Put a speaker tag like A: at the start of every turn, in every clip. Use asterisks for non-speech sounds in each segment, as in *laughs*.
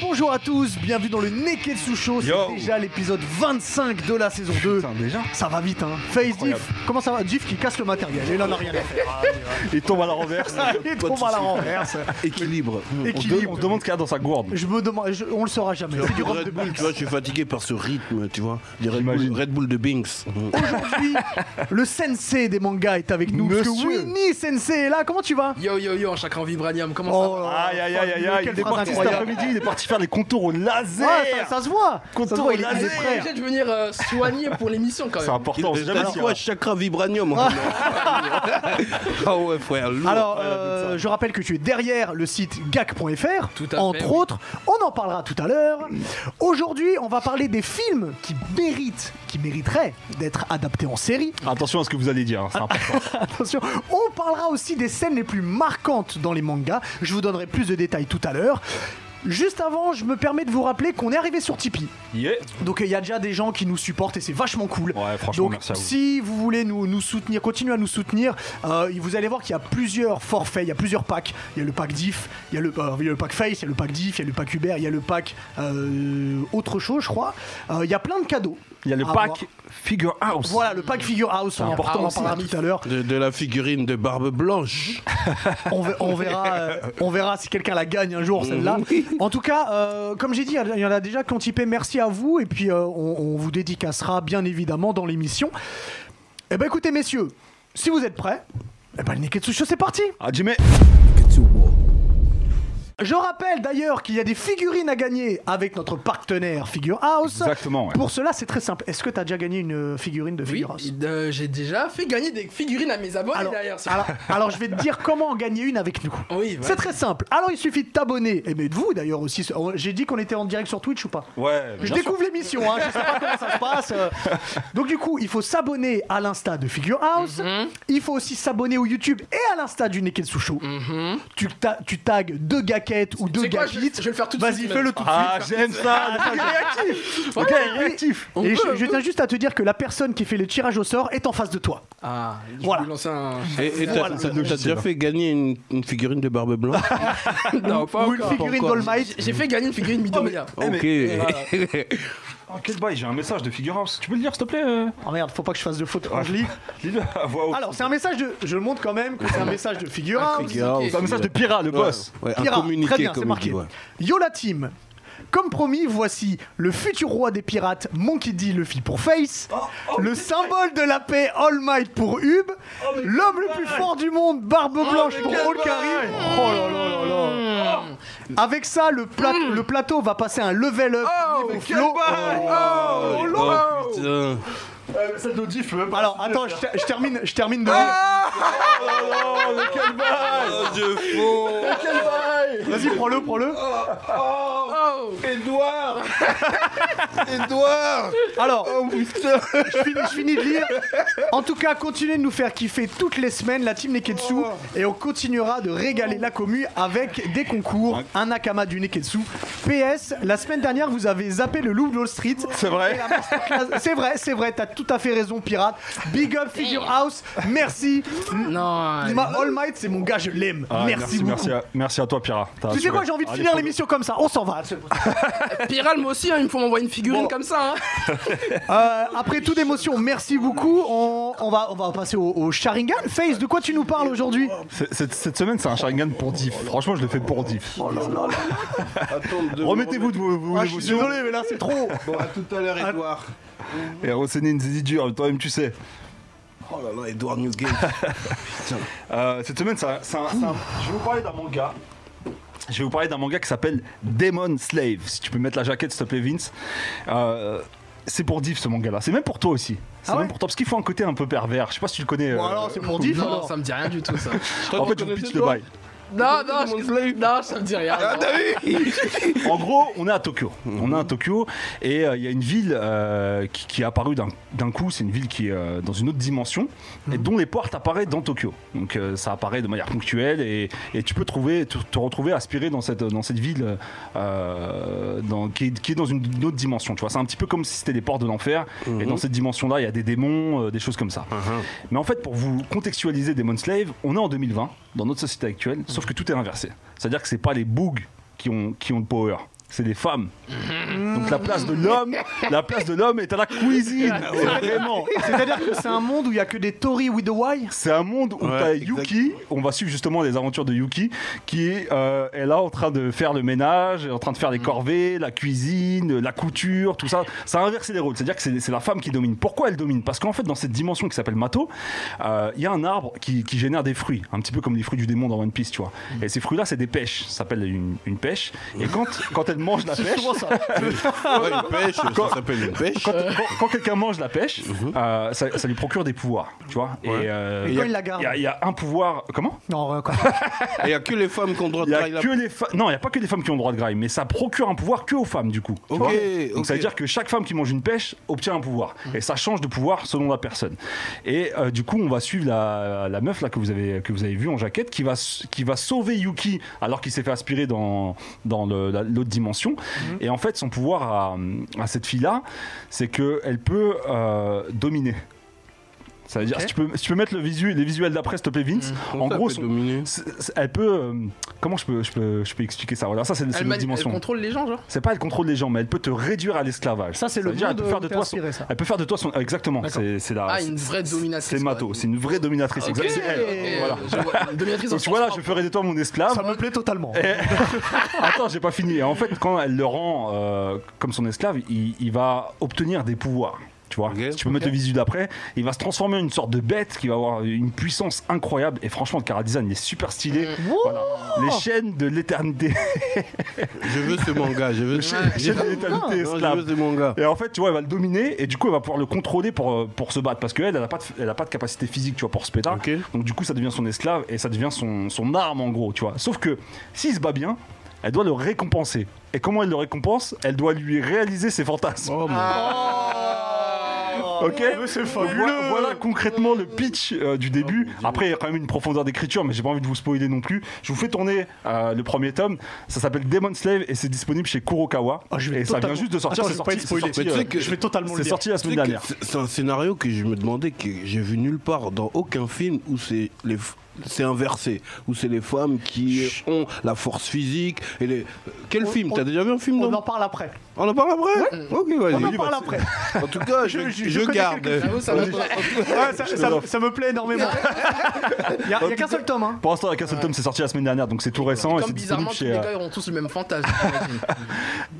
A: Bonjour à tous, bienvenue dans le Neketsu Show.
B: Yo.
A: C'est déjà l'épisode 25 de la saison 2.
C: Putain, déjà
A: Ça va vite, hein. Face
B: Incroyable.
A: Diff, comment ça va Diff qui casse le matériel. Et là, on a rien à faire.
B: Il tombe à la *laughs* renverse.
A: Il tombe à la renverse.
C: Équilibre.
A: Équilibre.
B: On se demande ce qu'il y a dans sa gourde.
A: Je me demande, je- on le saura jamais.
D: J'ai un
A: C'est
D: peu
A: du
D: de
A: rock de
D: Red Bull, tu vois, je suis fatigué par ce rythme, tu vois. Des Red
B: J'imagine.
D: Bull, Red Bull de Binks.
A: Aujourd'hui, le sensei des mangas est avec nous. Parce que
C: Monsieur.
A: Winnie Sensei est là, comment tu vas
E: Yo yo yo, en chakra en vibranium, comment
A: Oh.
E: ça va
B: Aïe, aïe, aïe, aïe, aïe.
A: Quelle
B: Il est
A: phrase
B: parti cet
A: incroyable.
B: après-midi, il est parti faire des contours au laser.
A: Ouais, ça, ça se voit.
B: Contour
A: ça se voit, il est- il est
B: laser.
E: J'ai
A: Ah, prêt.
E: obligé de venir euh, soigner pour l'émission quand
B: C'est
E: même.
B: important, on sait jamais
D: T'as
B: si-
D: dit quoi, chakra vibranium *laughs* Ah ouais, frère, lourd.
A: Alors,
E: ah,
B: Ouais,
A: euh,
B: j'adore ça.
A: je rappelle que tu es derrière le site gag.fr,
E: Tout à fait,
A: entre
E: oui.
A: autres. On en parlera tout à l'heure. Aujourd'hui, on va parler des films qui méritent, qui mériteraient d'être adaptés en série.
B: Attention à ce que vous allez dire, hein, c'est important.
A: Attention, on parlera aussi des scènes les plus marquantes dans les mangas. Je vous donnerai plus de détails tout à l'heure. Juste avant, je me permets de vous rappeler qu'on est arrivé sur Tipeee.
B: Yeah.
A: Donc il y a déjà des gens qui nous supportent et c'est vachement cool.
B: Ouais, franchement,
A: Donc,
B: merci à vous.
A: Si vous voulez nous, nous soutenir, continuez à nous soutenir. euh, vous allez voir qu'il y a plusieurs forfaits, il y a plusieurs packs. Il y a le pack Diff, il y a le, euh, il y a le pack Face, il y a le pack Diff, il y a le pack Uber, il y a le pack euh, autre chose, je crois. Euh, il y a plein de cadeaux.
B: Il y a le
A: à
B: pack
A: avoir.
B: Figure House.
A: Voilà, le pack Figure House, on en
B: important
A: on en
E: aussi,
A: parlera
E: la
A: tout à l'heure.
D: De, de la figurine de Barbe Blanche.
A: on, ver- on verra, euh, on verra si quelqu'un la gagne un
B: Mhm.
A: jour celle-là. En tout cas, euh, comme j'ai dit, il y en a déjà qui ont typé. Merci à vous et puis euh, on, on vous dédicacera bien évidemment dans l'émission. Eh ben écoutez messieurs, si vous êtes prêts, eh ben le Neketsu Show c'est parti.
B: Ah, Jimmy.
A: Je rappelle d'ailleurs qu'il y a des figurines à gagner avec notre partenaire Figure House.
B: Exactement, ouais.
A: Pour cela, c'est très simple. Est-ce que tu as déjà gagné une figurine de
E: Oui,
A: Figure House
E: euh, j'ai déjà fait gagner des figurines à mes abonnés
A: Alors,
E: derrière. c'est- *laughs*
A: alors, alors, je vais te dire comment en gagner une avec nous.
E: Oui, vas-y.
A: c'est très simple. Alors il suffit de t'abonner. Et mais de vous d'ailleurs aussi. J'ai dit qu'on était en direct sur Twitch ou pas
B: Ouais,
A: je
B: bien sûr.
A: découvre l'émission, hein, je sais pas comment ça se passe. euh. Donc du coup, il faut s'abonner à l'insta de Figure House. Il faut aussi s'abonner au YouTube et à l'insta du Neketsu Show. Tu, ta- tu tagues deux gaquettes ou deux
E: sais quoi, je vais-
A: gapites.
E: je vais le faire tout de
A: Vas-y,
E: suite,
A: fais-le
E: même.
A: tout de suite.
B: Ah, j'aime ça.
A: Il est réactif.
E: Ouais,
A: Le gars est
E: oui.
A: réactif.
E: On
A: Et
E: peut,
A: je,
E: on
A: je
E: peut.
A: tiens juste à te dire que la personne qui fait le tirage au sort est en face de toi.
E: Ah, je
A: Voilà.
E: vais vous lancer un.
D: Et et t'as
A: Voilà,
D: t'as- t'as déjà fait gagner une, une figurine de Barbe Blanche
E: Non, pas
A: ou une
E: encore.
A: figurine
D: encore.
A: d'All Might.
E: J'ai fait gagner une figurine Midomia.
D: Ok. *laughs*
B: Oh, quel bail, j'ai un message de Figure House. Tu peux le lire, s'il te plaît euh
A: Oh merde, faut pas que je fasse de faute. Je
B: *laughs*
A: lis.
B: Lis-le à voix haute.
A: Alors, c'est un message de. Je le montre quand même que c'est un message de Figure House.
B: C'est un message de Pira, le boss.
D: Ouais, un
A: Pira,
D: communiqué,
A: très bien, c'est
D: comme il
A: marqué.
D: dit, ouais.
A: Yo la team comme promis, voici le futur roi des pirates, Monkey D. Luffy pour
B: Oh,
A: Face, le symbole de la paix, All Might pour Hub,
B: Oh,
A: l'homme le plus fort du monde, Barbe Blanche pour Olkari. Oh là là là là.
B: Hmm.
A: Avec ça, le, plat- le plateau va passer un level up. niveau flow.
D: Oh, putain.
B: Ça te dit, Ah, je peux même pas.
A: Alors, attends, je, ter- je termine, je termine
B: Ah,
A: de
D: Oh, Dieu faux.
A: lire. Vas-y, prends-le, prends-le.
D: Edouard Edouard
A: Alors,
D: Oh putain
A: je finis, je finis de lire. En tout cas, continuez de nous faire kiffer toutes les semaines la team Neketsu et on continuera de régaler la commu avec des concours, un nakama du Neketsu. PS, la semaine dernière, vous avez zappé le Louvre Wall Street.
B: C'est vrai.
A: Masterclass- C'est vrai, c'est vrai, t'as tout à fait raison, pirate. Big up, Figure House, merci.
E: Non,
A: Ma All Might, c'est mon gars, je l'aime.
B: Ah,
A: merci, beaucoup.
B: merci à, merci à toi, Pira. T'as
A: Tu sais
B: assuré.
A: quoi, j'ai envie de
B: Allez,
A: finir
B: faut-
A: l'émission comme ça, on s'en va.
E: Piral, moi aussi, hein, il me faut m'envoyer une figurine comme ça. hein.
A: *laughs* Euh, après toute émotion, merci beaucoup. On, on va, on va passer au, au Sharingan. Face, de quoi tu nous parles aujourd'hui
B: C'est- Cette, cette semaine, c'est un Sharingan pour diff. Franchement, je l'ai fait pour diff. Remettez-vous de vos, vos
A: Ah, Je suis
B: émotions.
A: désolé, mais là c'est trop.
C: Bon, à tout à l'heure, Edouard.
B: Et Rosenin Zididur, toi-même, tu sais.
D: Oh là là, Edouard Newgate
B: Euh, cette semaine, c'est un- c'est un- c'est un- je vais vous parler d'un manga. Je vais vous parler d'un manga qui s'appelle Demon Slave. Si tu peux mettre la jaquette, s'il te plaît, Vince. Euh, c'est pour Div ce manga-là. C'est même pour toi aussi. C'est
A: Ah
B: même
A: ouais
B: pour toi parce qu'il faut un côté un peu pervers. Je sais pas si tu le connais.
A: Bon,
B: euh,
A: alors c'est pour Diff
E: Non,
A: alors.
E: ça me dit rien du tout ça.
B: en fait, je vous pitch le bail.
E: Non, non, je... non, ça me dit rien.
B: En gros, on est à Tokyo. On est à Tokyo et euh, il y a une ville euh, qui, qui est apparue d'un d'un coup. C'est une ville qui est euh, dans une autre dimension et dont les portes apparaissent dans Tokyo. Donc euh, ça apparaît de manière ponctuelle et, et tu peux trouver, te, te retrouver aspiré dans cette, dans cette ville euh, dans- qui, est, qui est dans une, autre dimension. Tu vois, c'est un petit peu comme si c'était des portes de l'enfer. Et dans cette dimension-là, il y a des démons, euh, des choses comme ça. Mais en fait, pour vous contextualiser Demon Slave, on est en 2020 dans notre société actuelle, sauf que tout est inversé. C'est-à-dire que c'est pas les bougs qui ont, qui ont le power. c'est des femmes. Donc la place de l'homme, la place de l'homme est à la cuisine.
D: Ah
B: Vraiment.
A: C'est-à-dire que c'est un monde où il y a que des Tories with a Y
B: C'est un monde où
D: Ouais,
B: t'as
D: exact.
B: Yuki, on va suivre justement les aventures de Yuki, qui euh, est là en train de faire le ménage, en train de
D: Mm.
B: faire les corvées, la cuisine, la couture, tout ça. Ça a inversé les rôles, c'est-à-dire que c'est c'est la femme qui domine. Pourquoi elle domine Parce qu'en fait, dans cette dimension qui s'appelle Mato, euh, il y a un arbre qui, qui génère des fruits, un petit peu comme les fruits du démon dans One Piece, tu vois.
D: Mm.
B: Et ces fruits-là, c'est des pêches, ça s'appelle une, une pêche. Et quand, quand elle
D: *laughs*
B: mange la pêche,
D: Ouais, une pêche, ça s'appelle une pêche.
B: quand, quand- quand quelqu'un mange la pêche, euh, ça, ça lui procure des pouvoirs, tu vois. Et, euh,
A: Et
B: il y a-
A: quand il la garde
B: il y a- il y a un pouvoir. Comment
A: Non, euh, quoi.
D: Il n'y a que les femmes qui ont le droit
B: Il
D: de
B: y a
D: travailler la
B: que les fa- Non, il n'y a pas que des femmes qui ont le droit de graille, mais ça procure un pouvoir que aux femmes, du coup. tu
D: Ok,
B: vois.
D: ok. Mmh.
B: Donc ça veut dire que chaque femme qui mange une pêche obtient un pouvoir. Et ça change de pouvoir selon la personne. Et euh, du coup, on va suivre la, la meuf là, que, vous avez, que vous avez vue en jaquette qui va, s- qui va sauver Yuki alors qu'il s'est fait aspirer dans, dans le- la- l'autre dimension.
D: Mmh.
B: Et en fait, son pouvoir à, à cette fille-là, c'est qu'elle peut euh, dominer. Ça veut dire, si, tu peux, si tu peux mettre le visu, les visuels d'après, s'il te plaît, Vince,
D: Comment
B: en
D: Mmh. ça,
B: gros,
D: elle peut
B: son-
D: dominer
B: c'est- c'est- elle peut. euh, comment je peux, je peux, je peux expliquer ça Voilà, ça c'est c'est
E: Elle,
B: une autre
E: mani- elle
B: dimension.
E: contrôle les gens, genre.
B: C'est pas elle contrôle les gens, mais elle peut te réduire à l'esclavage.
A: Ça, c'est le
B: veut dire, elle
A: monde
B: peut faire de
A: où t'es
B: toi son-
A: inspiré, ça.
B: Elle peut faire de toi son. Exactement. C'est c'est la.
E: Ah, une vraie
B: c'est-
E: dominatrice,
B: C'est Mato.
E: quoi.
B: C'est une vraie dominatrice.
E: Ok,
B: exact- c'est elle.
E: ok,
B: Voilà.
E: je vois. Une dominatrice
B: Donc
E: en
B: tu vois là,
E: sens
B: je
E: propre.
B: ferai de toi mon
A: Ça
B: esclave.
A: me plaît totalement.
B: Eh. Attends, j'ai pas fini. Et en fait, quand elle le rend euh, comme son esclave, il, il va obtenir des pouvoirs. Tu vois,
D: Ok.
B: si tu peux mettre le visu d'après, il va se transformer en une sorte de bête qui va avoir une puissance incroyable. Et franchement, le chara-design il est super stylé.
E: Mm.
A: Oh,
B: Voilà. Les chaînes de l'éternité.
D: Je veux ce manga, je *laughs* veux ce
B: Les chaînes de l'éternité
D: Non,
B: esclave.
D: je veux ce manga.
B: Et en fait, tu vois, elle va le dominer et du coup, elle va pouvoir le contrôler pour, euh, pour se battre parce qu'elle, elle n'a pas, de- elle a pas de capacité physique, tu vois, pour se péter.
D: Ok.
B: Donc, du coup, ça devient son esclave et ça devient son, son arme en gros, tu vois. Sauf que s'il se bat bien, elle doit le récompenser. Et comment elle le récompense Elle doit lui réaliser ses fantasmes.
D: Oh, mon-
B: Ok voilà, voilà concrètement le pitch euh,
A: Oh,
B: du début. Après, il y a quand même une profondeur d'écriture, mais j'ai pas envie de vous spoiler non plus. Je vous fais tourner euh, le premier tome. Ça s'appelle Demon Slave et c'est disponible chez Kurokawa.
A: Oh, je vais
B: et ça vient
A: totalement-
B: juste de sortir.
A: Attends,
B: C'est
A: je vais pas
B: sorti,
A: être spoilé.
B: c'est sorti,
D: Mais tu sais
B: euh,
D: que-
A: Je vais totalement le
B: c'est
A: dire.
B: sorti la
D: Tu
B: semaine
D: sais
B: dernière.
D: que C'est c'est un scénario que je me demandais, que j'ai vu nulle part dans aucun film où c'est les f- c'est inversé, où c'est les femmes qui ont la force physique et les. Quel
A: On-
D: film
A: on-
D: T'as déjà vu un film
A: On
D: dans-
A: en parle après.
B: Ah
D: On en parle après Ok, vas-y.
A: On en
B: bah,
A: parle
B: *laughs*
A: après.
D: En tout cas, je,
A: je- je
D: je
A: connais
D: garde.
E: J'avoue, ça me plaît.
A: Ouais, ça, ça- ça me plaît
B: *laughs*
A: énormément. Il y a, il y a qu'un seul tome. Hein.
B: Pour l'instant, avec un seul tome, c'est sorti la semaine dernière, donc c'est tout récent et
E: Comme
B: c'est
E: bizarrement,
B: disponible
E: tous
B: chez.
E: les
B: euh,
E: gars auront tous le même fantasme.
B: *laughs*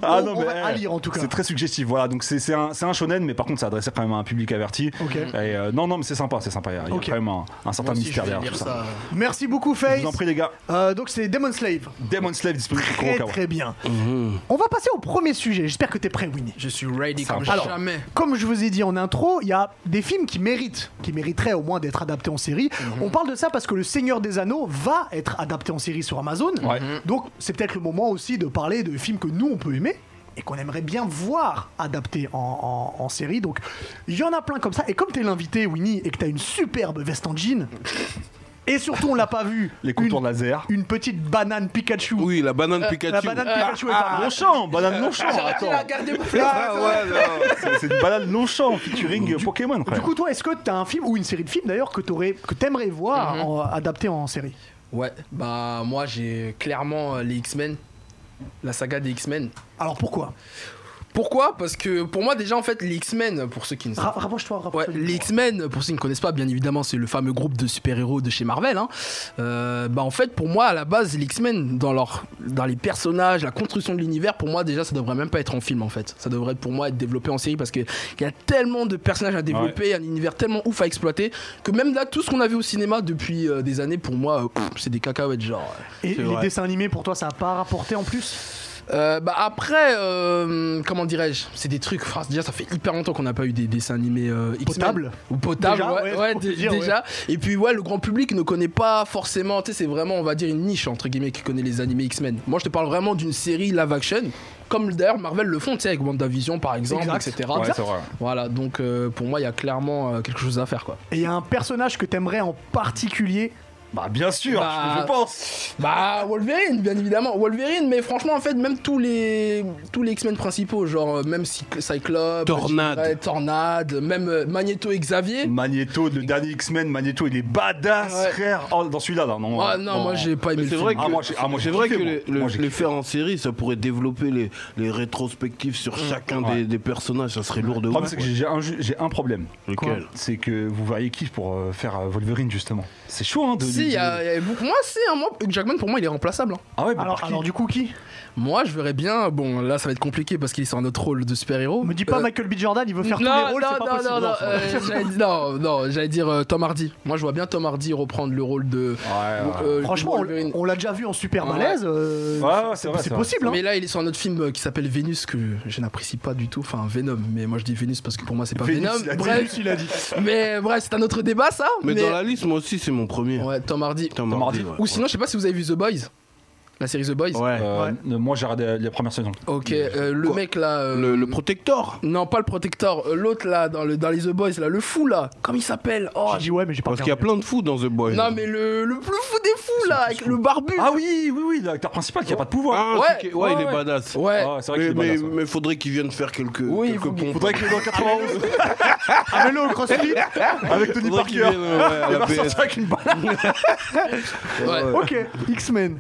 B: Ah
A: On-
B: non,
A: on
B: mais
A: va- à
B: eh,
A: lire, en tout cas.
B: C'est très suggestif, voilà. Donc c'est c'est un, c'est un shonen, mais par contre, c'est adressé quand même à un public averti.
A: Ok.
B: Et, euh, non, non, mais c'est sympa, c'est sympa. Il y a, il y a
A: Ok.
B: quand même un, un certain
E: Moi aussi, je
B: mystère
E: vais
B: derrière
E: lire
B: tout ça.
E: ça.
A: Merci beaucoup,
B: Je
A: Face.
B: vous en prie, les gars.
A: Euh, donc c'est Demon Slave.
B: Demon Slave disponible chez
A: Très
B: Kurokawa.
A: très bien.
B: Mhm.
A: On va passer au premier sujet. J'espère que t'es prêt, Winnie.
E: Je suis ready comme
A: Alors,
E: jamais.
A: comme je vous ai dit en intro, il y a des films qui méritent, qui mériteraient au moins d'être adaptés en série. On parle de ça parce que Le Seigneur des Anneaux va être adapté en série sur Amazon.
B: Ouais.
A: Donc c'est peut-être le moment aussi de parler de films que nous on peut aimer et qu'on aimerait bien voir adaptés en, en- en série. Donc il y en a plein comme ça. Et comme t'es l'invité, Winnie, et que t'as une superbe veste en jean, et surtout on l'a pas vu,
B: Les
A: une,
B: contours laser.
A: une petite banane Pikachu.
D: Oui, la banane Pikachu.
A: Euh, La banane Pikachu est pas mal.
B: Ah, Longchamp, banane Longchamp. Attends,
E: garder
D: Ah
A: *laughs*
D: ouais, non.
B: c'est c'est une banane Longchamp featuring Pokémon, frère.
A: Du coup, toi, est-ce que t'as un film ou une série de films d'ailleurs que t'aurais, que t'aimerais voir
E: Mhm.
A: en- adapté en série
E: Ouais, bah moi j'ai clairement euh, les X-Men, la saga des X-Men.
A: Alors pourquoi
E: Pourquoi Parce que pour moi déjà en fait les X-Men, pour ceux qui ne savent
A: Ra- Rapproche-toi,
E: Ouais,
A: rapproche-toi. du
E: les
A: micro.
E: X-Men, pour ceux qui ne connaissent pas, bien évidemment, c'est le fameux groupe de super-héros de chez Marvel. hein. Euh, bah, en fait, pour moi, à la base, les X-Men, dans, leur, dans les personnages, la construction de l'univers, pour moi, déjà, ça devrait même pas être en film, en fait. Ça devrait, pour moi, être développé en série parce qu'il y a tellement de personnages à développer, un univers tellement ouf à exploiter, que même là, tout ce qu'on a vu au cinéma depuis euh, des années, pour moi, euh, pff, c'est des cacahuètes, genre.
A: Et
D: C'est
A: les
D: vrai.
A: dessins animés, pour toi, ça n'a pas rapporté en plus
E: Euh, bah après, euh, comment dirais-je C'est des trucs. enfin, déjà, ça fait hyper longtemps qu'on n'a pas eu des dessins animés euh, X-Men.
A: Potable.
E: Ou potable,
A: Déjà,
E: ouais,
A: ouais,
E: ouais,
A: faut
E: dé-
A: dire, ouais.
E: déjà. Et puis, ouais, le grand public ne connaît pas forcément. Tu sais, c'est vraiment, on va dire, une niche, entre guillemets, qui connaît les animés X-Men. Moi, je te parle vraiment d'une série live action. Comme d'ailleurs Marvel le font, tu sais, avec WandaVision par exemple,
A: Exact.
E: etc.
B: Ouais, c'est vrai.
E: Voilà, donc euh, pour moi, il y a clairement euh, quelque chose à faire, quoi.
A: Et il y a un personnage que t'aimerais en particulier
B: Bah bien sûr,
E: Bah,
B: je, je pense.
E: Bah Wolverine, bien évidemment. Wolverine, mais franchement, en fait, même tous les tous les X-Men principaux, genre euh, même Cyc- Cyclope,
D: Tornade.
E: Jean-Grey, Tornade, même euh, Magneto, et Xavier.
B: Magneto, le dernier X-Men, Magneto, il est badass,
E: Ouais.
B: frère. Oh, dans celui-là, non, non.
E: Ah non, moi j'ai pas
D: Mais
E: aimé le
D: c'est
E: film.
D: vrai que,
B: Ah, moi, j'ai- ah, moi, j'ai
D: c'est vrai
B: kiffé,
D: que
B: moi.
D: les, le-
B: Moi, j'ai
D: les
B: kiffé.
D: faire en série, ça pourrait développer les, les rétrospectives sur chacun
B: Mmh. Ouais.
D: des, des personnages, ça serait lourd
B: Le
D: de ouf.
B: problème, c'est que j'ai un, ju- j'ai un problème.
D: Lequel
B: C'est que vous verriez qui pour euh, faire euh, Wolverine, justement. C'est chaud, hein, de.
E: Si,
B: de-
E: il y a- il y a beaucoup- moi, si, hein, moi, Hugh Jackman, pour moi, il est remplaçable. hein.
B: Ah ouais, bah,
A: Alors,
B: par qui
A: alors, du coup, qui
E: Moi, je verrais bien. Bon, là, ça va être compliqué parce qu'il est sur un autre rôle de super-héros.
A: On me dit pas
E: Euh,
A: Michael B. Jordan, il veut faire
E: non,
A: tous les rôles,
E: non,
A: c'est pas
E: non,
A: possible.
E: non, non, euh, j'allais dire- non, non, j'allais dire euh, Tom Hardy. Moi, je vois bien Tom Hardy reprendre le rôle de.
B: Ouais, ouais.
A: *laughs*
E: euh,
A: Franchement, on-
E: Wolverine.
A: on l'a déjà vu en super
E: Ouais.
A: malaise. euh,
B: Ouais, ouais, c'est vrai,
A: C'est
B: c'est
A: possible, hein.
E: Mais là, il est sur un autre film euh, qui s'appelle Vénus que je n'apprécie pas du tout. Enfin, Venom. Mais moi, je dis Vénus parce que pour moi, c'est pas
B: Vénus,
E: Venom.
B: il a dit
E: Bref,
A: il a dit.
E: mais bref, c'est un autre débat, ça.
D: Mais, dans la liste, moi aussi, c'est mon premier.
E: Ouais, Tom Hardy.
D: Tom
B: Tom
D: Hardy,
B: Hardy.
D: ouais.
E: Ou sinon, je sais pas si vous avez vu The Boys. La série The Boys.
D: Ouais.
B: Euh, Moi, j'ai regardé la première saison.
E: Ok, euh, le
D: Quoi
E: mec là. euh,
D: Le, le protector
E: Non, pas le protecteur. euh, L'autre là, dans, le, dans les The Boys, là, le fou là. Comment il s'appelle Oh,
A: J'ai dit ouais, mais j'ai pas
D: Parce qu'il y a
A: regardé.
D: plein de fous dans The Boys.
E: Non, mais le, le plus fou des fous là, avec le barbu.
B: Ah oui, oui, oui, l'acteur principal qui a pas de pouvoir.
D: Ah,
E: Ouais,
D: c'est que-
E: ouais,
D: ouais, il est
E: ouais.
D: badass.
E: Ouais.
B: Ah, c'est vrai qu'il
D: Mais,
B: est badass,
D: mais-
B: ouais.
D: mais faudrait qu'il vienne faire quelques,
E: Oui, il
D: quelques
E: faut qu'il-
D: pompes.
B: Ah, Faudrait que dans 91,
A: Un vélo au crossfit.
B: avec Tony
D: Faudrait qu'il
B: Parker, Ah,
D: vienne, ouais, à
B: il
E: *laughs*
D: la
B: va
D: PS.
B: sortir avec une balle.
E: Ouais.
A: *laughs* ok, X-Men.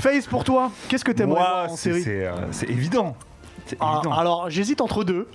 A: Face pour toi, qu'est-ce que t'aimerais
B: Moi,
A: voir en
B: c'est
A: série
B: c'est, euh, c'est évident. C'est
A: Ah,
B: évident.
A: Alors, j'hésite entre deux.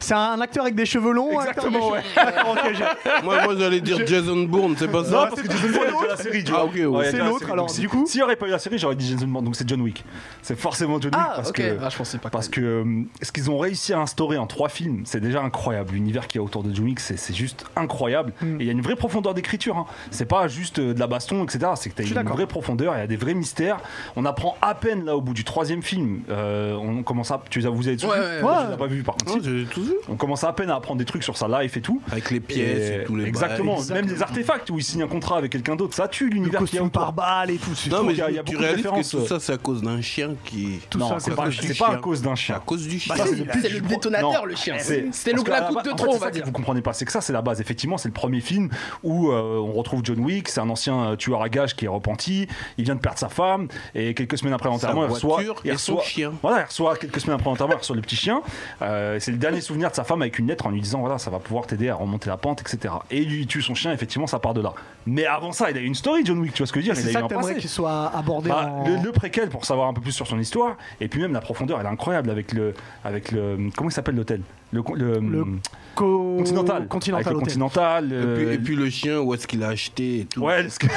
A: C'est un acteur avec des cheveux longs. un acteur
B: Exactement,
A: avec des cheveux- D'accord, ok, j'ai-
D: Moi, moi j'allais dire Jason Bourne, c'est pas
B: Non,
D: ça
B: parce que Jason Bourne, il y a déjà la série. tu
D: Ah,
B: vois.
D: ok, ouais.
B: il y a
A: C'est
B: déjà la
A: l'autre,
B: série.
A: alors,
B: Donc,
A: du
B: si-
A: coup
B: S'il n'y aurait pas eu la série, j'aurais dit Jason Bourne, donc c'est John Wick. C'est forcément John Wick.
E: Ah,
B: parce
E: ok.
B: que-
E: Ah, je pensais pas.
B: Parce que euh, ce qu'ils ont réussi à instaurer en trois films, c'est déjà incroyable. L'univers qu'il y a autour de John Wick, c'est c'est juste incroyable. Et il y a une vraie profondeur d'écriture. hein. C'est pas juste euh, de la baston, etc. C'est que
A: Je
B: tu
A: suis
B: as une
A: d'accord.
B: vraie profondeur, il y a des vrais mystères. On apprend à peine là au bout du troisième film. Euh, on commence à. Tu les as, vous avez tous
E: Ouais,
B: vu
E: ouais, ouais.
B: Moi, je les ai pas vu par contre.
D: Non,
B: Si.
D: j'ai tout vu.
B: On commence à peine à apprendre des trucs sur sa life et tout.
D: Avec les pièces et, tous les
B: exactement,
D: bails.
B: même les artefacts où il signe un contrat avec quelqu'un d'autre, ça tue
A: Le
B: l'univers qui est
A: costume
B: autour.
A: par balle et tout. c'est
D: Non,
A: tout.
D: mais
B: Il y a- il y a
D: tu
B: beaucoup de
D: réalises que
B: références.
D: tout ça, c'est à cause d'un chien qui.
A: Tout
B: non,
A: ça, c'est
B: c'est pas,
A: pas-
B: c'est
D: du
B: pas à
D: chien.
B: cause d'un
D: C'est à
B: chien.
D: cause du chien.
B: Ça,
E: c'est-
B: le
E: c'est
B: pitch
E: le
B: du pro-
E: détonateur,
B: Non,
E: le chien.
B: c'est-
E: C'était le-
B: parce que
E: la
B: à
E: goutte
B: base-
E: de
B: en
E: trop,
B: fait,
E: on
B: c'est
E: va
B: ça que
E: dire.
B: Vous comprenez pas, c'est que ça, c'est la base. Effectivement, c'est le premier film où euh, on retrouve John Wick, c'est un ancien euh, tueur à gages qui est repenti, il vient de perdre sa femme, et quelques semaines après l'enterrement, il reçoit,
D: voiture
B: il
D: et son
B: reçoit-
D: chien.
B: Voilà, il reçoit quelques semaines après l'enterrement, il reçoit le petit chien. Euh, c'est le dernier souvenir de sa femme avec une lettre en lui disant voilà, ça va pouvoir t'aider à remonter la pente, etc. Et lui, il tue son chien. Effectivement, ça part de là. Mais avant ça, il a eu une story, John Wick. Tu vois ce que je veux dire Il
A: C'est
B: a
A: ça
B: eu
A: que
B: un
A: t'aimerais
B: passé.
A: qu'il soit abordé.
B: Bah,
A: en-
B: le, le préquel pour savoir un peu plus sur son histoire et puis même la profondeur elle est incroyable avec le avec le comment il s'appelle l'hôtel le, co- le,
A: Le
B: hum,
A: Co-
B: continental
A: Continental
B: avec le
A: Hotel.
B: continental
D: Et puis,
B: euh,
D: et puis le chien, où est-ce qu'il a acheté et tout.
B: ouais parce que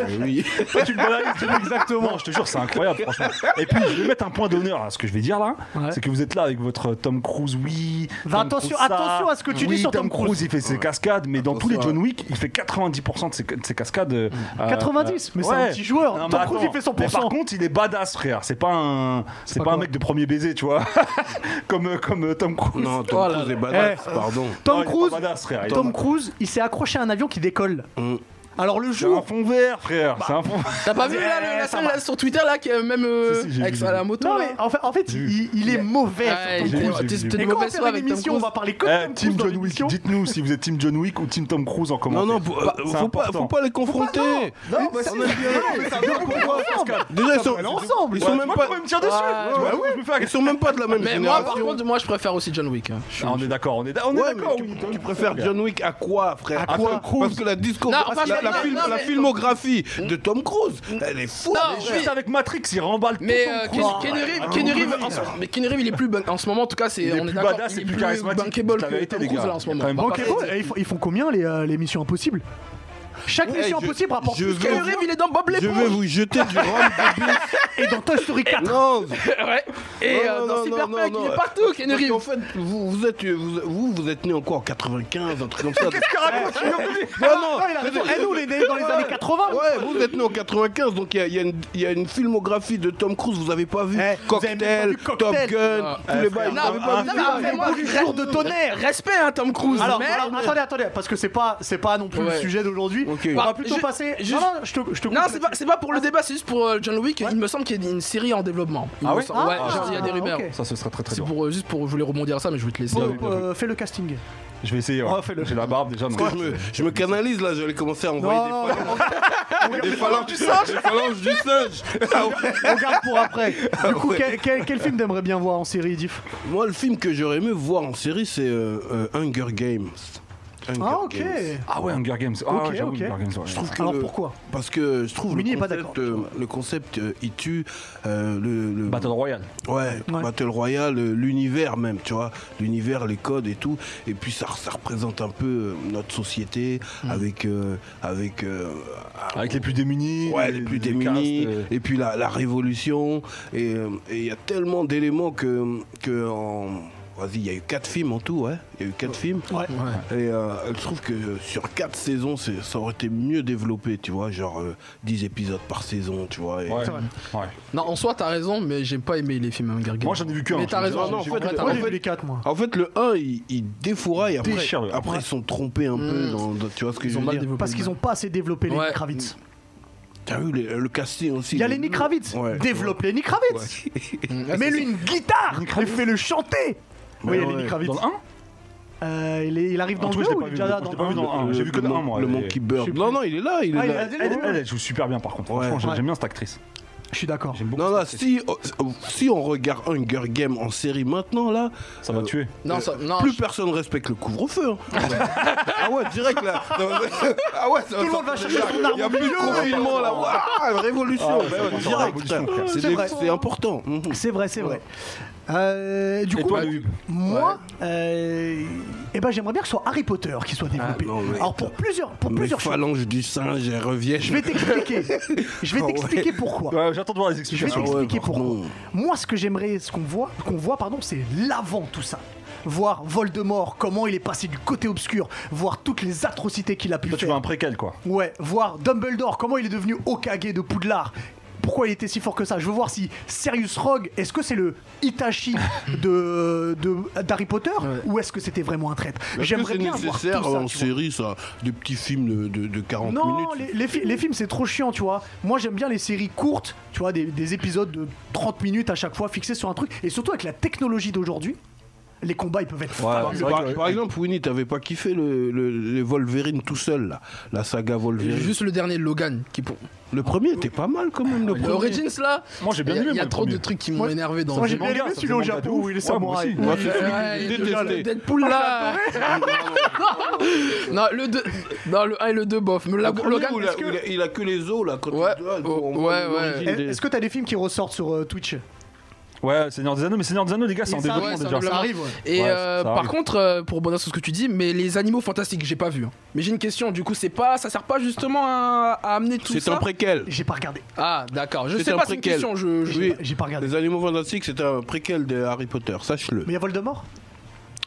D: Eh oui.
B: toi, tu le banalises, tu le dis exactement je te jure c'est incroyable franchement et puis je vais mettre un point d'honneur à ce que je vais dire là
A: Ouais.
B: c'est que vous êtes là avec votre Tom Cruise oui
A: Va
B: Tom
A: attention-
B: Cruise, ça.
A: attention à ce que tu dis
B: Oui,
A: sur Tom
B: Cruise,
A: Cruise.
B: il fait ses cascades mais dans tous les
D: Attention,
B: John Wick il fait 90% de ses, de ses cascades euh, euh,
A: 90, mais c'est
B: ouais.
A: un petit joueur.
B: Non, mais
A: Tom Cruise, il
B: attends,
A: fait 100%.
B: mais par contre, il est badass, frère. C'est pas un, c'est
A: pas
B: pas, un
A: quoi.
B: mec de premier baiser, tu vois, *laughs* comme euh, comme euh, Tom Cruise.
D: Non,
E: Oh
D: Tom
E: là
D: Cruise
E: là.
D: est badass,
A: Eh.
D: pardon.
B: Non,
A: Tom
B: il est
A: Cruise,
B: pas badass, frère. Il est
A: Tom
B: pas-
A: Cruise, il s'est accroché à un avion qui décolle.
D: Mm.
A: Alors le
B: C'est un
A: jour,
B: fond vert, frère.
A: Bah.
B: C'est un fond.
E: T'as pas vu là,
B: Ouais,
E: le- la
B: Oh, Eh, ça
E: scène
B: va.
E: là, sur Twitter là, qui euh, même euh,
B: Si, si, j'ai
E: avec
B: vu,
E: sa-
B: j'ai
E: la
B: vu.
E: moto
A: non
E: là.
A: mais en fait, en fait, il, il est mauvais.
E: Ouais,
A: sur Tom
B: j'ai
A: Cruise.
B: vu,
E: t'es-
B: j'ai vu.
E: t'es de
A: Et quand on
E: mauvaise
A: fait
E: foi
A: une
E: avec Tom
A: émission, on
E: Cruise.
A: va parler que de
B: Eh,
A: Tom
B: Team
A: Cruise dans
B: John Wick.
A: l'émission.
B: Dites-nous si vous êtes Team John Wick ou Team Tom Cruise en
D: Non,
B: commentaire.
D: non, faut, euh,
B: C'est
D: faut pas,
B: important.
D: faut pas les confronter.
A: Non, bah, si, si, mais ça vient pourquoi
D: Déjà, ils sont,
A: aller ensemble.
D: ils
B: Ouais,
D: sont
B: tu
D: même
B: vois
D: pas,
B: comment il me tire dessus.
E: Ouais,
B: Tu vois, je me fais
D: ils
B: agresser.
D: sont même pas de la même
E: Mais moi, par
D: génération.
E: contre, moi, je préfère aussi John Wick. hein.
B: Ah, on est d'accord, on est, d'a- on est
D: Ouais, mais
B: d'accord.
D: tu,
B: oui,
D: tu
B: Tom
D: préfères
B: Cruise.
D: John Wick à quoi, frère
A: À quoi
D: Tom Cruise Parce que la disco,
E: Non,
D: la-
E: parce
D: la,
E: que- non,
D: film-
E: non,
D: la
E: mais-
D: filmographie de Tom Cruise, elle est fou.
E: Non,
D: mais-
E: oui.
B: Juste avec Matrix, il remballe tout
E: Mais
B: Tom
E: euh,
B: Cruise. Ah,
E: Ken- Ken Reeves- Ken Reeves, en ce- mais Ken Reeves, il est plus ban- en ce moment en tout cas, c'est
B: Il est
E: on est
B: plus
E: d'accord,
B: badass,
E: il est
B: c'est plus
E: plus
B: charismatique,
E: bankable
B: c'est la
E: que
B: vérité,
E: Tom
B: les
E: Cruise
B: gars.
E: là en ce
B: Il y a
E: moment.
B: quand même
E: On va
A: Ok,
E: pas
A: bon,
E: parler de-
A: et ils, font, ils font combien les, euh, les missions impossibles Chaque
B: Eh,
D: Ouais,
A: mission
D: je-
A: impossible rapporte
D: je
A: plus
D: vais-
A: qu'un
E: Ken Reeves, il est dans Bob
D: Je vais
E: l'éponge.
D: vous jeter du rhum
A: et dans Toy Story 4.
D: Non,
E: Ouais. Et
D: Non,
E: euh,
D: non,
E: dans
D: non, non,
E: Cyberpunk,
D: non.
E: il est partout, Ken
D: Parce
E: Reeves.
D: qu'en fait, vous, vous êtes, vous, vous, vous êtes né encore en 95, un truc comme ça.
A: *laughs* Ah,
D: Non, non,
A: non, il a raison. Eh, nous, on est nés dans les années 80.
D: Ouais, vous êtes né en 95, donc il y a- il y, a une- il y a une filmographie de Tom Cruise, vous avez pas vu
A: Eh, vous avez même pas
D: Cocktail,
A: vu Cocktail. eh,
D: Top Gun,
E: Ah,
D: tous les bails.
E: Non, mais bon, non, mais après, moi,
A: bout du
E: je-
A: jour de tonnerre.
E: Respect, hein, Tom Cruise.
A: Alors,
E: mais-
A: alors, attendez, attendez, parce que c'est pas, c'est pas non plus le
E: Ouais.
A: sujet d'aujourd'hui.
D: Ok. Ah,
A: On va
E: Bah,
A: plutôt
E: je-
A: passer.
E: je-
A: Non, non, je te, je te coupe
E: Non, c'est
A: là-dessus.
E: pas, c'est pas pour le débat, c'est juste pour euh, John Wick. Il me semble qu'il y a une série en développement. Il
B: Ah
E: me
B: ouais
E: semble. Ouais,
A: Ah,
E: genre, il y a des rumeurs.
A: ok.
B: Ça, ce serait très très
E: C'est
B: dur.
E: pour, euh, juste pour. Je voulais rebondir à ça, mais je vais te laisser.
A: Bon,
B: Bien vu, bien
A: euh, fais le casting.
B: Je vais essayer. ouais.
A: Oh, fais-le.
B: J'ai la barbe déjà. donc-
D: Je me, je me canalise là, j'allais commencer à envoyer
A: Non, non, non,
D: Les phalanges du singe Les phalanges du singe Ah
A: On garde pour
D: *laughs*
A: après. Du coup, quel, quel- quel film t'aimerais bien voir en série, Diff
D: Moi, le film que j'aurais aimé voir en série, c'est euh, euh, Hunger Games. Hunger
A: Ah, ok.
D: Games.
B: Ah ouais, Hunger Games. Ah
A: Ok,
B: ouais, j'avoue,
A: ok.
B: Hunger Games. ouais.
D: Je trouve que
A: Alors
D: le-
A: pourquoi
D: Parce que je trouve
A: Mini est
D: le
A: pas
D: concept,
A: d'accord.
D: euh, le concept euh, il tue euh, le, le-
B: Battle Royale.
D: ouais,
A: Ouais.
D: Battle Royale, euh, l'univers même, tu vois, l'univers, les codes et tout. Et puis ça, ça représente un peu euh, notre société
A: Mm.
D: avec euh, avec euh,
B: Avec les plus démunis.
D: Ouais, les plus démunis,
B: castes, euh.
D: et puis la, la révolution. Et euh, et il y a tellement d'éléments que. que en- Vas-y, il y a eu quatre films en tout, ouais. Il y a eu quatre films.
A: Ouais.
D: Et euh, je trouve que sur quatre saisons, c'est- ça aurait été mieux développé, tu vois. Genre euh, 10 épisodes par saison, tu vois. et-
B: Ouais.
A: C'est vrai.
B: Ouais.
E: Non, en soi, t'as raison, mais j'ai pas aimé les films Hunger Games.
B: Moi, j'en ai vu qu'un.
E: Mais t'as
B: Je me
E: raison.
D: dis, ah non,
E: j'ai-
D: en fait,
E: ouais,
D: en
E: t'as
A: Moi,
E: raison.
A: j'ai vu les quatre, moi.
D: En fait, le 1, il, il défouraille. Après,
B: Déchire, ouais.
D: après ils sont trompés un peu.
E: Mm.
D: Dans, dans- tu vois ce que
E: Ils
D: je
E: ont
D: veux
E: mal
D: dire
E: développé.
A: Parce qu'ils ont pas assez développé les
E: Ouais.
A: Nick Kravitz.
D: T'as vu les- le casting aussi
A: Il y a
D: le-
A: les Nick Kravitz.
D: Mm. Ouais.
A: Développe les Nick Kravitz. Mets-lui une guitare et fais-le chanter. Oui, il y a les
D: ouais.
A: Nick Kravitz.
B: Dans le 1
A: Euh, il, est- il arrive dans
B: En
A: le
B: tout cas,
A: jeu
B: je l'ai
A: ou
B: pas
A: il est
B: vu.
A: déjà
B: Je l'ai
A: dans
B: pas vu
A: le
B: dans
A: un
B: le un.
D: le-
B: Ah, J'ai vu que
D: le
B: le un,
D: mon-
B: moi,
D: Le
B: et-
D: Monkey
A: je sais
D: Bird.
A: plus.
D: Non, non, il est là. Il est
A: Ah, il
D: là.
A: a- il a-
B: Elle, elle, elle joue super bien par contre.
D: Ouais.
B: Franchement, j'aime-
A: Ouais.
B: j'aime bien cette actrice.
A: Je suis d'accord.
B: J'aime beaucoup.
D: Non,
B: cette
D: là,
B: actrice.
D: si, euh, si on regarde Hunger Game en série maintenant, là, euh,
B: Ça va tuer.
E: Non, ça, non,
D: plus
E: je-
D: personne respecte le
A: *laughs*
D: couvre-feu. hein. ah ouais, direct là. ah ouais,
A: Tout le monde va chercher son Ah, arme.
D: Il y a plus de confinement là. Waouh, révolution.
B: Ah ouais, ça va
D: direct.
B: partir en révolution, frère.
D: C'est
A: C'est
D: des-
A: vrai.
D: C'est important. Mhm.
A: C'est vrai, c'est vrai. Euh, du
B: Et
A: coup,
B: toi, Hub
A: moi, euh, eh ben, j'aimerais bien que ce soit Harry Potter qui soit développé.
D: Ah, non, mais-
A: Alors pour plusieurs, pour
D: Mais
A: plusieurs choses.
D: phalange du singe, elle revient.
A: Je vais
D: *laughs*
A: t'expliquer. Je vais
D: Ah ouais.
A: t'expliquer pourquoi.
B: Ouais, J'attends de voir les
A: Je vais
B: explications.
D: Ah ouais,
A: t'expliquer pourquoi.
D: pardon.
A: Moi, ce que j'aimerais, ce qu'on voit, qu'on voit, pardon, c'est l'avant tout ça. Voir Voldemort, comment il est passé du côté obscur, voir toutes les atrocités qu'il a pu
B: Toi, tu
A: faire.
B: veux un préquel, quoi.
A: Ouais, voir Dumbledore, comment il est devenu Okage de Poudlard. Pourquoi il était si fort que ça Je veux voir si Sirius Rogue, est-ce que c'est le Itachi de de- d'Harry Potter ou est-ce que c'était vraiment un traître
D: Est-ce que
A: J'aimerais
D: c'est
A: bien voir tout ça.
D: nécessaire en
A: tu vois.
D: série, ça, des petits films de, de- de 40
A: Non,
D: minutes.
A: les, les fi- les films c'est trop chiant, tu vois. Moi j'aime bien les séries courtes, tu vois, des, des épisodes de 30 minutes à chaque fois fixés sur un truc. Et surtout avec la technologie d'aujourd'hui, les combats ils peuvent être.
B: Ouais,
A: fabuleux.
B: c'est vrai
D: Par,
B: que-
D: par exemple, Winnie, t'avais pas kiffé le, le- les Wolverine tout seul, là. la saga Wolverine.
E: Juste le dernier Logan qui pour.
D: Le premier était pas mal quand même. Le
E: Le
D: premier.
E: Origins là,
B: Moi, j'ai bien
E: il y a-
B: aimé,
E: Il y a
B: moi, le
E: trop de
B: premier.
E: trucs qui m'ont
A: Moi-
E: énervé dans
A: Moi
E: ce
A: j'ai bien
E: manga.
A: aimé
B: ça
A: celui au
B: faisait manga de
A: Japon
B: ouf.
A: où il est
B: Ouais, moi
A: samouraï.
B: aussi.
A: Où
D: Moi,
A: il-
D: Ah, c'est-
E: Ouais,
D: Il
E: le-
D: détestait.
E: Deadpool là *laughs* Non, le 2 Non, le 1 et le 2 bof, mais la-
D: Le premier
E: Logan
D: où il a-
E: est-ce que-
D: il, a, il a que les os là quand
E: Ouais,
D: il doit,
E: oh,
D: on voit
E: ouais, ouais.
D: l'origine des-
A: Est-ce que t'as des films qui ressortent sur euh, Twitch
B: Ouais, Seigneur des Anneaux, mais Seigneur des Anneaux, les gars, c'est en
A: Et ça,
B: développement
E: Ah ouais, c'est en
B: déjà.
E: développement.
A: Ça arrive, ouais.
E: Et
B: Ouais,
E: euh,
B: ça
E: par
B: arrive.
E: contre, euh, pour rebondir sur ce que tu dis, mais les animaux fantastiques, j'ai pas vu. hein. Mais j'ai une question. Du coup, c'est pas, ça sert pas justement à, à amener tout
D: C'est
E: ça.
D: un préquel.
A: J'ai pas regardé.
E: Ah, d'accord. Je
D: C'est
E: sais
D: un
E: pas c'est une
D: préquel.
E: question. Je, je-
D: Oui.
A: J'ai pas regardé.
D: Les animaux fantastiques, c'est un préquel de Harry Potter, sache-le.
A: Mais il y a Voldemort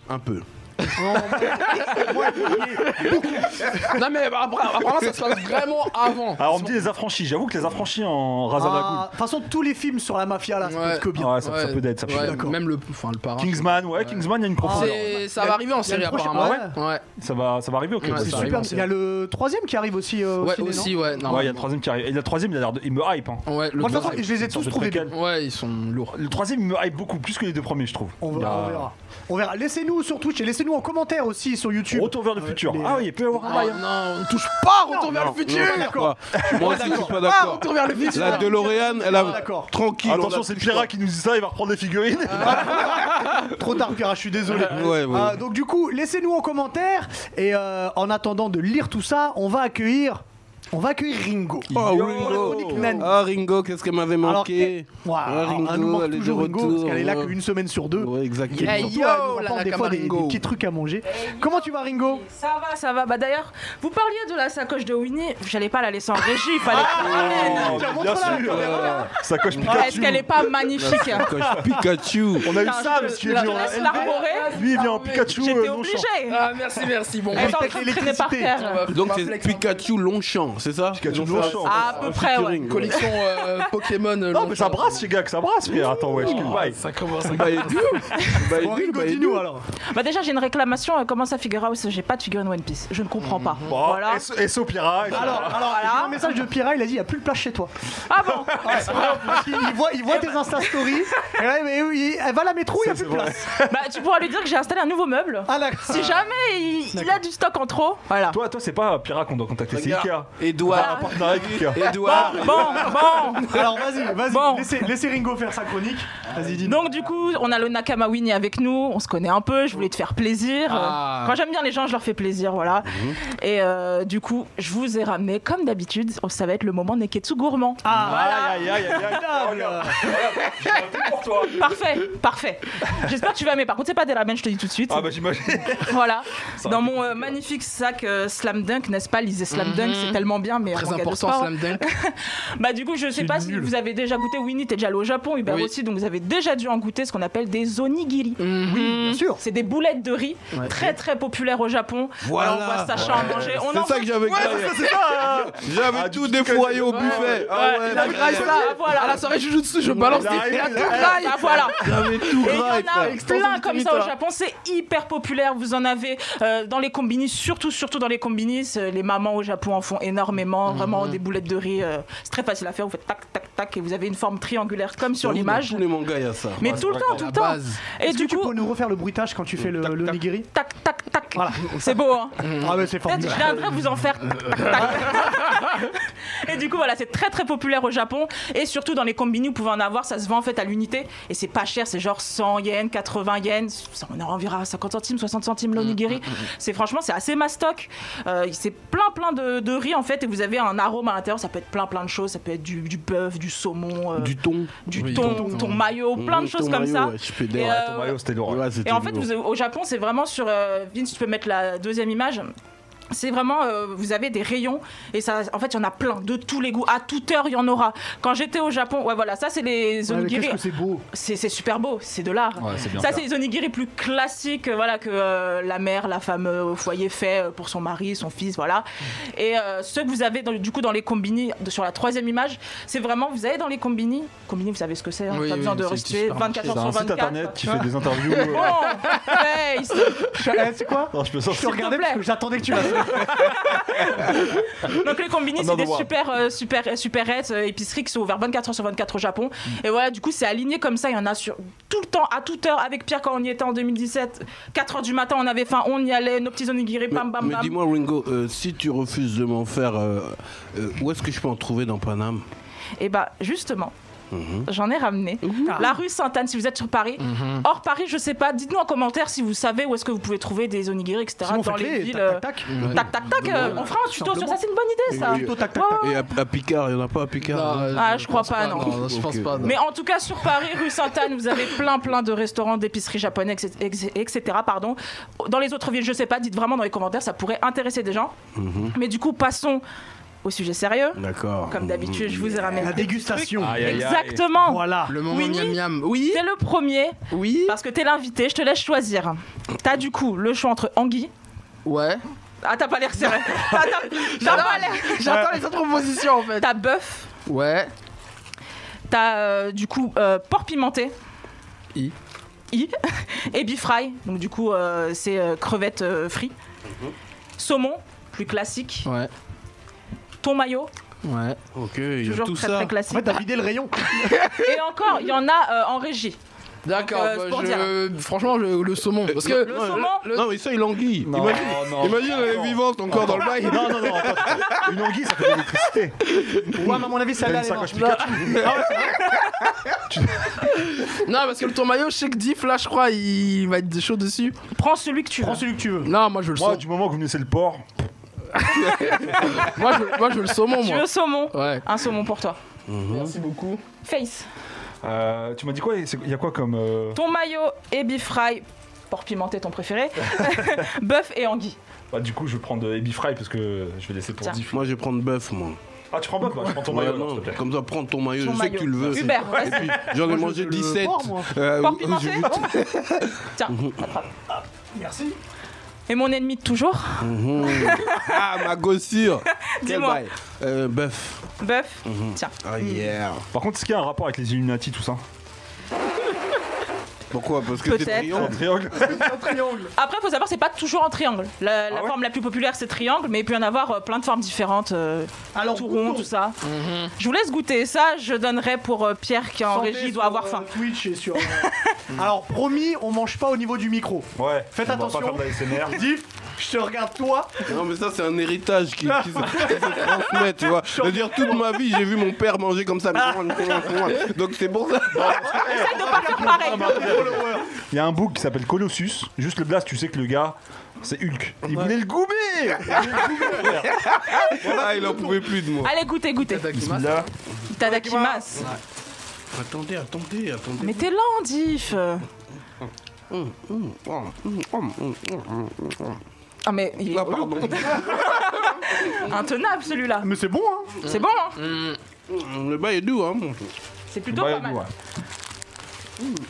D: Un peu.
E: Non mais bah, appara- apparemment, ça se
D: *laughs*
E: passe vraiment
B: Alors,
E: avant.
B: Ah, on me dit les affranchis. J'avoue que les affranchis en
A: Ah,
B: Razalagul.
A: De toute façon, tous les films sur la mafia là, ça peut
E: Ouais. Ah,
A: être que bien.
B: Ouais, ah, ça, ça peut être, ça peut
E: ouais,
B: être.
A: d'accord.
E: Même le, enfin le parrain.
B: Kingsman, ouais, Kingsman, il y a une profondeur.
E: C'est-
A: Il
E: ça
A: y a
E: va arriver en
A: une
E: série
A: prochaine-
E: apparemment.
A: ouais.
E: ouais.
B: Ça va, ça va arriver, ok.
E: Ouais,
B: c'est
E: ça
B: sûr.
E: arrive.
A: Super. Il y a le troisième qui arrive aussi. euh, au
E: Ouais,
A: ciné, non
E: aussi, ouais. Non.
B: Ouais, il y a le troisième qui arrive. Et le troisième, il a l'air de- il me hype. hein.
E: Ouais, le
A: Moi, de toute façon,
E: troisième.
A: je les ai
B: Une sorte
A: tous
B: de
A: trouvés bien.
B: préquel.
E: Ouais, ils sont lourds.
B: Le troisième, il me hype beaucoup plus que les deux premiers, je trouve.
A: On,
B: Il y
A: verra,
B: a-
A: on verra. On verra. Laissez-nous sur Twitch et laissez-nous en commentaire aussi sur YouTube.
B: Retour vers le
A: Ouais,
B: futur.
A: les-
B: Ah oui, il peut y avoir un
E: Ah,
B: bail.
E: non, on touche pas. Retour vers le futur.
A: D'accord.
D: Moi aussi, je suis pas
E: Ah,
D: d'accord.
E: retour vers le futur.
D: La DeLorean, elle
A: Ah,
D: a.
A: d'accord.
D: Tranquille. on
B: Attention,
D: a-
B: c'est Pierre qui nous dit ça, il va reprendre les figurines.
A: Trop tard, Pierre, je suis désolé.
D: Ouais, ouais.
A: Ah, donc, du coup, laissez-nous en commentaire. Et euh, en attendant de lire tout ça, on va accueillir. On va accueillir Ringo.
D: Oh,
B: Yo,
A: Nick
D: Ringo.
A: Nani.
D: Ah, Ringo, qu'est-ce qu'elle m'avait
A: Alors,
D: manqué.
A: eh, waouh,
D: Ah,
A: elle nous manque
D: elle est de
A: toujours Ringo parce
D: retour,
A: qu'elle est là
D: ouais.
A: qu'une semaine sur deux.
D: Ouais, exactement.
A: Et
E: Hey,
A: surtout,
E: yo,
A: elle nous
E: la
A: rapporte des fois des,
E: Nakamaringo.
A: des petits trucs à manger. Comment tu vas, Ringo
F: Ça va, ça va. Bah d'ailleurs, vous parliez de la sacoche de Winnie. J'allais pas la laisser en régie, il fallait. que je la ramène.
B: Oh,
A: Tiens,
B: bien
A: montre-la à la
B: sûr.
A: caméra.
B: Ça coche
F: Oh,
B: Pikachu.
F: Est-ce qu'elle est pas magnifique
D: Coche Pikachu.
B: On a eu
F: Putain,
B: ça,
F: je-
B: parce qu'il est
F: la-
B: venu en
F: laisse
B: LV.
F: l'arborer.
B: Lui, il vient en Pikachu. euh,
F: J'étais
B: non champ.
F: obligée.
E: Ah, merci, merci. Bon,
F: Elle est en train de traîner
A: l'électricité.
F: par
E: on
F: terre.
E: va-
D: Donc,
E: on va
D: c'est
E: flex hein. un peu.
D: Pikachu Longchamp, c'est ça
B: Pikachu
D: Ils ont fait
B: Longchamp.
D: un-
F: À
D: un
F: peu près, ouais.
D: featuring,
E: Collection euh, Pokémon. euh,
B: Non, mais ça
E: Longchamp.
B: brasse, les gars, que ça brasse, Pierre. Attends, wesh, quel bail.
E: Ça commence. à-
D: Bah, et
F: *laughs*
D: du- bah, et
A: Bon,
D: du-
A: Ringo,
D: bah, et
A: dis-nous
D: du-
A: alors.
F: Bah déjà, j'ai une réclamation. euh, Comment ça, Figure House J'ai pas de figurine One Piece. Je ne comprends pas.
B: Bon,
F: Voilà.
B: S- SO Pierre.
A: Alors, alors Ah. j'ai eu un message de Pierre, il a dit il n'y a plus de place chez toi.
F: Ah bon
A: il, il voit, il voit tes Insta Stories. Et là, mais oui, elle va à la métro, il n'y a plus de place.
F: Bah tu pourras lui dire que j'ai installé un nouveau meuble.
A: Ah, d'accord.
F: Si jamais il, il a du stock en trop, voilà.
B: Toi, toi c'est pas Pierre qu'on doit contacter, c'est Ikea.
D: Regarde,
F: Voilà.
G: Edouard.
F: Ah, bah,
G: Edouard.
F: Bon, bon, bon.
A: Alors vas-y, vas-y,
F: Bon.
A: laissez, laissez Ringo faire sa chronique. Vas-y, dis.
F: Donc du coup, on a le Nakama Winnie avec nous, on se connaît un peu, je voulais te faire plaisir.
E: Ah.
F: Euh, Quand j'aime bien les gens, je leur fais plaisir, voilà. Et euh, du coup, je vous ai ramené, comme d'habitude, oh, ça va être le moment Neketsu gourmand.
A: Ah,
B: Aïe, aïe, aïe, aïe.
A: voilà.
F: Parfait, parfait. J'espère que tu vas aimer. Par contre, c'est pas des ramen, je te dis tout de suite.
B: Ah bah *laughs* j'imagine.
F: Voilà.
B: Ça
F: Dans
B: aurait
F: mon euh, magnifique sac euh, Slam Dunk, n'est-ce pas, lisez Slam Dunk, c'est tellement bien, mais un
E: Très
F: manga de
E: important,
F: sport.
E: Slam Dunk. *laughs*
F: Bah du coup, je sais pas si vous avez déjà goûté Winnie, t'es déjà allé au Japon, Hubert
E: Oui.
F: aussi, donc vous avez déjà dû en goûter ce qu'on appelle des onigiri.
E: Mhm.
A: Bien sûr.
F: C'est des boulettes de riz,
E: Ouais.
F: très très populaires au Japon.
D: Voilà.
F: on voit Sacha en manger. On Ah, en
D: C'est ça que j'avais gagné.
B: hein.
D: J'avais tout défoyé au buffet. Ah ouais,
E: Il a grave ça.
F: Ah, voilà.
E: À la soirée Jujutsu, je balance des
B: arrive,
E: il a tout
F: Ah,
E: graille.
F: bah, voilà.
D: j'avais tout
F: Et il y en
D: grave.
F: a
E: Extension
F: plein
E: du
F: comme ça au
E: territoire.
F: Japon, c'est hyper populaire. Vous en avez euh, dans les combinis, surtout, surtout dans les combinis. euh, Les mamans au Japon en font énormément, vraiment des boulettes de riz. euh, c'est très facile à faire. Vous faites tac, tac, tac, et vous avez une forme triangulaire comme sur l'image.
D: Tous les mangas, il y a ça.
F: Mais tout le temps, tout
E: La
F: le temps.
E: base.
F: Et
A: Est-ce que
F: du
A: tu
F: coup,
A: peux nous refaire le bruitage quand tu fais le, le onigiri
F: tac, tac, tac.
A: Voilà.
F: C'est beau, hein
A: Ah mais c'est
F: Peut-être je
A: formidable.
F: viendrai vous en
D: Euh,
F: faire. tac, tac, tac. et du coup, voilà, c'est très très populaire au Japon. Et surtout dans les combini, vous pouvez en avoir. Ça se vend en fait à l'unité. Et c'est pas cher, c'est genre 100 yens, 80 yens. Ça, on en verra 50 centimes, 60 centimes
D: Mm,
F: l'onigiri. C'est franchement, c'est assez mastoc. Euh, c'est plein plein de, de riz en fait. Et vous avez un arôme à l'intérieur. Ça peut être plein plein de choses. Ça peut être du, du bœuf, du saumon, euh,
D: Ah, Du thon.
F: du
E: Oui,
F: thon,
E: ton-
F: ton maillot, plein de
D: Mmh,
F: choses
D: thon
F: comme
D: mayo,
F: ça.
D: ouais, je peux
F: Et,
D: dire.
F: euh,
B: Ton maillot, Ah, bah, c'était lourd.
D: Ouais, c'était
F: et en fait,
D: lourd.
F: vous- au Japon, c'est vraiment sur. euh, Vince, tu peux mettre la deuxième image. C'est vraiment, euh, vous avez des rayons et ça, en fait, il y en a plein de tous les goûts. À toute heure, il y en aura. Quand j'étais au Japon, ouais, voilà, ça, c'est les
A: Ouais, mais
F: onigiri.
A: Qu'est-ce que c'est beau.
F: c'est c'est super beau, c'est de l'art.
B: Ouais, c'est bien
F: ça,
B: fait.
F: c'est les onigiri plus classiques, euh, voilà, que euh, la mère, la femme euh, au foyer fait euh, pour son mari, son fils, voilà.
B: Mm.
F: Et euh, ceux que vous avez, dans- du coup, dans les combini, de- sur la troisième image, c'est vraiment, vous avez dans les combini, combini, vous savez ce que c'est, hein,
E: Oui,
F: pas
E: oui,
F: besoin de
E: c'est-
F: restituer,
E: c'est super
F: 24
B: C'est
F: heures
B: un
F: sur
B: site
F: 24.
B: internet qui fait des *laughs* interviews.
F: Bon, face.
A: Eh, C'est quoi
F: *laughs*
B: Non, je me sens
A: Je te regardais
F: plaît.
A: parce que j'attendais que tu la fasses.
F: *laughs* Donc les combini c'est des super euh, super superettes euh, épiceries qui sont ouvertes 24 heures sur 24 au Japon. Et voilà, du coup, c'est aligné comme ça, il y en a sur tout le temps à toute heure avec Pierre quand on y était en 2017, 4 heures du matin, on avait faim, on y allait, nos petits onigiri
D: Mais,
F: bam bam
D: mais
F: bam.
D: dis-moi, Ringo, euh, si tu refuses de m'en faire, euh, euh, où est-ce que je peux en trouver dans Paname
F: Et bah justement, J'en ai ramené. La rue Sainte-Anne, si vous êtes sur Paris. Hors Paris, je sais pas. Dites-nous en commentaire si vous savez où est-ce que vous pouvez trouver des onigiri, etc.
A: Sinon,
F: dans
A: faites-les,
F: les villes.
A: tac,
F: euh,
A: tac, tac.
F: Tac, tac, tac. euh, on fera un tuto sur ça, c'est une bonne idée, ça.
A: Plutôt tac, tac,
F: Ouais,
A: tac.
D: Et à, à Picard, il n'y en a pas à Picard hein
E: Non,
F: Ah, je crois
E: pense
F: pas, non.
E: je pense
D: Ok.
E: pas. non.
F: Mais en tout cas, sur Paris, rue Sainte-Anne, vous avez plein, plein de restaurants, d'épiceries japonaises, etc., etc. Pardon. Dans les autres villes, je sais pas, dites vraiment dans les commentaires, ça pourrait intéresser des gens.
B: Mhm.
F: Mais du coup, passons au sujet sérieux.
D: D'accord.
F: euh, Comme d'habitude, je vous ai ramené.
A: La dégustation.
B: Aïe, aïe, aïe.
F: Exactement.
A: Voilà.
E: Le moment
F: Winnie
E: miam miam. Oui,
F: T'es le premier,
E: oui.
F: parce que t'es l'invité, je te laisse choisir. T'as du coup le choix entre anguille.
E: Ouais.
F: Ah, t'as pas l'air serré. T'as- t'as- T'as pas l'air.
E: J'attends les autres propositions en fait.
F: T'as bœuf.
E: Ouais.
F: T'as euh, du coup euh, porc pimenté.
E: I.
F: I. *laughs* Et beef fry. Donc du coup, euh, c'est euh, crevettes euh, frites.
D: Mhm.
F: Saumon, plus classique.
E: Ouais.
F: Ton maillot,
E: Ouais.
D: Mmh. Ok, il y a
F: toujours
D: tout
F: très
D: ça.
F: très
A: En
F: classique.
A: fait, t'as vidé le
F: *laughs*
A: rayon.
F: Et encore, il y en a euh, en régie.
E: D'accord.
F: Donc, euh, c'est
E: bah,
F: pour
E: je- Franchement, le, le saumon. Parce que.
F: Le saumon,
E: le-
D: Non, mais ça, il anguille.
B: Non,
D: Imagine,
B: non. Ah.
D: imagine, elle est vivante encore dans le bail.
B: Non, non, non. attends. euh, Une anguille, ça fait de l'électricité. *laughs*
A: Ouais, mais à mon avis, ça
B: T'as
A: là
B: une sacoche
E: Non, parce que le ton maillot, je sais que Diff là, je crois, il va être chaud dessus.
F: prends celui que tu
A: Prends
F: veux.
A: celui que tu veux.
E: Non, moi je veux le
B: Moi,
E: saumon.
B: du moment que vous me laissez le porc,
E: Moi je, moi, je veux le saumon,
F: Tu
E: moi.
F: veux saumon
E: Ouais.
F: Un saumon pour toi.
D: Mhm.
E: Merci beaucoup.
F: Face.
B: euh, tu m'as dit quoi Il y a quoi comme. euh,
F: Ton maillot et beef fry. Porc pimenté, ton préféré. *laughs* Bœuf et anguille.
B: Bah, du coup, je vais prendre euh, Ebi Fry parce que je vais laisser pour
F: Tiens.
B: Diff.
D: Moi, je vais prendre bœuf, moi.
B: Ah, tu prends pas bah, Je prends ton
D: Ouais,
B: maillot,
D: non,
B: alors, s'il te plaît.
D: Comme ça, prends ton maillot,
F: Ton
D: je sais
F: maillot.
D: que tu le veux.
F: Hubert,
D: Et
F: vas-y.
D: puis, j'en ai mangé 17.
A: porc, moi.
D: Euh,
F: Porc
D: je-
F: pimenté *laughs* Tiens, attrape.
A: Merci.
F: Et mon ennemi de toujours
D: Mhm. Ah, ma gossure Quel
F: *laughs* Dis-moi. Hmm.
D: bail Euh, Bœuf.
F: Bœuf. Tiens.
D: Ah, yeah.
B: Par contre, est-ce qu'il y a un rapport avec les Illuminati, tout ça
D: Pourquoi Parce que t'es
F: Peut-être.
D: brillant.
B: Triangle
F: Après, faut savoir, c'est pas toujours en triangle. La, la
B: Ah ouais
F: forme la plus populaire, c'est triangle, mais il peut y en avoir euh, plein de formes différentes. euh,
A: Alors,
F: tout rond, tout ça. Je vous laisse goûter ça. Je donnerai pour euh, Pierre qui est en
A: Santé
F: régie
A: sur,
F: doit avoir
A: euh,
F: faim.
A: Twitch et
F: *laughs*
A: sur. euh, Alors, promis, on mange pas au niveau du micro.
B: Ouais.
A: Faites
B: on va
A: attention.
B: pas faire de la SMR.
A: Diff, je te regarde toi.
D: Non, mais ça, c'est un héritage qui, qui se, qui
F: *laughs*
D: se transmet, tu vois. C'est-à-dire, toute ma vie, j'ai vu mon père manger comme ça.
F: *laughs*
D: Donc, c'est pour ça.
F: Bah, Essaye de pas faire
A: Ah,
F: pareil.
A: bah,
B: Il y a un book qui s'appelle Colossus. Juste le blast, tu sais que le gars, c'est Hulk. Il venait le goûter
D: Ah, il en pouvait plus de moi.
F: Allez, goûtez, goûtez.
B: Là,
F: Tadakimas. Ah,
D: Attendez, attendez, attendez.
F: Mais t'es lent, Diff. Ah, mais il est
D: Ah,
F: *laughs*
D: pardon.
F: intenable celui-là.
A: Mais c'est bon, hein
F: C'est bon, hein
D: Le bail est doux, hein.
F: C'est plutôt pas mal.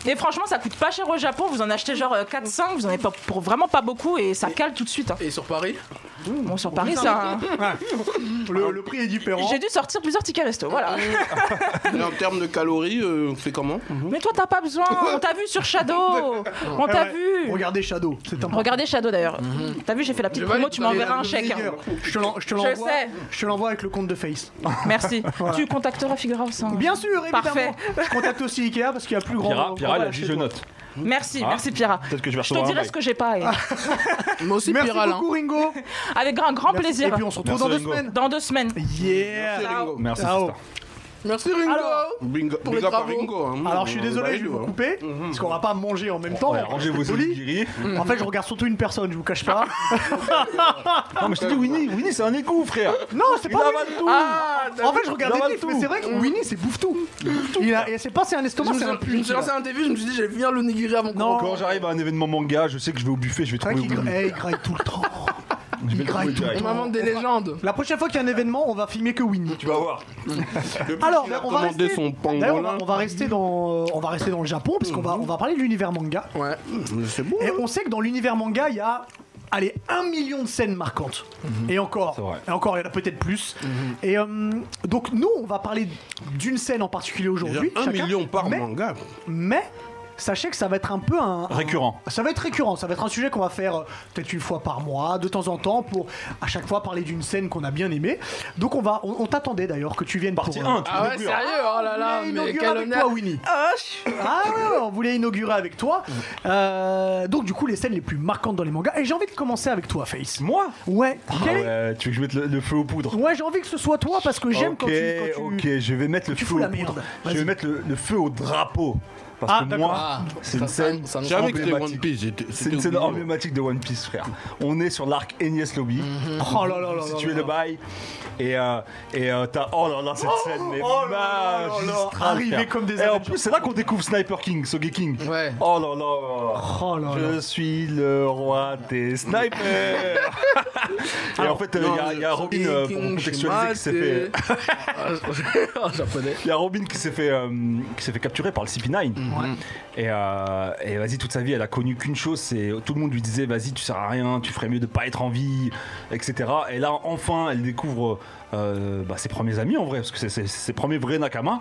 F: Et franchement, ça coûte pas cher au Japon. Vous en achetez genre euh, 4-5, vous en avez pas, pour vraiment pas beaucoup et ça cale tout de suite. hein.
E: Et sur Paris
F: Bon, sur Paris, ça. hein.
A: le, le prix est différent.
F: J'ai dû sortir plusieurs tickets resto,
A: Ah,
F: voilà.
D: Et en termes de calories, euh, c'est comment
F: Mais toi, t'as pas besoin. On t'a vu sur Shadow. On t'a
A: Ouais. Mhm.
F: vu.
A: Regardez Shadow, c'est un
F: Regardez Shadow d'ailleurs. T'as vu, j'ai fait la petite
E: Je
F: promo,
E: valide.
F: tu m'enverras un chèque. hein.
A: Figure. Je te l'en- je te
F: Je
A: l'envoie.
F: sais.
A: Je te l'envoie avec le compte de Face. Ah,
F: hein.
A: *laughs*
F: Merci. Tu contacteras Figure House. hein.
A: Bien sûr, évidemment.
F: Parfait.
A: Je contacte aussi Ikea parce qu'il y a plus grand.
B: Pira, Pira, il a
A: voilà,
B: dit
A: chez
B: je
A: toi.
B: note.
F: Merci,
B: Ah.
F: merci Pira.
B: Peut-être que je vais
F: Je
B: recevoir
F: te
B: un
F: dirai
B: mail.
F: ce que j'ai pas.
A: Ah.
F: et-
E: Moi aussi,
A: Merci
E: Piral. hein.
A: beaucoup, Ringo.
F: Avec un grand
A: Merci.
F: plaisir.
A: Et puis on se retrouve
B: Merci,
A: dans deux
B: Ringo.
A: semaines.
F: Dans deux semaines.
A: Yeah.
B: Merci,
A: Ciao.
B: sister.
E: Merci Ringo
F: Alors-
D: Bingo,
E: les
D: big up à
E: travaux.
D: Ringo, hein.
A: Alors je suis
D: Le bail
A: désolé,
D: est
A: je vais
D: doux,
A: vous
D: hein.
A: couper parce qu'on va pas manger en même temps.
B: Mhm. Ouais,
A: On va
B: rangez vos
A: rester poli.
B: onigiri.
A: En fait, je regarde surtout une personne, je vous cache
B: *laughs*
A: pas.
B: Non, Ah, mais je te dis, Winnie, Winnie, c'est un égout, frère.
A: non, c'est
B: Il
A: pas
B: avale
A: Winnie.
B: tout. Ah,
A: En fait, je regarde
B: avale
A: des clips,
B: tout. Mm.
A: mais c'est vrai que Winnie, c'est bouffe tout. Il a, et c'est pas c'est un
E: Je
F: Ah,
A: estomac,
E: me
A: c'est
E: suis-
A: un
E: je me
A: puits.
E: suis lancé un TV, je me suis dit, j'allais finir le nigiri avant
A: Non.
E: qu'on
B: Quand j'arrive à un événement manga, je sais que je vais au buffet, je vais
A: C'est vrai
B: trouver
A: qu'il gra-
B: Winnie.
A: eh, il graille tout le temps.
B: *laughs* Je vais
A: Il
B: le
A: graille
B: trouver
A: tout le
B: direct.
E: On
A: temps.
E: invente des légendes.
A: La prochaine fois qu'il y a un événement, on va filmer que Winnie.
B: Tu vas voir.
D: Depuis
A: Alors,
D: qu'il a
A: on va
D: commandé
A: rester-
D: son
A: D'ailleurs, on va,
D: pangolin.
A: on va rester dans, euh, on va rester dans le Japon puisqu'on va, on va parler de l'univers manga.
E: Ouais.
D: C'est bon.
A: Et on sait que dans l'univers manga, il y a allez, un million de scènes marquantes. Et encore,
B: Mhm. C'est vrai.
A: et encore, il y en a peut-être plus.
B: Mhm.
A: Et euh, donc nous, on va parler d'une scène en particulier aujourd'hui.
D: Un
A: chacun.
D: million par
A: mais,
D: manga.
A: Mais sachez que ça va être un peu un, un-
B: Récurrent.
A: Ça va être récurrent. Ça va être un sujet qu'on va faire euh, peut-être une fois par mois, de temps en temps, pour à chaque fois parler d'une scène qu'on a bien aimée. Donc on va, on, on t'attendait d'ailleurs que tu viennes
B: Partie
A: pour. euh,
B: 1, tu
E: Ah
B: vas
E: ouais, sérieux Oh là là,
A: voulait
E: mais
A: inaugurer
E: quel
A: avec
E: honneur
A: toi, Winnie. Ah ouais, ouais, on voulait inaugurer avec toi. Euh, donc du coup, les scènes les plus marquantes dans les mangas. Et j'ai envie de commencer avec toi, Face.
B: Moi
A: Ouais.
B: Ah
A: quel-
B: ouais, tu veux que je mette le, le feu aux poudres
A: Ouais, j'ai envie que ce soit toi parce que j'aime
B: Ok,
A: quand tu. quand tu-
B: ok, je vais mettre le
A: tu
B: feu
A: fous
B: aux
A: la
B: poudres.
A: merde.
B: Je vais
A: Vas-y.
B: mettre le, le feu au drapeau. Parce
A: Ah,
B: que
A: d'accord.
B: moi, c'est
E: ça-
B: une scène.
E: ça- ça-
D: J'avais que c'était One
B: emblématique.
D: Piece. j'étais-
B: C'est
D: j'étais
B: une scène
D: oublié.
B: emblématique de One Piece, frère. On est sur l'arc Enies Lobby,
A: Oh là là là. là
B: situé
A: là.
B: de bail. Et euh, et, euh, t'as. Oh là là, cette scène, mais
A: oh là là là là.
B: magistrale,
A: Arrivé
B: frère.
A: comme des
B: Et en
A: Avengers.
B: plus, c'est là qu'on découvre Sniper King, Soge King.
E: Ouais.
B: Oh là là.
A: Oh là là.
B: Je suis le roi
A: *laughs*
B: des snipers! et en fait, il y, a- y a Robin, euh, pour contextualiser, qui s'est
A: euh,
B: fait,
E: *laughs*
F: *laughs*
E: en Ah, oh, japonais.
B: Il y a Robin qui s'est fait, euh, qui s'est fait capturer par le CP9. Et, euh, et vas-y, toute sa vie, elle a connu qu'une chose c'est tout le monde lui disait, vas-y, tu sers à rien, tu ferais mieux de pas être en vie, etc. Et là, enfin, elle découvre euh, bah, ses premiers amis en vrai, parce que c'est c'est- c'est ses premiers vrais Nakama.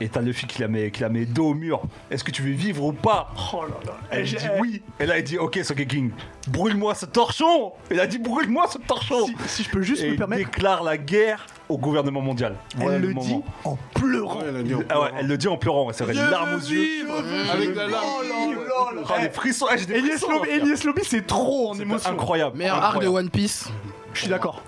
B: Et t'as Luffy qui la met, qui la met dos au mur. Est-ce que tu veux vivre ou pas
A: Oh là là.
B: Elle
A: Eh,
B: dit
A: eh,
B: oui. Et là, elle dit, ok, Soke King, brûle-moi ce torchon Elle a dit, brûle-moi ce torchon
A: Si, si je peux juste
B: Et
A: me
B: il
A: permettre,
B: déclare la guerre au gouvernement mondial. Voilà
A: elle le
B: moment.
A: dit en pleurant.
D: Ouais, elle a dit en
B: Ah ouais, elle le dit en pleurant, ouais, c'est vrai,
D: Je
B: les larmes aux
D: veux
B: yeux.
D: vivre Avec la larme.
A: Oh là là.
B: Oh, des frissons, ah, j'ai des
A: Elias
B: frissons,
A: Lobby,
B: frère.
A: Elias Lobby, c'est trop en
B: C'était
A: émotion.
B: Incroyable.
E: Meilleur arc de
B: incroyable.
E: One Piece.
A: Je suis d'accord.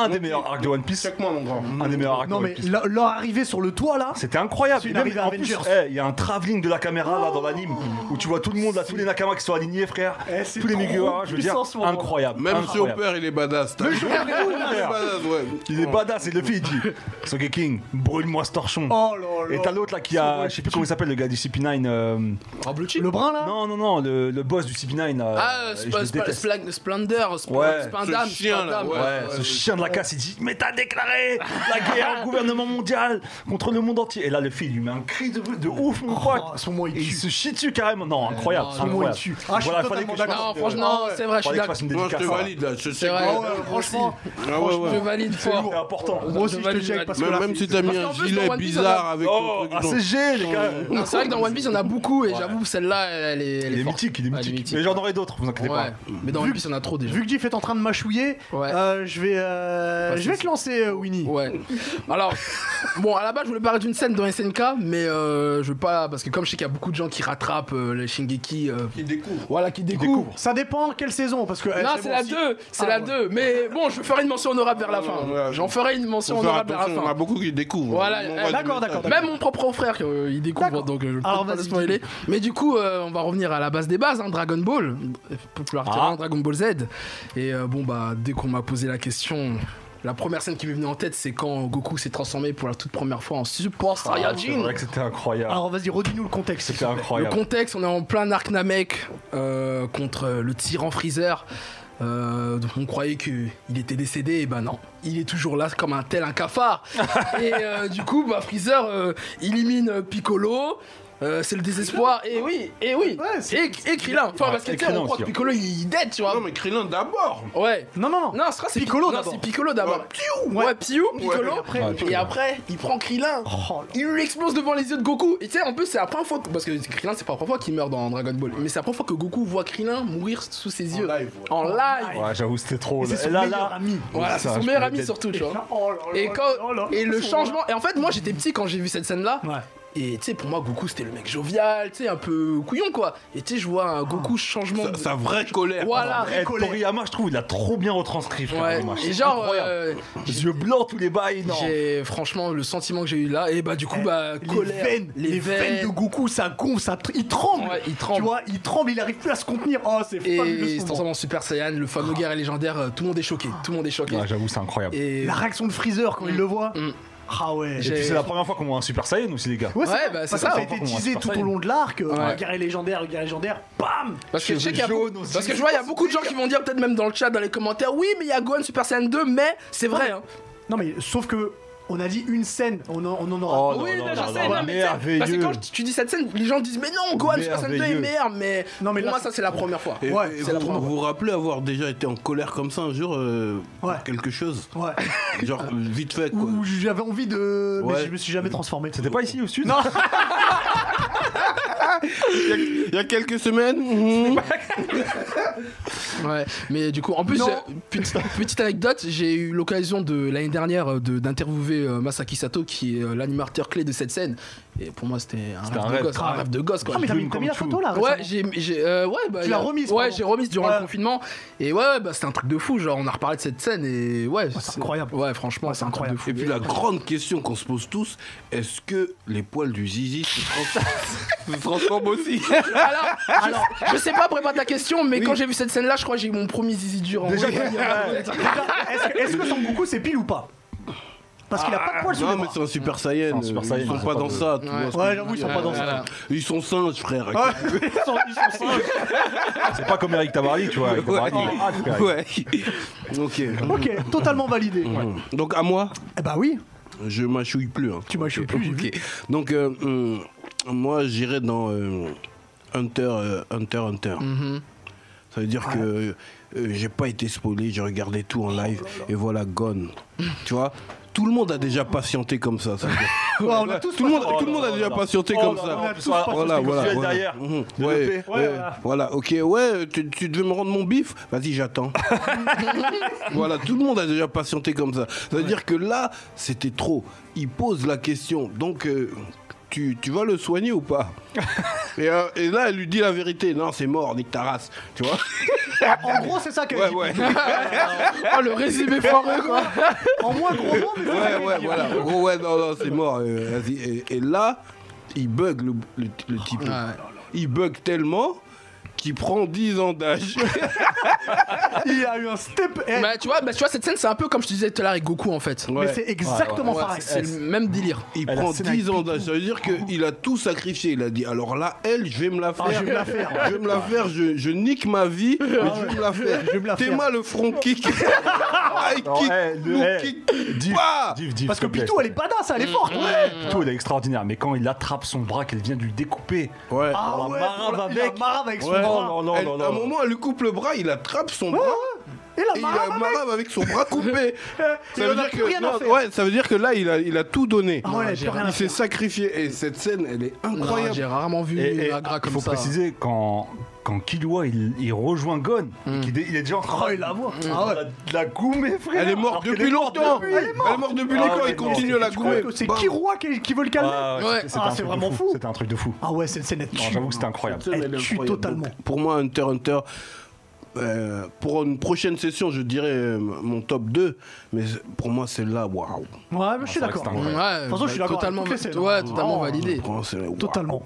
B: Un des meilleurs arcs de One Piece.
D: Check-moi, mon grand.
B: Un des meilleurs arcs de
A: Non
B: One
A: mais
B: Piece.
A: leur leur arrivée sur le toit là.
B: C'était incroyable.
A: C'est
B: Et
A: une
B: même,
A: arrivée
B: en plus,
A: Avengers.
B: eh, il y a un travelling de la caméra là dans l'anime où tu vois tout le monde, là, tous les Nakama qui sont alignés, frère.
A: Eh, c'est
B: tous les
A: trop
B: Mugiwara, je veux dire,
A: puissant, ce moment. Ah,
B: incroyable.
D: Même si au
B: Ah, incroyable.
D: père, il est badass. t'as- Il est badass, ouais.
B: Il est badass, et le fait
A: *laughs*
B: il dit Soge King, brûle-moi ce torchon.
A: Oh là là.
B: Et t'as l'autre là qui a, je sais plus comment il s'appelle, le gars du CP9. euh,
E: Oh, Blue Chip
A: Le brun là.
B: Non, non, non, le, le boss du CP9. euh,
E: Ah,
B: je le déteste.
E: Splendor, Splendor,
B: Ouais.
E: Spandam,
D: Ce chien, là,
E: Spandam.
D: ouais.
B: Ouais, ce chien de la casse, il dit Mais t'as déclaré la guerre au gouvernement mondial contre le monde entier. Et là, le fils, il lui met un cri de, de ouf, mon pote.
A: Oh, à ce moment il
B: Et il
A: tue.
B: se chie dessus carrément. Non, incroyable.
E: non,
B: c'est
E: non,
A: Moi, il
B: incroyable.
A: tue. Ah, je suis
B: Voilà, fallait
A: totalement
B: que je fasse-
A: d'accord.
E: Non, franchement, c'est vrai, je suis
B: Fallait que je fasse
E: d'accord.
B: une
D: Moi, je
B: dédicace.
D: te
B: à-
D: valide, là. Je sais
E: vrai.
D: pas.
A: Ah ouais, franchement,
D: Ah ouais, ouais.
E: Je valide fort.
B: C'est important.
A: moi aussi je te check parce que
D: Même,
A: là,
D: même si t'as mis
E: Parce
D: un
E: qu'en plus,
D: gilet
E: dans One Piece,
D: bizarre
E: on a-
D: avec
B: Oh,
D: ton
B: ah,
D: truc.
B: c'est G, les gars.
E: Non, C'est vrai que dans One Piece, il y en a beaucoup et j'avoue, celle-là, elle, est- elle
B: Il
E: est
B: est
E: forte.
B: mythique, il
A: Ah,
B: est
E: Ouais,
B: mythique. Mais j'en aurai d'autres, vous inquiétez
E: Ouais,
B: pas.
E: mais dans One Piece, il y en a trop déjà.
A: vu que Jeff est en train de m'achouiller,
E: Ouais.
A: euh, je vais, euh, Euh, je vais te lancer, euh, Winnie.
E: Ouais. Alors, bon, à la base, je voulais parler d'une scène dans SNK, mais euh, je veux pas. Parce que comme je sais qu'il y a beaucoup de gens qui rattrapent euh, les Shingeki. euh,
D: Qui découvre.
E: voilà, qui découvrent.
A: Ça dépend quelle saison, parce que. eh,
E: Non,
A: c'est
E: c'est
A: bon,
E: la
A: si-
E: 2, c'est
A: Ah,
E: la
A: ouais.
E: 2. Mais bon, je ferai une mention honorable vers la
D: non, non,
E: fin.
D: ouais,
E: J'en ferai une mention
D: Faut faire
E: honorable vers
D: attention,
E: la
D: on
E: fin.
D: a beaucoup qui découvrent.
E: Voilà,
D: On
E: eh,
D: va-
A: D'accord, d'accord, d'accord.
E: Même mon propre frère, euh, il découvre,
A: D'accord.
E: donc euh, je ne
A: Alors,
E: peux pas le
A: vas-y.
E: spoiler. Mais du coup, euh, on va revenir à la base des bases, hein, Dragon Ball, euh,
B: Ah.
E: popular terrain, Dragon Ball Z. Et euh, bon, bah, dès qu'on m'a posé la question, la première scène qui m'est venue en tête, c'est quand Goku s'est transformé pour la toute première fois en Super
B: Ah, C'est
E: Saiyajin.
B: vrai que c'était incroyable.
A: Alors vas-y, redis-nous le contexte.
B: C'était
E: Le
B: incroyable.
E: contexte, on est en plein arc Namek euh, contre le tyran Freezer. Euh, donc on croyait qu'il était décédé, et ben non, il est toujours là comme un tel
B: *laughs*
E: un cafard. et euh, du coup, bah, Freezer euh, élimine euh, Piccolo. euh, c'est le désespoir, et oui, et oui,
A: Ouais, c'est-
E: et, et Krillin. Enfin,
B: Ouais,
E: parce que
B: et
E: tu sais,
B: Krillin
E: on croit
B: aussi,
E: que
B: hein.
E: Piccolo il est dead, tu vois.
D: Non, mais Krillin d'abord.
E: Ouais.
A: Non, non, non.
E: Non, c'est c'est
A: Piccolo
E: Pi- non,
A: d'abord.
E: c'est Piccolo d'abord. Piou Ouais, Piou, Piccolo.
A: et après-
E: et, après, il prend Krillin.
A: Oh, là.
E: Il lui explose devant les yeux de Goku. Et tu sais, en plus, c'est la première fois. que- Parce que Krillin, c'est pas la première fois qu'il meurt dans Dragon Ball. Mais c'est la première fois que Goku voit Krillin mourir sous ses yeux.
D: live, ouais.
E: En live.
B: Ouais, j'avoue, c'était trop.
A: Et c'est
B: Oh
A: son
B: là. Et là,
A: meilleur
B: là-
A: ami.
E: Voilà, c'est
B: Ça,
E: son
B: je
E: meilleur
B: pourrais
E: ami
B: peut-être-
E: surtout, tu vois.
A: Oh là là
E: Et,
A: là
E: quand,
A: là là.
E: et le changement. Et en fait, moi j'étais petit quand j'ai vu cette scène-là.
A: Ouais.
E: Et tu sais, pour moi, Goku c'était le mec jovial, tu sais, un peu couillon quoi. Et tu sais, je vois un Goku
A: Ah.
E: changement.
D: Sa,
E: de-
D: sa vraie
A: hein.
D: colère.
E: Voilà.
B: Eh, Toriyama, je trouve, il a trop bien retranscrit. frère,
E: Ouais.
B: dommage.
E: Et genre,
B: Incroyable.
E: euh,
B: Les yeux blancs, tous les bails, non.
E: J'ai franchement le sentiment que j'ai eu là et bah du coup bah
A: Eh, les
E: colère,
A: veines, les, veines de Goku, ça gonfle, ça tr- il tremble.
E: Ouais, il
A: Tu
E: tremble.
A: vois, il tremble, il arrive plus à se contenir. Oh, c'est fabuleux.
E: et
A: ce Ah.
E: il se
A: moment.
E: transforme en Super Saiyan, le fameux guerre légendaire, euh, tout le monde est choqué, tout le monde est choqué.
B: Ouais, Ah, j'avoue, c'est incroyable. Et,
E: Et
A: La réaction de Freezer quand il le voit.
E: Mm.
A: Ah ouais.
E: J'ai-
B: puis, c'est la première fois qu'on voit un Super Saiyan aussi, les gars.
A: Ouais,
E: Ouais,
A: c'est
E: bah,
A: parce
E: c'est
A: que
E: ça.
A: ça a été
B: Par contre, on
A: teasé
B: va se
A: tout au
B: parler.
A: long de l'arc. euh,
E: Ouais.
A: Guerre légendaire, guerre légendaire, bam
E: parce que je sais
B: Cheveux
E: qu'il y a
B: jaunes
E: beaucoup-
B: aussi.
E: parce que je vois il y a beaucoup de gens qui vont dire peut-être même dans le chat dans les commentaires oui mais il y a Gohan Super Saiyan 2 mais c'est vrai hein.
A: Non mais sauf que on a dit une scène, on en, on en aura.
B: Oh, non,
E: oui,
B: non,
E: non,
B: non,
E: je
B: non,
E: sais,
B: non,
E: non, mais tu sais,
B: merveilleux.
E: parce que quand tu dis cette scène, les gens disent mais non, Gohan Super Saiyan 2 est
B: Merveilleux.
E: meilleur, mais,
A: Non, mais
E: pour
A: là,
E: moi ça c'est la première fois.
D: Et,
A: Ouais,
D: et
A: c'est la
D: vous
A: première
D: vous rappelez avoir déjà été en colère comme ça un jour euh, pour
A: Ouais. Mhm.
D: quelque chose
A: Ouais.
E: *laughs*
D: Genre euh, vite fait quoi.
A: Où j'avais envie de. Mais
D: Ouais.
A: je me suis jamais transformé.
B: C'était pas ici au sud
D: Il y a quelques semaines
A: *laughs*
D: mhm.
E: Ouais, mais du coup, en plus,
A: Non.
E: euh, petite, petite anecdote, j'ai eu l'occasion de l'année dernière euh, de- d'interviewer euh, Masaki Sato, qui est euh, l'animateur clé de cette scène. Et pour moi, c'était un,
B: un
E: rêve, de
B: rêve.
E: gosse, un rêve de gosse, quoi.
A: Ah mais t'as mis,
B: Dream
A: t'as mis la
B: come
A: photo là
E: Ouais,
A: récemment.
E: j'ai, j'ai- euh, ouais, bah,
A: Tu
E: il y
A: l'as
E: a-
A: remise,
E: Ouais,
A: pardon.
E: j'ai remise durant
A: Ouais.
E: le confinement. Et ouais, bah, c'était un truc de fou. Genre, on a reparlé de cette scène et ouais,
A: c'est incroyable.
E: Ouais, franchement,
A: Ouais,
E: c'est
A: c'est
E: un truc de
A: incroyable.
E: fou.
D: Et puis la grande question qu'on se pose tous, est-ce que les poils du zizi se
A: *laughs*
D: transforment, se transforment aussi
E: Alors, alors, je sais pas, prépare ta question, mais quand j'ai vu cette scène-là, je crois que j'ai eu mon premier zizi dur en vrai.
A: Déjà, Est-ce que- est-ce que son Goku c'est pile ou pas Parce qu'il a pas de poils
E: Ah.
A: sur
D: Non
A: les
D: mais
A: bras.
D: c'est un super saiyan,
B: un Super
D: euh,
B: Saiyan,
D: ils sont
B: c'est
D: pas
B: pas
D: dans
B: de-
D: ça. tu
E: Ouais.
D: vois ce que
A: Ouais,
D: je
A: j'avoue,
D: veux
A: ils sont
D: dire.
A: pas dans
E: *laughs* Voilà.
A: ça.
D: Ils sont singes frère.
A: *laughs* Ils sont- ils
E: *laughs*
A: sont singes.
B: C'est pas comme Eric Tabarly, tu vois. Eric Tabarly, il a hâte, frère.
D: Ouais. *laughs* ok.
A: Ok, totalement validé.
D: Donc à moi,
A: Eh bah oui,
D: je m'achouille plus. hein.
A: tu m'as chopé plus. j'ai vu.
D: Ok. Donc euh, hum, moi j'irai dans euh, Hunter, euh, Hunter, Hunter.
A: Mm-hmm.
E: Mhm.
D: Ça veut dire que euh, j'ai pas été spoilé, j'ai regardé tout en live et voilà gone.
A: Mm.
D: tu vois, tout le monde a déjà patienté comme ça. ça veut dire.
A: Ouais, on a tous
D: Tout le monde,
A: passé-
D: tout le monde a déjà patienté
B: Oh
D: comme
B: là
D: ça.
B: là, en plus,
A: tous
B: voilà,
A: pas
B: voilà,
D: Voilà, voilà,
B: voilà.
D: voilà.
B: derrière.
D: Mhm.
B: de
D: Ouais,
B: l'EP.
D: ouais, voilà, ok, ouais, tu, tu devais me rendre mon bif Vas-y, j'attends. voilà, tout le monde a déjà patienté comme ça. C'est-à-dire que là, c'était trop. Il pose la question, donc euh, tu, tu vas le soigner ou pas et, euh, et là, elle lui dit la vérité. Non, c'est mort, nique ta race. Tu vois
A: En gros, c'est ça qu'elle
D: Ouais,
A: dit.
D: ouais.
E: Oh, le résumé foireux,
A: *laughs*
E: quoi.
A: En moins gros mots, mais c'est ça
D: Ouais,
A: qu'elle
D: ouais,
A: dit.
D: voilà. En gros, ouais, non, non, c'est mort. euh, vas-y. Et, et là, il bug le, le- le type.
E: Ouais.
D: Il bug tellement qu'il prend 10 ans d'âge.
A: Il a eu un step. eh,
E: Bah, tu vois, bah, tu vois, cette scène, c'est un peu comme je te disais tout à l'heure avec Goku, en fait.
A: Mais
D: *laughs* Ouais.
A: c'est exactement
E: Ouais,
A: pareil.
E: c'est le même délire.
D: Il
B: Elle a
D: prend
B: scène avec
D: 10 ans d'âge. Ça veut dire qu'il a tout sacrifié. Il a dit alors là, elle, je vais me la faire.
A: je vais me la faire.
D: Je vais me la faire. Je, je nique ma vie, mais je vais me la faire.
A: Je vais me la faire.
D: Théma, le front kick. High
B: Non,
D: kick,
B: eh, le-
D: low
B: eh,
D: kick.
B: Div,
D: Bah
B: Div, Div,
A: Parce que
B: s'il te plaît,
A: Pitou, elle est
B: s'il te
A: badass,
D: Mm,
A: elle est forte. ouais.
B: plaît. Pitou, elle est extraordinaire, mais quand il attrape son bras, qu'elle vient de lui découper.
D: Ouais.
A: Ah
B: la
A: ouais,
B: marave
A: pour la- il a
B: avec.
A: marave avec son
D: Ouais.
A: bras.
B: non, non,
D: Elle-
B: non,
D: à
B: non.
D: un moment, elle lui coupe le bras, il attrape son bras.
A: Et la
D: il a un marabe avec son bras
A: *laughs*
D: coupé.
A: Et on a plus rien à
D: non,
A: faire.
D: ouais, ça veut dire que là, il a, il a tout donné.
A: Ah ouais, il a plus rien à
D: il s'est
A: faire.
D: sacrifié. Et cette scène, elle est
E: Non,
D: incroyable.
E: J'ai rarement vu
B: Et- et
E: une agra
B: il
E: comme
B: faut
E: ça.
B: préciser quand quand Killua il, il rejoint Gon, et qu'il est- il, est déjà en train
A: Oh, il la voit.
B: de- de la- de la goumer frère.
D: elle est morte
B: Alors
D: depuis
B: qu'elle est morte
D: longtemps.
B: depuis-
D: Elle est morte depuis
B: Ah
D: longtemps.
B: ouais,
D: Il
B: non,
D: continue à la
A: Je crois
D: goumer.
A: que c'est
D: Bam.
A: Kiroa qui, qui veut le calmer.
B: Ah, ouais,
E: Ouais.
B: c'était- c'était
A: Ah,
B: un
A: c'est
B: truc de
A: vraiment fou.
B: C'était un truc de fou.
A: Ah ouais, cette scène elle
B: Non,
A: tue.
B: J'avoue que c'était incroyable.
D: Cette scène,
A: Elle
D: est
A: tue
D: incroyable.
A: totalement.
D: Donc, pour moi, Hunter x Hunter. euh, pour une prochaine session, je dirais euh, mon top 2, mais pour moi, celle-là, waouh!
A: Ouais, je suis
B: c'est vrai que
A: d'accord.
B: c'est bah, un-
E: Ouais, bah,
A: toute façon, je suis d'accord
E: totalement,
A: avec toutes les scènes.
E: ouais, totalement
A: Oh.
E: validé.
D: Pour moi, c'est- waouh.
A: Totalement.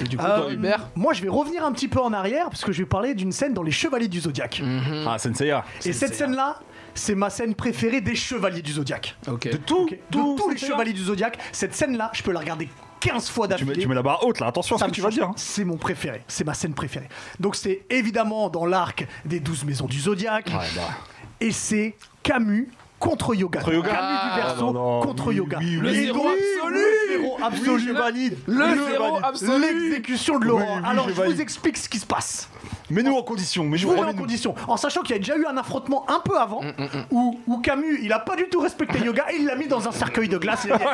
E: Et du coup,
A: Euh,
E: toi, Hubert
A: moi, je vais revenir un petit peu en arrière parce que je vais parler d'une scène dans Les Chevaliers du Zodiaque.
B: Ah, Senseiya.
A: Et cette scène-là, c'est ma scène préférée des Chevaliers du Zodiaque.
E: Ok.
B: De tout,
A: Ok. De tous les Chevaliers du Zodiaque, cette scène-là, je peux la regarder 15 fois
B: Tu mets,
A: d'affilée.
B: tu mets la barre haute là, attention à ce
A: Ça
B: que
A: me
B: tu vas
A: change
B: dire.
A: pas. C'est mon préféré, c'est ma scène préférée. Donc c'est évidemment dans l'arc des 12 maisons du zodiaque.
B: bah.
A: Et c'est Camus contre Yoga.
B: Contre Yoga.
A: Camus
E: Ah,
A: du verso
B: non, non,
A: contre
B: oui,
A: Yoga.
B: oui,
A: Et
B: oui. Le
E: zéro
A: donc,
E: absolu.
A: Le zéro absolu.
B: je valide. Oui,
E: Le
B: je
E: zéro
B: valide.
E: absolu.
A: L'exécution de Laurent.
B: Oui, oui,
A: Alors
B: je
A: je vous
B: valide.
A: explique ce qui se passe.
B: Mets-nous en condition.
A: Je
B: Mets-nous
A: vous mets en
B: remets-nous.
A: condition. En sachant qu'il y a déjà eu un affrontement un peu
D: Mm,
A: avant, Où, où Camus, il a pas du tout
D: *laughs*
A: respecté Yoga et il l'a mis dans un cercueil de glace. Il a dit,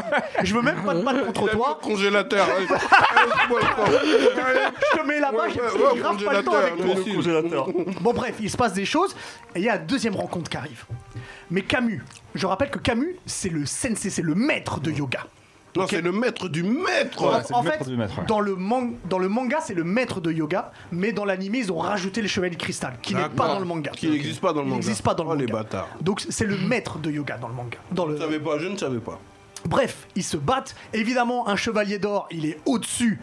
A: Je veux même pas de battre contre
D: Il a mis au
A: toi. *laughs*
D: congélateur. hein. Laisse-moi le temps.
A: Je te mets là-bas,
D: Ouais,
A: j'ai
D: ouais, ouais, au
A: grave pas le temps
D: congélateur,
A: avec toi.
D: mais si.
B: Congélateur.
A: Bon bref, il se passe des choses et il y a la deuxième rencontre qui arrive. Mais Camus, je rappelle que Camus, c'est le sensei, c'est le maître
D: Mm.
A: de yoga.
D: Non, c'est le maître du maître.
B: Ouais,
A: En-
B: c'est
A: en
B: le maître
A: fait,
B: du maître, ouais.
A: dans, le man- dans le manga, c'est le maître de yoga, mais dans l'anime, ils ont rajouté les chevaliers de cristal, qui n'est pas
D: D'accord.
A: dans le manga.
D: Qui n'existe pas dans le
A: Il
D: manga.
A: n'existe pas dans le
D: Oh, les
A: manga.
D: bâtards.
A: Donc c'est le maître de yoga dans le manga. Dans le...
D: Je ne savais pas, je ne savais pas.
A: Bref, ils se battent. Évidemment, un chevalier d'or, il est au-dessus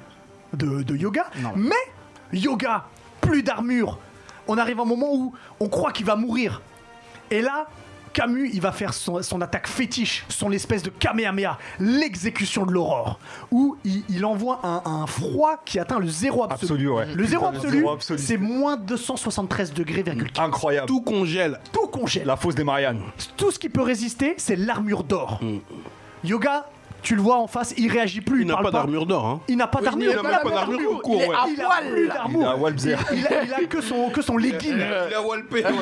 A: de, de Yoga. Mais Yoga, plus d'armure. On arrive à un moment où on croit qu'il va mourir. Et là, Camus, il va faire son, son attaque fétiche, son espèce de Kamehameha, l'exécution de l'aurore, où il, il envoie un, un froid qui atteint le zéro absolu.
B: Absolu, ouais.
A: Le zéro
B: Putain, le
A: absolu,
B: zéro absolu.
A: c'est moins 273 degrés, virgule quatre.
B: Incroyable.
D: Tout congèle.
B: Mm.
A: Tout congèle.
B: La fosse des Mariannes.
A: Tout ce qui peut résister, c'est l'armure d'or. Yoga, tu le vois en face, il réagit plus.
D: Mm. Il n'a
A: parle
D: pas d'armure d'or. Hein.
A: Il n'a pas
D: Oui,
A: d'armure.
D: il n'a même pas d'armure au cours,
A: Il est
D: ouais.
A: à
E: Il a
A: poil.
E: plus
A: d'armure.
B: Il a Walbzer.
A: Il a, il a que son, que son legging.
D: Il a walpé. ouais.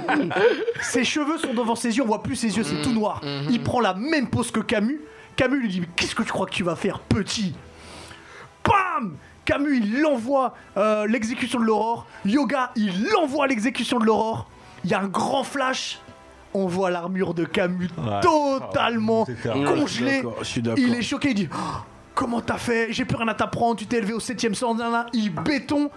A: *laughs* Ses cheveux sont devant ses yeux, on voit plus ses yeux, c'est tout noir. Il prend la même pose que Camus. Camus lui dit Mais Qu'est-ce que tu crois que tu vas faire, petit Bam Camus, il l'envoie euh, l'exécution de l'aurore. Yoga, il l'envoie à l'exécution de l'aurore. Il y a un grand flash. On voit l'armure de Camus
B: Ouais.
A: totalement
B: Ah, c'était un-
D: Ouais, je suis
A: congelée.
D: d'accord, je suis d'accord.
A: Il est choqué, il dit Oh, Comment t'as fait J'ai plus rien à t'apprendre, tu t'es élevé au 7ème sens, nan, nan. il béton.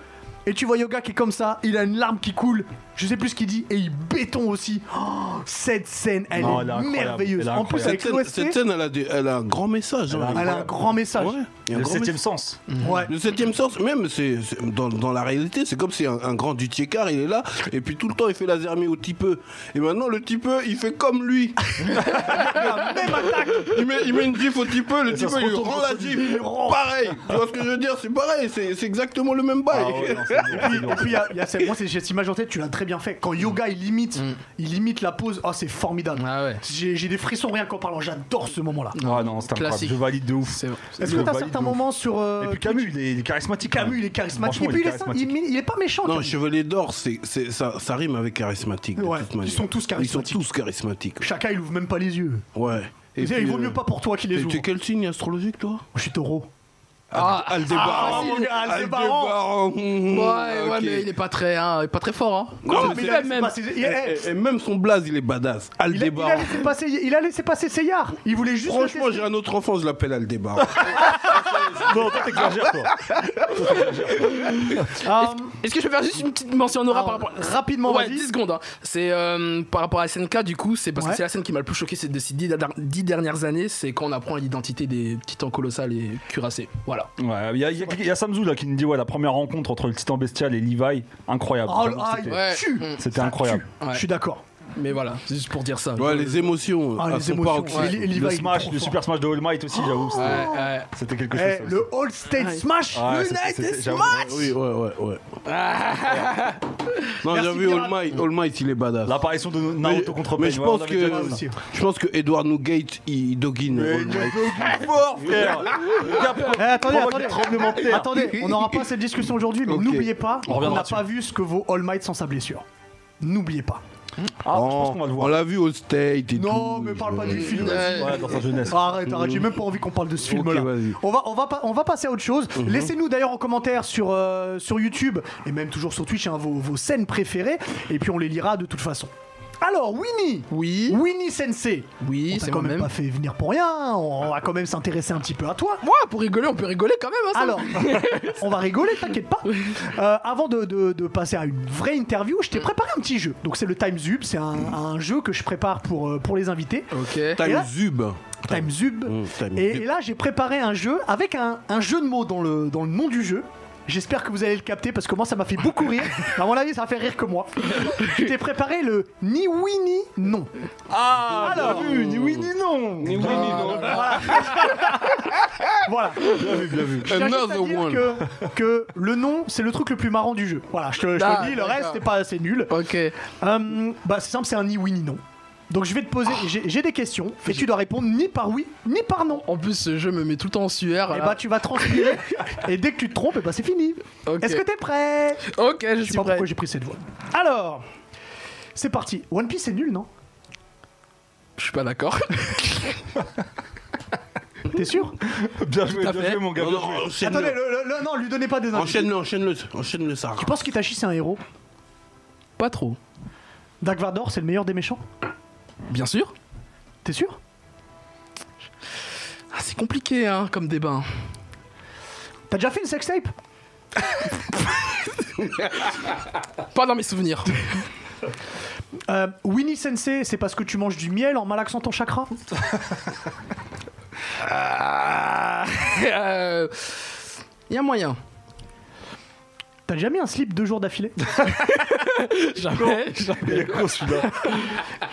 A: Et tu vois Yoga qui est comme ça, il a une larme qui coule, je sais plus ce qu'il dit, et il béton aussi. Oh, cette scène, elle
B: Non,
A: est
B: elle est incroyable,
A: merveilleuse.
B: elle est
A: En plus,
B: incroyable.
A: avec
D: Cette scène,
A: l'OST,
D: cette scène, elle a, des- elle a un grand message. hein.
A: elle a un grand message.
D: Ouais, il y a un
B: Le
D: grand
B: septième sens.
D: *laughs*
A: Ouais.
D: Le septième sens, même c'est c'est- dans, dans la réalité, c'est comme si un, un grand du car il est là, et puis tout le temps il fait la zermie au petit peu. Et maintenant le petit peu, il fait comme lui.
A: La même attaque.
D: Il met, il met une gifle au petit peu, le petit
B: ça
D: peu
B: se
D: il lui
B: retourne
D: rend
B: au
D: la
B: saut du
D: gifle. Pareil. Tu vois ce que je veux dire C'est pareil, c'est c'est exactement le même bail.
B: Ah ouais, non, c'est lourd, c'est
A: Et
B: lourd.
A: puis, il y a- il y a cette- moi, c'est- j'ai cette image en tête, tu l'as très bien fait. Quand Yoga, il imite, il imite la pose, oh, c'est formidable.
E: Mm. Ah ouais. Mm.
A: J'ai j'ai des frissons rien qu'en parlant, j'adore ce moment-là.
B: Ah non, c'est incroyable.
E: Classique.
B: Je valide de ouf.
E: C'est vrai.
A: Est-ce
B: Je
A: que t'as
B: valide
A: certains
B: de bah, ouf.
A: moments sur. euh,
B: Et puis Camus, il est, il est charismatique.
A: Camus, il est charismatique. Et
B: Franchement,
A: puis, il
B: il est
A: est, sain- il,
B: charismatique.
A: il est pas méchant.
D: *laughs* Non,
A: Camus.
D: Chevalier d'Or, c'est c'est- ça, ça rime avec charismatique. de
A: Ouais,
D: toute
A: ils
D: manière.
A: sont tous charismatiques.
D: Ils sont tous charismatiques.
A: Chacun, il ouvre même pas les yeux.
D: Ouais.
A: Il dit, il vaut
D: euh,
A: mieux pas pour toi qu'il les
D: t'es-
A: ouvre.
D: T'es quel signe astrologique, toi
A: Je suis taureau.
E: Ah,
D: Aldébaran.
A: Ah, mon gars,
D: Aldébaran. Mmh,
E: Ouais, ouais,
D: ok.
E: mais il est pas très, hein, il est pas très fort. Hein.
D: Non,
E: Je
D: mais
E: le
D: il
E: fais
D: a-
E: même.
A: Bah, c'est- il-
D: Et,
A: eh,
D: et- et même son blaze, il est
A: il a-
D: badass.
A: il a
D: Aldébaran.
A: laissé passer- Il a laissé passer Seyard. Il voulait juste. le
D: Franchement,
A: tester.
D: j'ai un autre enfant, je l'appelle
A: *laughs*
D: Aldébaran.
B: Non, toi, t'exagères, toi.
A: Ah,
E: Est-ce que je peux faire juste une petite mention en aura
A: Ah,
E: par rapport
A: rapidement,
E: Ouais,
A: vas-y.
E: 10 secondes. hein. C'est euh, par rapport à SNK, du coup, c'est parce
A: Ouais.
E: que c'est la scène qui m'a le plus choqué ces de ces 10 dernières années. C'est quand on apprend l'identité des titans colossales et cuirassés. Voilà.
B: Ouais, il y, a- il y a- il y a Samzu là qui nous dit ouais la première rencontre entre le Titan bestial et Levi, incroyable.
A: Oh,
B: Vraiment,
A: ah,
B: c'était-
A: il
E: Ouais.
A: tue.
E: Mm.
B: C'était incroyable.
E: Ouais.
A: Je suis d'accord.
E: Mais voilà, c'est juste pour dire ça.
D: Ouais, les émotions
A: Ah,
D: à
A: les
D: son
A: émotions.
D: paroxysme.
A: ouais. Il- il y
B: le
A: va, il est
B: smash,
A: trop
B: le
A: fort.
B: super smash de All Might aussi, j'avoue. c'était-
E: Ouais, ouais.
B: C'était quelque chose.
A: Eh,
B: ça aussi.
A: le All State Smash.
B: Ouais, c'était-
A: United
B: c'était-
A: Smash.
B: j'avoue, ouais.
D: Oui, ouais, ouais,
A: *laughs*
D: ouais. non,
A: Merci,
D: j'ai vu All
A: Pirate.
D: Might. All Might, il est badass.
B: L'apparition de Naruto contre
D: mais
B: Pain,
D: je
B: ouais,
D: pense
B: on avait
D: que
B: déjà dit
A: aussi.
D: je pense que Edward Nugate il doguine All Might.
B: Fort, frère. *laughs* Le gars,
A: Eh, attendez,
B: provoque
A: attendez.
B: des tremblements de terre.
A: Attendez, on n'aura pas cette discussion aujourd'hui, mais
D: Ok.
A: n'oubliez pas,
B: On
A: on
B: reviendra
A: n'a pas vu ce que vaut All Might sans sa blessure. N'oubliez pas.
B: Ah,
D: Oh,
B: je pense qu'on va le
D: on
B: voir.
D: l'a vu au State et
A: Non,
D: tout.
A: mais parle pas du film.
E: Ouais.
A: vas-y.
B: Ouais, dans sa jeunesse.
A: Arrête, arrête, j'ai même pas envie qu'on parle de ce
D: Ok,
A: film là.
D: vas-y.
A: On va, on, va pas- on va passer à autre chose.
B: Mhm.
A: Laissez-nous d'ailleurs en commentaire sur, euh, sur YouTube et même toujours sur Twitch hein, vos, vos scènes préférées et puis on les lira de toute façon. Alors, Winnie
E: Oui,
A: Winnie Sensei
E: oui,
A: On t'a
E: c'est
A: quand même
E: moi-même.
A: pas fait venir pour rien, hein, on va quand même s'intéresser un petit peu à toi.
E: Moi, pour rigoler, on peut rigoler quand même. Hein, ça.
A: Alors, *laughs* on va rigoler, t'inquiète pas. Euh, avant de, de- de passer à une vraie interview, je t'ai préparé un petit jeu. Donc c'est le Time Zub, c'est un, un jeu que je prépare pour, euh, pour les invités.
E: Ok.
A: Et là-
D: Time Zub.
A: Time Zub.
D: Mmh, Time
A: Et,
D: Zub.
A: et là, j'ai préparé un jeu avec un, un jeu de mots dans le, dans le nom du jeu. J'espère que vous allez le capter parce que moi, ça m'a fait beaucoup rire. À mon avis, ça va faire rire que moi. Je t'ai préparé le ni oui ni non.
B: Ah,
A: Alors.
B: bien vu, ni oui ni non. Ni *laughs* oui ni non.
A: Voilà. Je tiens juste à
D: Another
A: dire
D: one.
A: que, que le nom, c'est le truc le plus marrant du jeu. Voilà, je te, je te
E: Ah,
A: le dis, le
E: d'accord.
A: reste, c'est pas assez nul.
E: Ok.
A: Hum, bah, c'est simple, c'est un ni oui ni non. Donc, je vais te poser, j'ai j'ai des questions et tu dois répondre ni par oui ni par non.
E: En plus, ce jeu me met tout le temps en sueur.
A: Et
E: là.
A: bah, tu vas transpirer et dès que tu te trompes, et bah, c'est fini.
E: Ok.
A: Est-ce que t'es prêt
E: Ok, je
A: Je sais
E: suis
A: pas
E: prêt.
A: pourquoi j'ai pris cette voix. Alors, c'est parti. One Piece c'est nul, non
E: Je suis pas d'accord. *laughs*
A: T'es sûr
B: Bien joué,
E: Tout à
B: bien
E: fait.
B: joué, mon gars.
D: Non,
B: bien
D: non,
B: joué.
A: Attendez,
D: enchaîne-le.
A: le, le- le- non, lui donnez pas des indices.
D: Enchaîne-le, enchaîne-le, enchaîne-le, ça.
A: Tu penses qu'Itachi c'est un héros
E: Pas trop.
A: Dark Vador c'est le meilleur des méchants
E: Bien sûr.
A: T'es sûr
E: Ah, c'est compliqué, hein, comme débat.
A: T'as déjà fait une sextape
E: Pas dans mes *laughs* souvenirs.
A: euh, Winnie Sensei, c'est parce que tu manges du miel en malaxant ton chakra
E: Euh, y a moyen.
A: T'as jamais un slip deux jours d'affilée *laughs*
E: Jamais. jamais.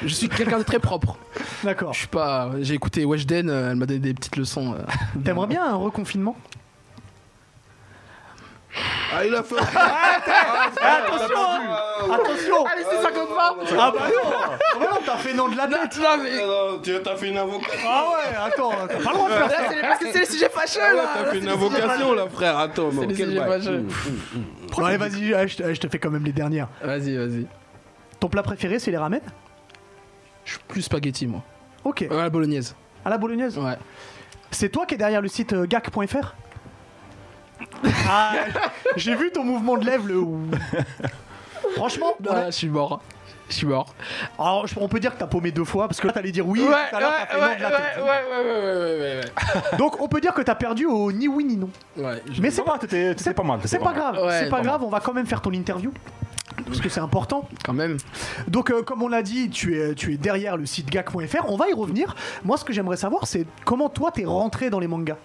E: Je suis quelqu'un de très propre.
A: D'accord.
E: Je suis pas. J'ai écouté Weshden, euh, elle m'a donné des petites leçons. euh.
A: T'aimerais bien un reconfinement
D: Ah, il a fait.
A: Ah, Attention hein Attention
E: Allez, c'est 50 pas.
A: Ah bah non Ah bah non, t'as fait nom de la
E: *laughs* Non,
A: tête
E: non, mais-
D: Alors, Euh, tu as fait une invocation.
A: Ah ouais, attends, t'as pas le droit de faire
E: Là, c'est parce que c'est le sujet fâcheux là.
D: T'as fait une
E: C'est le sujet
D: invocation là, frère. Attends,
E: C'est
D: mais
E: les
D: quel
E: sujets
D: bail.
E: fâcheux.
A: ça. Bon, allez, vas-y, allez, je te- je te fais quand même les dernières.
E: fâcheux. Vas-y, vas-y.
A: Ton plat préféré, c'est les ramen
E: Je suis plus spaghetti, moi.
A: Ok.
E: Euh, la bolognaise.
A: À la bolognaise
E: Ouais.
A: C'est toi qui es derrière le site euh, gag.fr Ah, *laughs* j'ai vu ton mouvement de lèvres, le *laughs* ouh. Franchement, on
E: Ah,
A: est-
E: je suis mort. Je suis mort.
A: alors, je- on peut dire que t'as paumé deux fois parce que là t'allais dire oui,
E: *laughs* Ouais, ouais,
A: tout à l'heure, t'as fait non de la tête.
E: ouais, ouais, ouais, ouais, ouais, ouais, ouais,
A: donc on peut dire que t'as perdu au ni oui ni non.
E: ouais. Ouais, je-
A: Mais c'est pas,
B: T'étais t'étais pas mal. t'étais
A: c'est pas grave,
E: Ouais,
A: c'est pas
E: pas
A: grave, on va quand même faire ton interview parce que c'est important.
E: quand même.
A: Donc, euh, comme on l'a dit, tu es, tu es derrière le site gag.fr. On va y revenir. Moi, ce que j'aimerais savoir, c'est comment toi t'es rentré dans les mangas.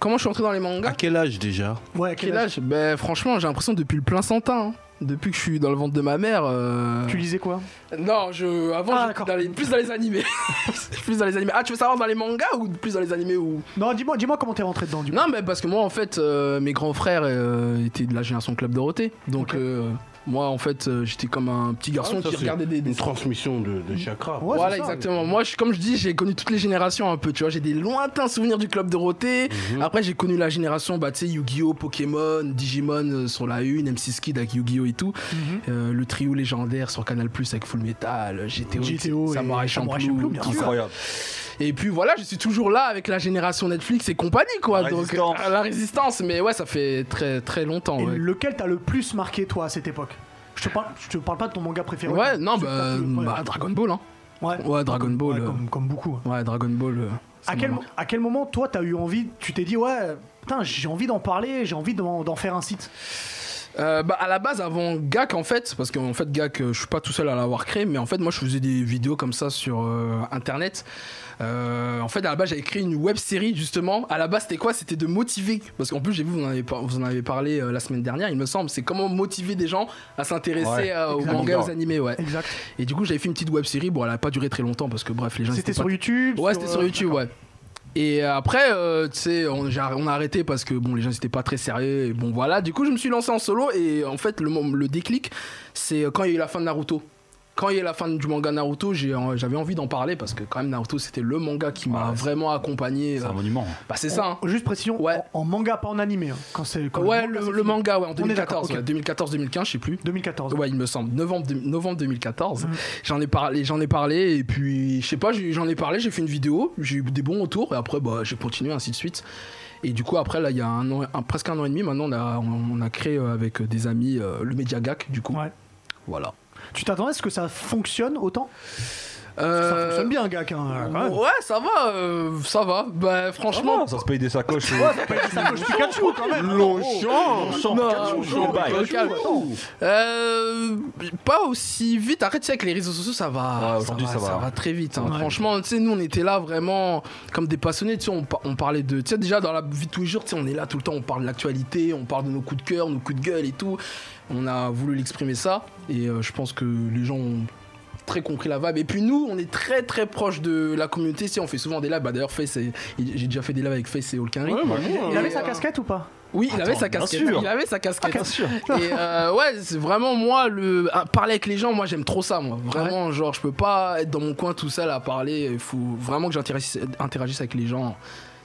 E: Comment je suis entré dans les mangas
D: À quel âge déjà
A: Ouais, à
E: Quel âge Ben franchement, j'ai l'impression depuis le plein centin. hein. Depuis que je suis dans le ventre de ma mère. euh,
A: Tu lisais quoi
E: Non, je avant
A: Ah,
E: j'étais
A: d'accord.
E: dans les- plus dans les animés. *laughs* plus dans les animés. Ah, tu veux savoir dans les mangas ou plus dans les animés ou
A: Non, dis-moi, dis-moi comment t'es rentré dedans du coup.
E: Non, mais parce que moi en fait, euh, mes grands frères euh, étaient de la génération Club Dorothée. Donc
A: Ok.
E: euh, moi en fait, euh, j'étais comme un petit garçon
D: Ah, ça,
E: qui
D: c'est
E: regardait des, des
D: Une transmission de, de chakra.
A: Ouais,
E: voilà,
A: c'est ça.
E: exactement. Moi, je- comme je dis, j'ai connu toutes les générations un peu. Tu vois, j'ai des lointains souvenirs du club Dorothée.
A: Mhm.
E: Après, j'ai connu la génération, bah, tu sais, Yu-Gi-Oh, Pokémon, Digimon euh, sur la une, M6 Kid avec Yu-Gi-Oh et tout.
A: Mhm.
E: Euh, le trio légendaire sur Canal Plus avec Full Metal, euh, GTO,
A: GTO et Samurai
E: Samurai Champloo.
A: Champloo, bien
E: tout
A: sûr.
E: ça.
B: Incroyable.
E: Et puis voilà, je suis toujours là avec la génération Netflix et compagnie, quoi.
B: La
E: donc
B: Résistance.
E: euh, la résistance. Mais ouais, ça fait très très longtemps.
A: Et
E: ouais.
A: lequel t'as le plus marqué toi à cette époque je te, parle, je te parle pas de ton manga préféré.
E: Ouais, non,
A: Tu-
E: bah,
A: tu- ouais.
E: bah, Dragon Ball, hein.
A: Ouais.
E: Ouais, Dragon Ball.
A: Ouais,
E: euh,
A: comme, comme beaucoup. hein.
E: Ouais, Dragon Ball. euh, ça
A: À
E: m'a
A: quel,
E: marqué.
A: à quel moment toi t'as eu envie, tu t'es dit ouais, putain, j'ai envie d'en parler, j'ai envie d'en d'en faire un site
E: Euh, bah, à la base avant GAC en fait parce qu'en fait GAC euh, je suis pas tout seul à l'avoir créé mais en fait moi je faisais des vidéos comme ça sur euh, internet Euh, en fait à la base j'avais créé une web série justement à la base c'était quoi c'était de motiver parce qu'en plus j'ai vu vous en avez, par- vous en avez parlé euh, la semaine dernière il me semble c'est comment motiver des gens à s'intéresser
B: Ouais,
E: euh, aux
A: exactement.
E: mangas aux animés ouais
A: Exact.
E: et du coup j'avais fait une petite web série bon elle a pas duré très longtemps parce que bref les gens
A: C'était
E: étaient pas
A: sur YouTube
E: Ouais, c'était sur
A: euh,
E: YouTube, ouais. Et après, euh, tu sais, on, j'ai arr- on a arrêté parce que bon, les gens n'étaient pas très sérieux. Et bon, euh, voilà. Du coup, je me suis lancé en solo. Et en fait, le, mom- le déclic, c'est quand il y a eu la fin de Naruto. quand il y a la fin du manga Naruto, j'ai, euh, j'avais envie d'en parler parce que quand même Naruto c'était le manga qui m'a vraiment accompagné.
B: C'est
E: euh,
B: un monument.
E: Bah c'est ça. hein.
A: On- Juste précision,
E: Ouais.
A: en, en manga, pas en animé. hein, quand c'est, quand
E: Ouais, le,
A: c'est
E: le
A: fini.
E: manga, ouais, en
A: On est d'accord,
E: 2014,
A: ok.
E: ouais, 2014-2015, je sais plus.
A: 2014.
E: Ouais, il me semble. Novembre, de- novembre 2014. J'en ai parlé, j'en ai parlé, et puis je sais pas, j'ai- j'en ai parlé, j'ai fait une vidéo, j'ai eu des bons retours, et après bah j'ai continué ainsi de suite. Et du coup après là, il y a un an, un- presque un an et demi, maintenant on a, on, on a créé euh, avec des amis euh, le Mediagac, du coup.
A: Ouais.
E: Voilà.
A: Tu t'attendais à ce que ça fonctionne autant Parce que Ça
E: Euh,
A: fonctionne bien, gars. Quand même.
E: Ouais, ça va, euh, ça va. Bah franchement,
B: Ça se paye des sacoches.
A: Pikachu, quand même.
B: Oh,
D: Oh,
B: Longchamp,
E: Non,
B: Pikachu,
E: Longchamp,
B: le bail.
E: Pikachu, attends. Euh, pas aussi vite. Arrête, tu sais, avec les réseaux sociaux, ça va.
B: Ouais, Ah, aujourd'hui, ça va.
E: très vite. hein.
A: Ouais.
E: Franchement, tu sais, nous, on était là vraiment comme des passionnés. Tu sais, on, par- on parlait de. Tu sais, déjà, dans la vie de tous les jours, tu sais, on est là tout le temps, on parle de l'actualité, on parle de nos coups de cœur, nos coups de gueule et tout. On a voulu l'exprimer ça. Et euh, je pense que les gens ont très compris la vibe. Et puis nous, on est très très proche de la communauté. Si on fait souvent des lives, bah d'ailleurs, Face, et- j'ai déjà fait des lives avec Face et Olkinry.
A: Il avait sa
E: euh,
A: casquette ou pas
E: Oui, il avait
B: Attends,
E: sa
B: bien
E: casquette.
B: sûr. Ah,
E: Il avait sa casquette.
B: sûr.
E: Et euh, ouais, c'est vraiment moi le à parler avec les gens, moi j'aime trop ça moi. Vraiment genre je peux pas être dans mon coin tout seul à parler, il faut vraiment que j'interagisse interagisse avec les gens.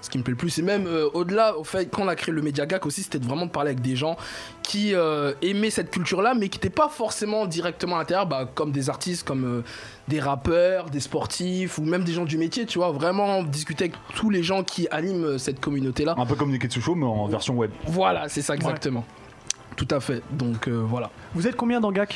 E: Ce qui me plaît le plus, et même euh, au-delà, au fait, quand on a créé le Mediagac aussi, c'était de vraiment de parler avec des gens qui euh, aimaient cette culture-là, mais qui n'étaient pas forcément directement à l'intérieur, bah, comme des artistes, comme euh, des rappeurs, des sportifs, ou même des gens du métier, tu vois, vraiment discuter avec tous les gens qui animent euh, cette communauté-là.
B: Un peu comme Neketsucho, mais en version web.
E: Voilà, c'est ça exactement. Tout à fait, donc euh, voilà.
A: Vous êtes combien dans GAC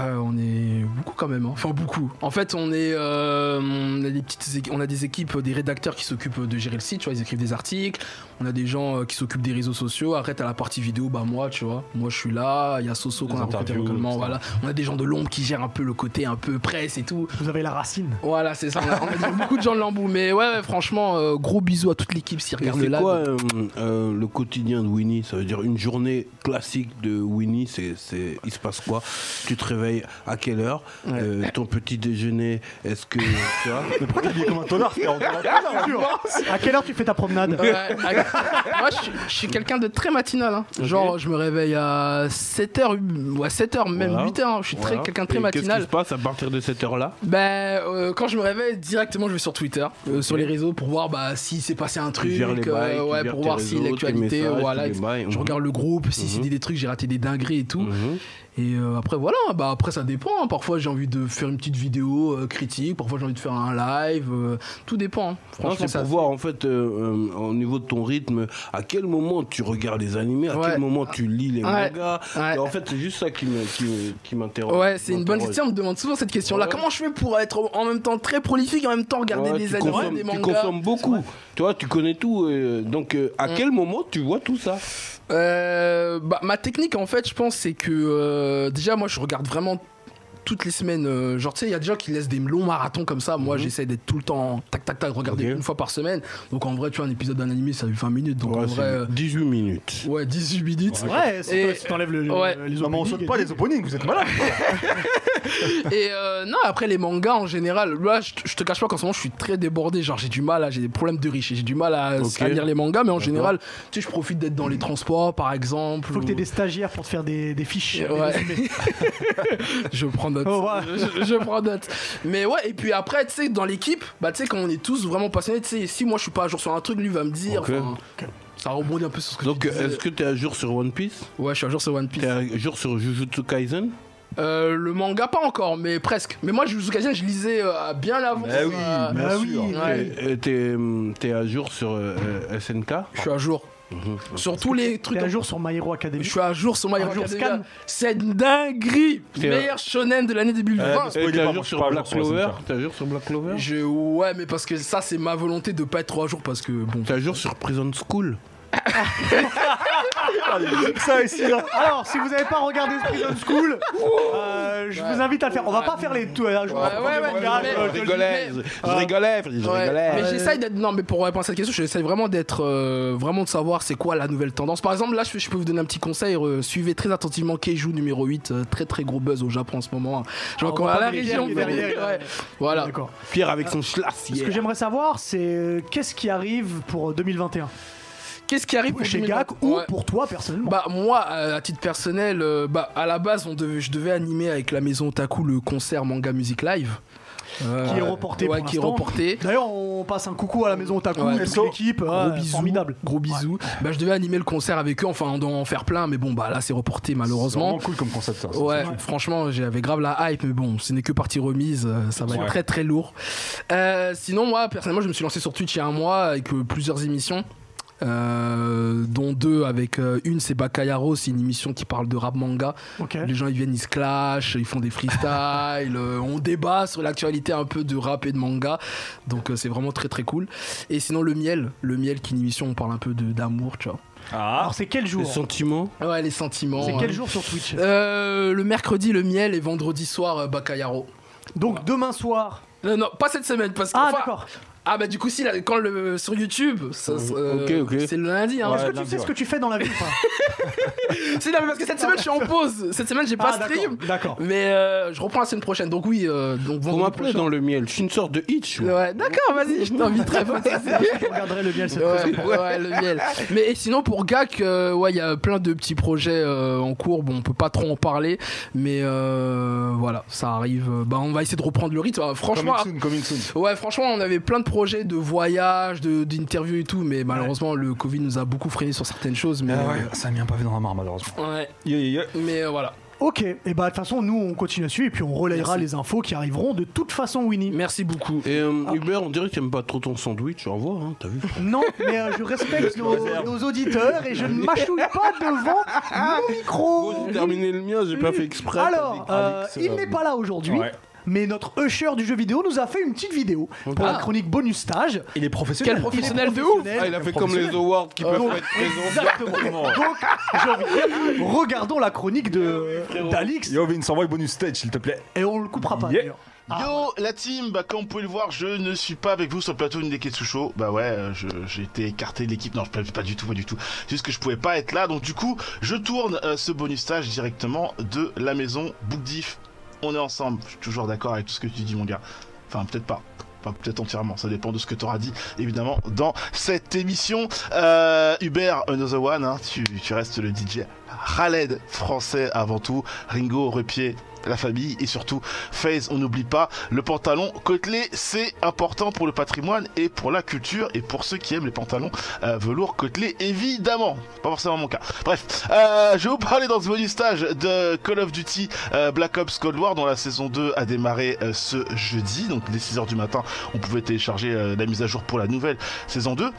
E: Euh, on est beaucoup quand même, hein. enfin beaucoup. En fait, on est, euh, on a des petites, équ- on a des équipes, des rédacteurs qui s'occupent de gérer le site, tu vois, ils écrivent des articles. On a des gens euh, qui s'occupent des réseaux sociaux. Arrête à la partie vidéo, bah moi, tu vois, moi je suis là. Il y a Soso
B: Des
E: qu'on a rencontré
B: interviews,
E: localement,
B: etc.
E: voilà. On a des gens de l'ombre qui gèrent un peu le côté un peu presse et tout.
A: Vous avez la racine.
E: Voilà, c'est ça. On a, on a *laughs* beaucoup de gens de l'embout, mais ouais, ouais, franchement, euh, gros bisous à toute l'équipe si
D: Et
E: regarde le
D: c'est
E: live.
D: quoi euh, euh, le quotidien de Winnie Ça veut dire une journée classique de Winnie, c'est, c'est- il se passe quoi Tu te réveilles à quelle heure Euh, Ton petit déjeuner, est-ce que tu vois
B: Mais pourquoi t'as dit comme un tonnerre frère
E: Ah, bah,
A: à quelle heure tu fais ta promenade
E: Ouais, à- moi, je suis- je suis quelqu'un de très matinal. hein. Genre, je me réveille à 7h, ou à 7h, même
D: Voilà.
E: 8h. Je suis très
D: Voilà.
E: quelqu'un de très
D: Et Qu'est-ce qui
E: matinal.
D: se passe à partir de cette heure-là
E: Ben, euh, quand je me réveille, directement, je vais sur Twitter, euh, sur les réseaux, pour voir bah, si s'est passé un truc,
D: Tu gères les
E: euh,
D: bails, tu
E: ouais,
D: gères
E: pour
D: tes
E: voir si
D: réseaux, tes
E: l'actualité,
D: messages,
E: voilà.
D: tous les bails,
E: Je
D: mhm.
E: regarde le groupe, si c'est des trucs, j'ai raté des dingueries et tout. Et euh, après, voilà, bah, après, ça dépend. hein. Parfois, j'ai envie de faire une petite vidéo euh, critique, parfois, j'ai envie de faire un live. euh, tout dépend. hein.
D: Non,
E: Franchement,
D: c'est
E: ça
D: pour voir en fait euh, euh, au niveau de ton rythme, à quel moment tu regardes les animés, à
E: Ouais.
D: quel moment tu lis les
E: Ouais.
D: mangas.
E: Ouais.
D: Et en fait, c'est juste ça qui, me- qui, me- qui m'interroge.
E: Ouais, c'est une bonne
D: M'interroge.
E: question. On me demande souvent cette question-là.
D: Ouais.
E: Comment je fais pour être en même temps très prolifique, en même temps regarder
D: Ouais,
E: des
D: tu
E: animés,
D: consommes,
E: des
D: tu
E: mangas Mm.
D: consommes beaucoup. Tu vois, tu connais tout. euh, donc, euh, à quel moment tu vois tout ça
E: Euh, bah, Ma technique, en fait, je pense, c'est que euh, déjà, moi, je regarde vraiment toutes les semaines. euh, genre, tu sais, il y a des gens qui laissent des longs marathons comme ça. Moi, j'essaie d'être tout le temps tac, tac, tac, regarder
D: Mhm. Ok.
E: une fois par semaine. Donc, en vrai, tu vois, un épisode d'un animé, ça fait 20 minutes. Donc, en
D: Ouais,
E: vrai,
D: c'est
E: euh,
D: 18 minutes.
E: ouais, 18 minutes.
A: Ouais, c'est
E: Et-
A: si t'enlèves le,
E: ouais.
A: les
B: Non, mais on
A: openings
B: saute
A: et
B: pas
A: tout.
B: les openings, vous êtes malades.
E: Et euh, non, après les mangas en général, là je, te- je te cache pas qu'en ce moment je suis très débordé, genre j'ai du mal, à- j'ai des problèmes de riche, et j'ai du mal à,
D: Ok.
E: à lire les mangas, mais en général, tu sais, je profite d'être dans les transports par exemple.
A: Faut que t'aies
E: ou-
A: des stagiaires pour te faire des, des fiches.
E: *laughs* Ouais.
A: des résumés.
E: Je prends note.
A: Au revoir.
E: je, je prends note. Mais ouais, et puis après, tu sais, dans l'équipe, bah tu sais, quand on est tous vraiment passionnés, tu sais, si moi je suis pas à jour sur un truc, lui va me dire.
D: Ok.
E: enfin, Ça rebondit un peu sur ce que
D: Donc,
E: tu disais.
D: est-ce que tu es à jour sur One Piece
E: Ouais, je suis à jour sur One
D: Tu
E: Piece.
D: es à jour sur Jujutsu Kaisen
E: Euh, le manga, pas encore, mais presque. Mais moi, je vous occasion, je lisais euh, bien avant. euh,
B: Bah oui, bien
A: bah
B: sûr. hein.
A: oui.
E: Ouais.
D: Tu es Euh, à jour sur euh, euh, SNK
E: Je suis à jour.
A: Mhm.
E: Sur tous les
A: T'es
E: trucs.
A: un jour Ah, sur My Hero Academy.
E: Je suis à jour sur My
A: Un
E: Hero
A: jour
E: Academia.
A: scan.
E: C'est une dinguerie.
D: C'est
E: Meilleur shonen de l'année 2020.
B: Euh, mais-
D: Et
B: Spoiler
D: t'es
B: pas,
D: à
B: moi,
D: jour
B: je
D: sur
B: suis pas à
D: Black
B: jour sur
D: Clover
B: SNK.
D: T'es à jour sur Black Clover
E: Je- ouais, mais parce que ça, c'est ma volonté de pas être trois jours parce que bon.
D: T'es à jour sur Prison School
B: Ça ici, là.
A: Alors, si vous n'avez pas regardé Prison School, euh, je vous invite à le faire. On va pas faire les euh, tout. euh, je-
E: Ouais, ouais, ouais,
A: je-
E: mais-
A: je- je-
E: je rigolais, je
D: Ah. rigolais, je
E: Ouais, mais j'essaye d'être. Non, mais pour répondre à cette question, j'essaye vraiment d'être. euh, vraiment de savoir c'est quoi la nouvelle tendance. Par exemple, là, je, je peux vous donner un petit conseil. euh, suivez très attentivement Keiju numéro 8. euh, très très gros buzz au Japon en ce moment. Je vois
A: Ah, on
E: qu'on
A: va
E: à
A: pas
E: la
A: dire
E: région.
A: qu'il est derrière,
E: ouais.
A: euh,
E: Voilà.
A: D'accord.
D: Pierre avec son schlass.
A: euh, Ce que j'aimerais savoir, c'est euh, qu'est-ce qui arrive pour 2021
E: qu'est-ce qui arrive pour
A: Chez
E: 2020?
A: Gak ou
E: Ouais.
A: pour toi personnellement
E: Bah moi, euh, à titre personnel, euh, bah à la base, on devait, je devais animer avec la maison Otaku le concert manga music live. Euh,
A: Qui est reporté
E: ouais,
A: pour
E: qui est
A: l'instant.
E: reporté.
A: D'ailleurs, on passe un coucou à la maison Otaku
E: Ouais,
A: et toute
E: perso,
A: l'équipe.
E: Gros
A: ouais,
E: bisous,
A: formidable.
E: gros bisous. Bah, je devais animer le concert avec eux, enfin on doit en faire plein, mais bon bah là c'est reporté
B: C'est
E: malheureusement.
B: vraiment cool comme concept. ça.
E: Ouais, franchement, j'avais grave la hype, mais bon, ce n'est que partie remise, euh, ça va
B: Ouais.
E: être très très lourd. Euh, sinon, moi, personnellement, je me suis lancé sur Twitch il y a un mois avec euh, plusieurs émissions. euh, dont deux avec euh, une c'est Bakayaro c'est une émission qui parle de rap manga
A: Ok.
E: les gens ils viennent ils se clashent ils font
A: *laughs*
E: des freestyles euh, on débat sur l'actualité un peu de rap et de manga donc euh, c'est vraiment très très cool et sinon le miel le miel qui est une émission où on parle un peu de- d'amour tu vois
B: Ah,
A: Alors, c'est quel jour
D: Les sentiments
E: ouais les sentiments
A: C'est
E: ouais.
A: quel jour sur Twitch
E: Euh, le mercredi le miel et vendredi soir euh, Bakayaro Euh,
A: Donc, demain soir.
E: Non, non, pas cette semaine parce que.
A: Ah,
E: enfin,
A: d'accord.
E: Ah, bah du coup, si, là, quand le, sur YouTube, ça, ça,
D: Ok, ok.
E: c'est le lundi. Hein.
B: Ouais.
A: Est-ce que tu
B: lundi,
A: sais ce que tu fais dans la vie ou pas
E: C'est là, mais parce que cette semaine, je suis en pause. Cette semaine, j'ai *laughs* pas
A: Ah, d'accord,
E: stream.
A: D'accord.
E: Mais euh, je reprends la semaine prochaine. Donc, oui, euh, donc
D: Faut
E: vendredi
D: m'appeler
E: prochain.
D: dans le miel. Je suis une sorte de hitch. moi.
E: Ouais, d'accord, vas-y, je t'inviterai. pas de soucis.
A: Je regarderai le miel cette fois.
E: Ouais, ouais, le miel. Mais et sinon, pour GAC, euh, ouais, il y a plein de petits projets euh, en cours. Bon, on peut pas trop en parler, mais euh, voilà, ça arrive. Bah, on va essayer de reprendre le rythme. Euh, Franchement,
B: coming soon, coming soon.
E: Ouais, franchement, on avait plein de projets de voyage, de- d'interviews et tout, mais malheureusement, le Covid nous a beaucoup freiné sur certaines choses. Mais,
B: Ah ouais, ça a mis un pavé dans la mare malheureusement.
E: euh, ouais.
B: Yeah, yeah, yeah.
E: mais euh, voilà.
A: Ok, et bah de toute façon, nous on continue à suivre et puis on relayera les infos qui arriveront de toute façon, Winnie.
E: Merci beaucoup.
D: Et euh, Hubert, on dirait que t'aimes pas trop ton sandwich. Au revoir, hein, t'as vu
A: Non, mais euh, je respecte nos, nos auditeurs et je ne mâchouille pas devant mon micro.
D: J'ai terminé le mien, j'ai pas fait exprès.
A: Alors, euh,
B: Alex,
A: il
B: euh,
A: n'est pas là aujourd'hui.
B: Ouais.
A: Mais notre usher du jeu vidéo nous a fait une petite vidéo pour la
E: Ah.
A: chronique bonus stage.
B: Il est
E: Quel
B: professionnel.
E: professionnel de ouf
D: Ah, il a fait comme les awards qui peuvent pas être présents.
A: Exactement. Donc, j'ai envie de dire, regardons la chronique de d'Alix
B: Yo, Vince, envoie le bonus stage, s'il te plaît.
A: et on le coupera pas.
B: Yeah.
A: d'ailleurs.
H: Yo la team, bah comme vous pouvez le voir, je ne suis pas avec vous sur le plateau de Neketsu Show. Bah ouais, euh, je- j'ai été écarté de l'équipe. Non, je peux- pas du tout, pas du tout. C'est juste que je pouvais pas être là. Donc du coup, je tourne euh, ce bonus stage directement de la maison Bookdiff. On est ensemble. Je suis toujours d'accord avec tout ce que tu dis, mon gars. Enfin, peut-être pas. Enfin, peut-être entièrement. Ça dépend de ce que tu auras dit, évidemment, dans cette émission. Euh, Hubert, Another One, hein, tu, tu restes le DJ Khaled français avant tout. Ringo, Repier, la famille et surtout FaZe, on n'oublie pas le pantalon côtelé, c'est important pour le patrimoine et pour la culture et pour ceux qui aiment les pantalons euh, velours côtelé, évidemment. Pas forcément mon cas. Bref, euh, je vais vous parler dans ce bonus stage de Call of Duty euh, Black Ops Cold War dont la saison 2 a démarré euh, ce jeudi. Donc dès 6h du matin, on pouvait télécharger euh, la mise à jour pour la nouvelle saison 2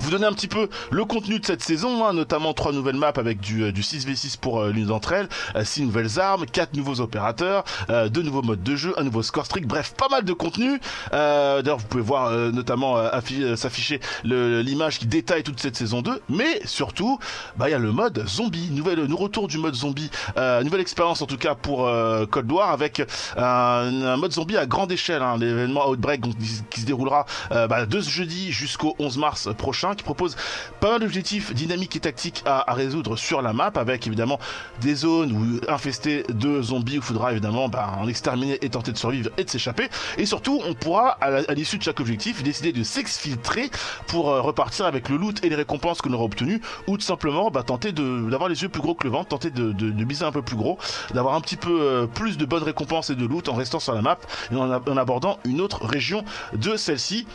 H: vous donner un petit peu le contenu de cette saison, hein, notamment trois nouvelles maps avec du, euh, du 6v6 pour euh, l'une d'entre elles, euh, six nouvelles armes, quatre nouveaux opérateurs, euh, deux nouveaux modes de jeu, un nouveau score streak, bref, pas mal de contenu. Euh, D'ailleurs, vous pouvez voir euh, notamment euh, affi- euh, s'afficher le- l'image qui détaille toute cette saison 2, mais surtout, bah il y a le mode zombie, nouvelle, le retour du mode zombie, euh, nouvelle expérience en tout cas pour euh, Cold War avec un, un mode zombie à grande échelle, hein, l'événement Outbreak donc, qui, qui se déroulera euh, bah, de ce jeudi jusqu'au 11 mars prochain, qui propose pas mal d'objectifs dynamiques et tactiques à, à résoudre sur la map, avec évidemment des zones où, infestées de zombies où faudra évidemment bah, en exterminer et tenter de survivre et de s'échapper. Et surtout, on pourra, à la- à l'issue de chaque objectif, décider de s'exfiltrer pour euh, repartir avec le loot et les récompenses qu'on aura obtenues, ou tout simplement bah, tenter de- d'avoir les yeux plus gros que le ventre, tenter de, de, de miser un peu plus gros, d'avoir un petit peu euh, plus de bonnes récompenses et de loot en restant sur la map et en ab- en abordant une autre région de celle-ci.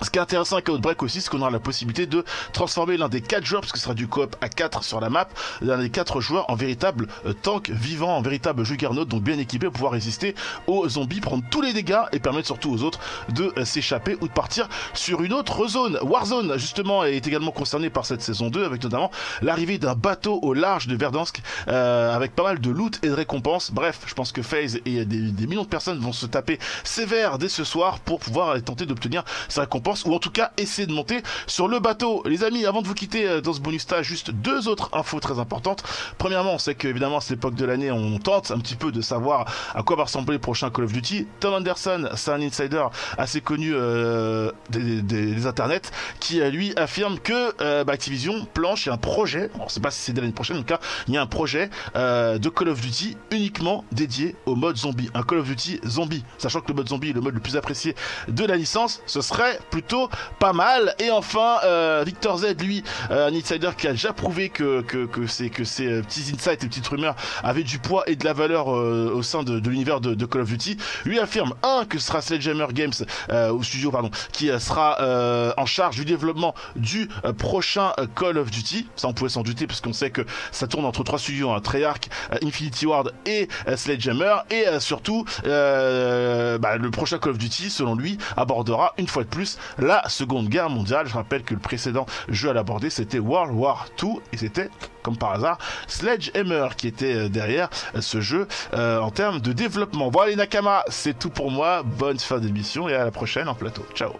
H: Ce qui est intéressant avec Outbreak aussi, c'est qu'on aura la possibilité de transformer l'un des quatre joueurs, parce que ce sera du coop à 4 sur la map, l'un des quatre joueurs en véritable euh, tank vivant, en véritable juggernaut, donc bien équipé pour pouvoir résister aux zombies, prendre tous les dégâts et permettre surtout aux autres de euh, s'échapper ou de partir sur une autre zone. Warzone, justement, est également concerné par cette saison 2, avec notamment l'arrivée d'un bateau au large de Verdansk, euh, avec pas mal de loot et de récompenses. Bref, je pense que FaZe et des, des millions de personnes vont se taper sévère dès ce soir pour pouvoir euh, tenter d'obtenir sa récompense ou en tout cas essayer de monter sur le bateau. Les amis, avant de vous quitter euh, dans ce bonus stage, juste deux autres infos très importantes. Premièrement, on sait qu'évidemment à cette époque de l'année, on tente un petit peu de savoir à quoi va ressembler le prochain Call of Duty. Tom Anderson, c'est un insider assez connu euh, des, des- des internets, qui euh, lui affirme que euh, bah, Activision planche un projet, on ne sait pas si c'est dès l'année prochaine, en tout cas, il y a un projet euh, de Call of Duty uniquement dédié au mode zombie. Un Call of Duty zombie, sachant que le mode zombie est le mode le plus apprécié de la licence, ce serait plus plutôt pas mal. Et enfin, euh, Victor Z, lui, euh, un insider qui a déjà prouvé que, que, que, ses, que ses euh, petits insights et petites rumeurs avaient du poids et de la valeur euh, au sein de, de l'univers de, de Call of Duty, lui affirme, un, que ce sera Sledgehammer Games, euh, au studio, pardon, qui euh, sera euh, en charge du développement du euh, prochain euh, Call of Duty. Ça, on pouvait s'en douter, parce qu'on sait que ça tourne entre trois studios, hein, Treyarch, euh, Infinity Ward et euh, Sledgehammer. Et euh, surtout, euh, bah, le prochain Call of Duty, selon lui, abordera une fois de plus la Seconde Guerre mondiale. Je rappelle que le précédent jeu à l'aborder, c'était World War II, et c'était, comme par hasard, Sledgehammer qui était euh, derrière euh, ce jeu euh, en termes de développement. Voilà les Nakama, c'est tout pour moi. Bonne fin d'émission et à la prochaine en plateau. Ciao.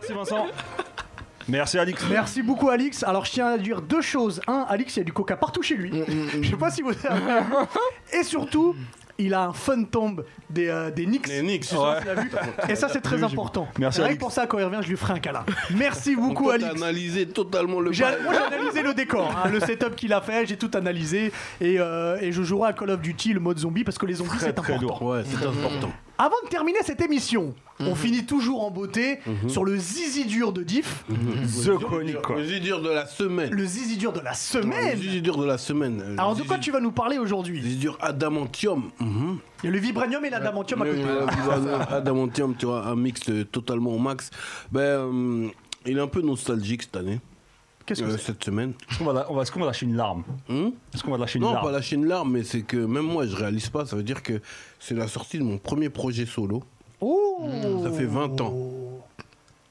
B: Merci Vincent. Merci Alix.
A: Merci beaucoup Alix. Alors je tiens à dire deux choses. Un, Alix, il y a du coca partout chez
D: Mm,
A: lui. Je sais pas si vous savez.
D: *laughs*
A: Et surtout, il a un fun tombe des, euh, des Knicks.
D: Les Knicks,
A: Je sais pas
D: ouais.
A: si tu l'as vu. Et ça c'est très important.
B: Merci,
A: Rien que
B: Alix.
A: pour ça, quand il revient, je lui ferai un câlin. Merci
D: Toi,
A: beaucoup
D: t'as
A: Alix.
D: analysé totalement le
A: J'ai-
D: bail.
A: Moi j'ai analysé le décor, hein, le setup qu'il a fait, j'ai tout analysé et, euh, et je jouerai à Call of Duty le mode zombie parce que les zombies c'est
D: Très
A: important.
D: lourd. Mhm. Ouais, c'est important.
A: Avant de terminer cette émission, on finit toujours en beauté
D: Mhm.
A: sur le zizi dur de Diff,
B: The Chronic quoi.
D: Le zizi dur de la semaine.
A: le zizi dur de la
D: Le
A: semaine.
D: zizi dur de la semaine. Le
A: Alors de
D: zizi-
A: quoi tu vas nous parler aujourd'hui
D: Le zizi dur adamantium. Mhm.
A: Il y a le vibranium et l'adamantium à côté.
D: Euh, euh, Adamantium, tu vois, un mix euh, totalement au max. Ben, euh, il est un peu nostalgique cette année,
A: Qu'est-ce que
D: euh,
A: c'est
D: cette semaine.
B: Est-ce qu'on va, la- on va- est-ce qu'on va lâcher une larme
D: Hmm
B: Est-ce qu'on va lâcher une
D: non,
B: larme
D: pas lâcher une larme, mais c'est que même moi, je réalise pas. Ça veut dire que c'est la sortie de mon premier projet solo.
A: Oh
D: Ça fait 20 ans.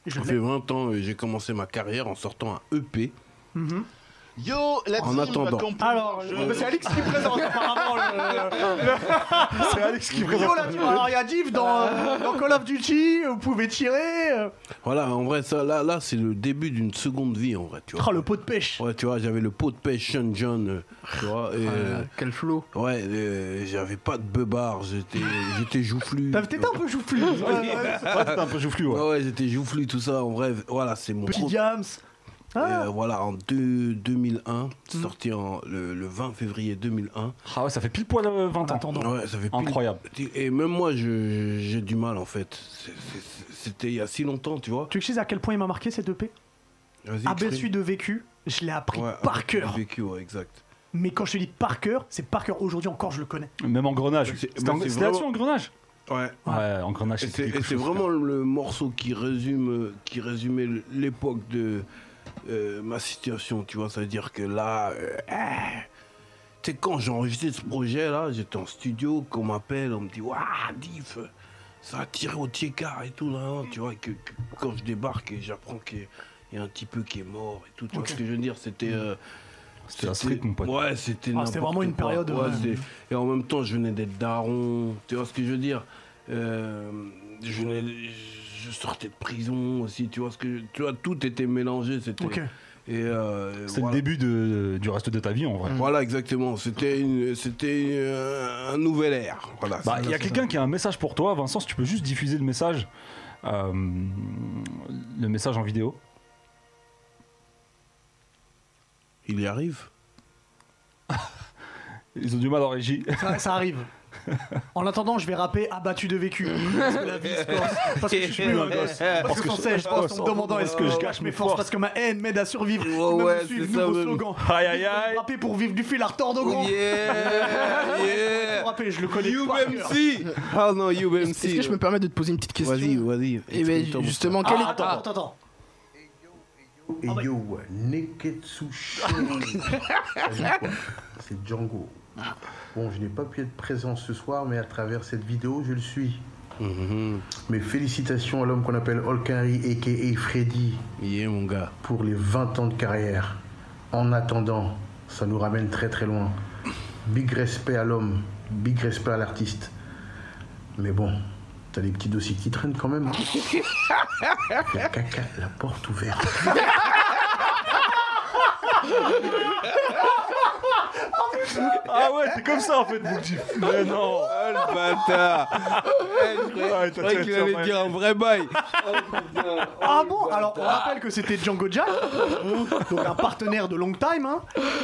A: Je
D: Ça fait 20 ans et j'ai commencé ma carrière en sortant un E EP.
H: Yo, la
D: En
H: team
D: attendant.
H: Bacamp-
A: Alors,
H: Je-
A: euh, bah, c'est Alix qui présente apparemment
D: *laughs*
A: le. c'est Alix qui présente. alors il y a Div dans, euh, dans Call of Duty, vous pouvez tirer. euh.
D: Voilà, en vrai, ça, là, là c'est le début d'une seconde vie, en vrai. Tu vois.
A: Oh, le pot de pêche.
D: Ouais, tu vois, j'avais le pot de pêche Sean John, euh, tu vois, et,
A: Ah,
D: euh,
E: Quel flow.
D: ouais, euh, j'avais pas de
A: *laughs*
D: beubard, j'étais, j'étais joufflu.
A: T'as- T'étais un peu joufflu. Ouais, ouais.
B: Ouais, t'es un peu joufflu, ouais.
D: Ouais, ouais, j'étais joufflu, tout ça. En vrai, voilà, c'est mon
A: Petit
D: pro-
A: Diams. Ah. Mhm.
D: Euh, voilà, en deux- 2001, sorti en, le, le 20 février 2001.
B: Ah ouais, ça fait pile poil euh, 20 ans.
D: Ouais, ça fait pile-
B: Incroyable.
D: Et même moi, je- j'ai du mal en fait. C'est- c'est- C'était il y a si longtemps, tu vois.
A: Tu sais à quel point il m'a marqué cette EP
D: Vas-y,
A: Abattu de vécu, je l'ai appris par cœur.
D: Vécu, ouais, exact.
A: Mais quand je te dis par cœur, c'est par cœur. Aujourd'hui encore, je le connais.
B: Même engrenage.
D: C'est-
B: C'était en-
D: c'est
B: c'était là-dessus
D: vraiment-
B: engrenage
D: Ouais.
B: Ouais, engrenage.
D: Et
B: c'était
D: c'est
B: quelque
D: et c'est
B: chose,
D: vraiment le morceau qui résume, qui résumait l'époque de euh, ma situation, tu vois. Ça veut dire que là, euh, ah, tu sais, quand j'ai enregistré ce projet là, j'étais en studio, qu'on m'appelle, on me dit, waouh, Diff, ça a tiré au tiécard et tout, là, hein, tu vois. Que, que- quand je débarque et j'apprends qu'il y a- il y a un petit peu qui est mort et tout, tu vois ce que je veux dire, c'était. euh,
B: C'était un street, mon pote.
D: Ouais, c'était
A: Ah, c'était
D: n'importe
A: vraiment une
D: quoi.
A: période,
D: Ouais,
A: ouais.
D: c'est- Et en même temps, je venais d'être daron. Tu vois ce que je veux dire Euh, je, venais- je sortais de prison aussi. Tu vois ce que je- tu vois Tout était mélangé. C'était.
A: Ok.
D: Et euh,
B: C'était
D: voilà.
B: le début de, du reste de ta vie, en vrai.
D: Voilà, exactement. C'était une- c'était euh, un nouvel air. Voilà.
B: Bah,
D: c'est-
B: il y a quelqu'un qui a un message pour toi, Vincent, si tu peux juste diffuser le message. euh, le message en vidéo.
D: Il y arrive.
B: Ils ont du mal en régie. *laughs*
A: Ça, ça arrive. En attendant, je vais rapper abattu de vécu. Parce que la vie se corse. Parce que je suis plus un gosse. Parce que j'en sais, je pense en me demandant est-ce que je gâche mes forces. Parce que ma haine m'aide à survivre.
D: Ouais,
A: Même
D: ouais, Oh,
A: je suis le
D: c'est ça,
A: nouveau
D: même.
A: slogan.
B: Aïe, aïe, aïe.
A: Rapper pour vivre du fil à retordre au
B: Oh.
A: grand.
D: Yeah,
B: *laughs*
D: yeah.
A: Rapper, je le connais pas.
D: UMC. Ah non, UMC.
E: Est-ce que je me permets de te poser une petite question
D: euh. Vas-y,
B: Eh
D: vas-y.
E: Et ben, justement, quel est.
A: Ah, attends, attends, attends.
I: Et yo, Neketsushi Ça veut dire quoi C'est Django. Bon, je n'ai pas pu être présent ce soir, mais à travers cette vidéo, je le suis. Mes félicitations à l'homme qu'on appelle Olkari, a.k.a. Freddy,
D: Yeah, mon gars.
I: pour les 20 ans de carrière. En attendant, ça nous ramène très très loin. Big respect à l'homme, big respect à l'artiste. Mais bon, t'as des petits dossiers qui traînent quand même. hein. La caca, la porte ouverte.
B: Ah ouais, t'es comme ça en fait, Boukjif. Mais non.
D: Oh le *laughs* bâtard Eh,
B: Ouais,
D: Je croyais qu'il allait dire un vrai bail. *laughs*
A: Ah bon Alors on rappelle que c'était Django Jack, *laughs* donc un partenaire de long time. hein.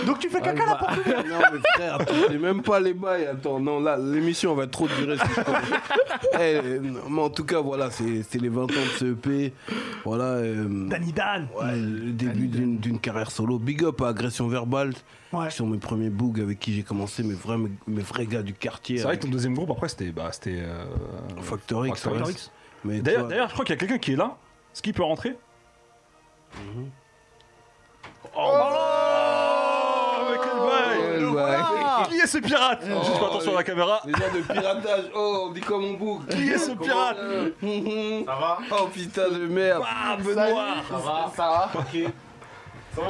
A: Donc tu fais caca à la porte ouverte.
D: Non, mais frère, attends, j'ai même pas les bails. Attends, non, là, l'émission va trop durer. si je *laughs* continue. Eh, non, mais en tout cas, voilà, c'est c'est les 20 ans de ce EP. Voilà. euh,
A: Danny Dan.
D: ouais, le début d'une d'une carrière solo. Big up à Agression Verbale,
A: Ouais.
D: qui sont mes premiers boogs avec qui j'ai commencé, mes vrais, mes vrais gars du quartier.
B: C'est vrai que ton
D: avec
B: deuxième groupe après c'était. Bah, c'était euh,
D: Factor X.
B: Factor
D: ouais.
B: X.
D: Mais
B: D'ailleurs,
D: toi-
B: d'ailleurs, je crois qu'il y a quelqu'un qui est là. Est-ce qu'il peut rentrer Oh, mais quel bail
D: Eh, Ouais, ouais.
B: Qui est ce pirate Je fais attention à la caméra.
D: Les gens de piratage, oh, on dit comme on boucle.
B: Qui est ce pirate *laughs*
D: Ça va Oh putain de merde.
B: Ah, Benoît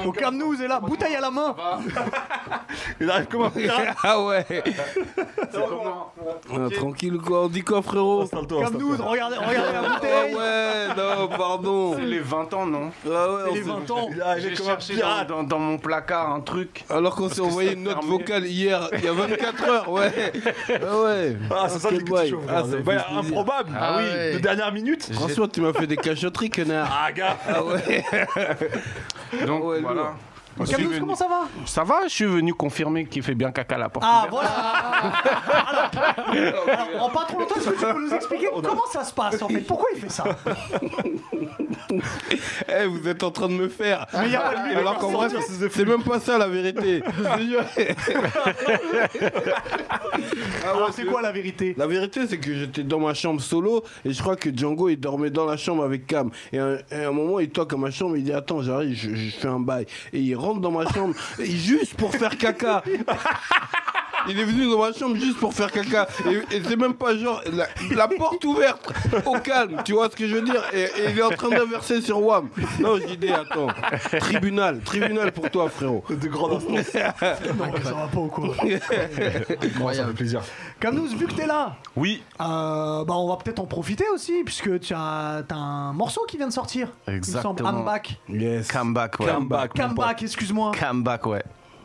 A: Donc nous est là, bouteille à la main.
B: Il arrive comme un pirate
D: Ah
G: *laughs*
D: ouais Ah, Tranquille quoi, on dit quoi frérot
B: Installe-toi,
A: Comme nous,
B: installe-toi.
A: regardez, regardez la
D: Ah
A: bouteille.
D: ouais, non, pardon.
G: Les 20 ans, non
D: Ah ouais, on
A: Les
D: s'est-
A: 20 ans.
B: Il arrive
G: J'ai
B: comme un
G: cherché dans,
B: pirate
G: dans, dans mon placard un truc.
D: Alors qu'on s'est envoyé
G: ça
D: une note
G: fermait.
D: vocale hier, il y a
G: *laughs*
D: 24 heures, ouais. Ah ouais.
B: Ah, c'est ça
D: Quel
B: des coups de
D: bail.
B: chauffe,
D: Ah,
B: regarde.
D: ça me
B: Ouais,
D: fait plaisir.
B: Improbable
E: Ah oui.
B: De dernière minute
D: Franchement, tu m'as fait des cachotteries, connard.
B: Ah, gars
D: Ah ouais. Ah,
G: Donc
D: ouais, lourd.
G: voilà. Je suis
A: Camnous,
G: venu-
A: comment ça va
G: Ça va, je suis venu confirmer qu'il fait bien caca à la porte.
A: Ah
G: ouverte.
A: voilà Alors, alors, en pas trop longtemps, est-ce que tu peux nous expliquer comment ça se passe en fait Pourquoi il fait ça
D: Eh, vous êtes en train de me faire.
A: Mais Ah, y a pas de lui,
D: Alors qu'en vrai, c'est même pas ça la vérité.
A: Alors Ah, c'est quoi la vérité
D: La vérité, c'est que j'étais dans ma chambre solo et je crois que Django il dormait dans la chambre avec Cam. Et à un, et à un moment, il toque à ma chambre, il dit Attends, j'arrive, je, je fais un bail. Et il rentre dans ma chambre et juste pour faire caca. Il est venu dans ma chambre juste pour faire caca. Et, et c'est même pas genre la, la porte ouverte au calme, tu vois ce que je veux dire et, et il est en train d'inverser sur WAM. Non, j'ai dit Attends, tribunal, tribunal pour toi, frérot.
B: De grande instance
A: Non, ça va pas au cours.
B: Ça fait
E: Incroyable.
B: plaisir.
A: Camnous, vu que t'es là,
G: Oui,
A: euh, bah on va peut-être en profiter aussi, puisque tu as, t'as un morceau qui vient de sortir. il me semble.
G: Exactement.
A: I'm back.
D: Yes.
G: comeback, ouais.
B: Comeback
A: Come back, excuse-moi.
G: Comeback, ouais.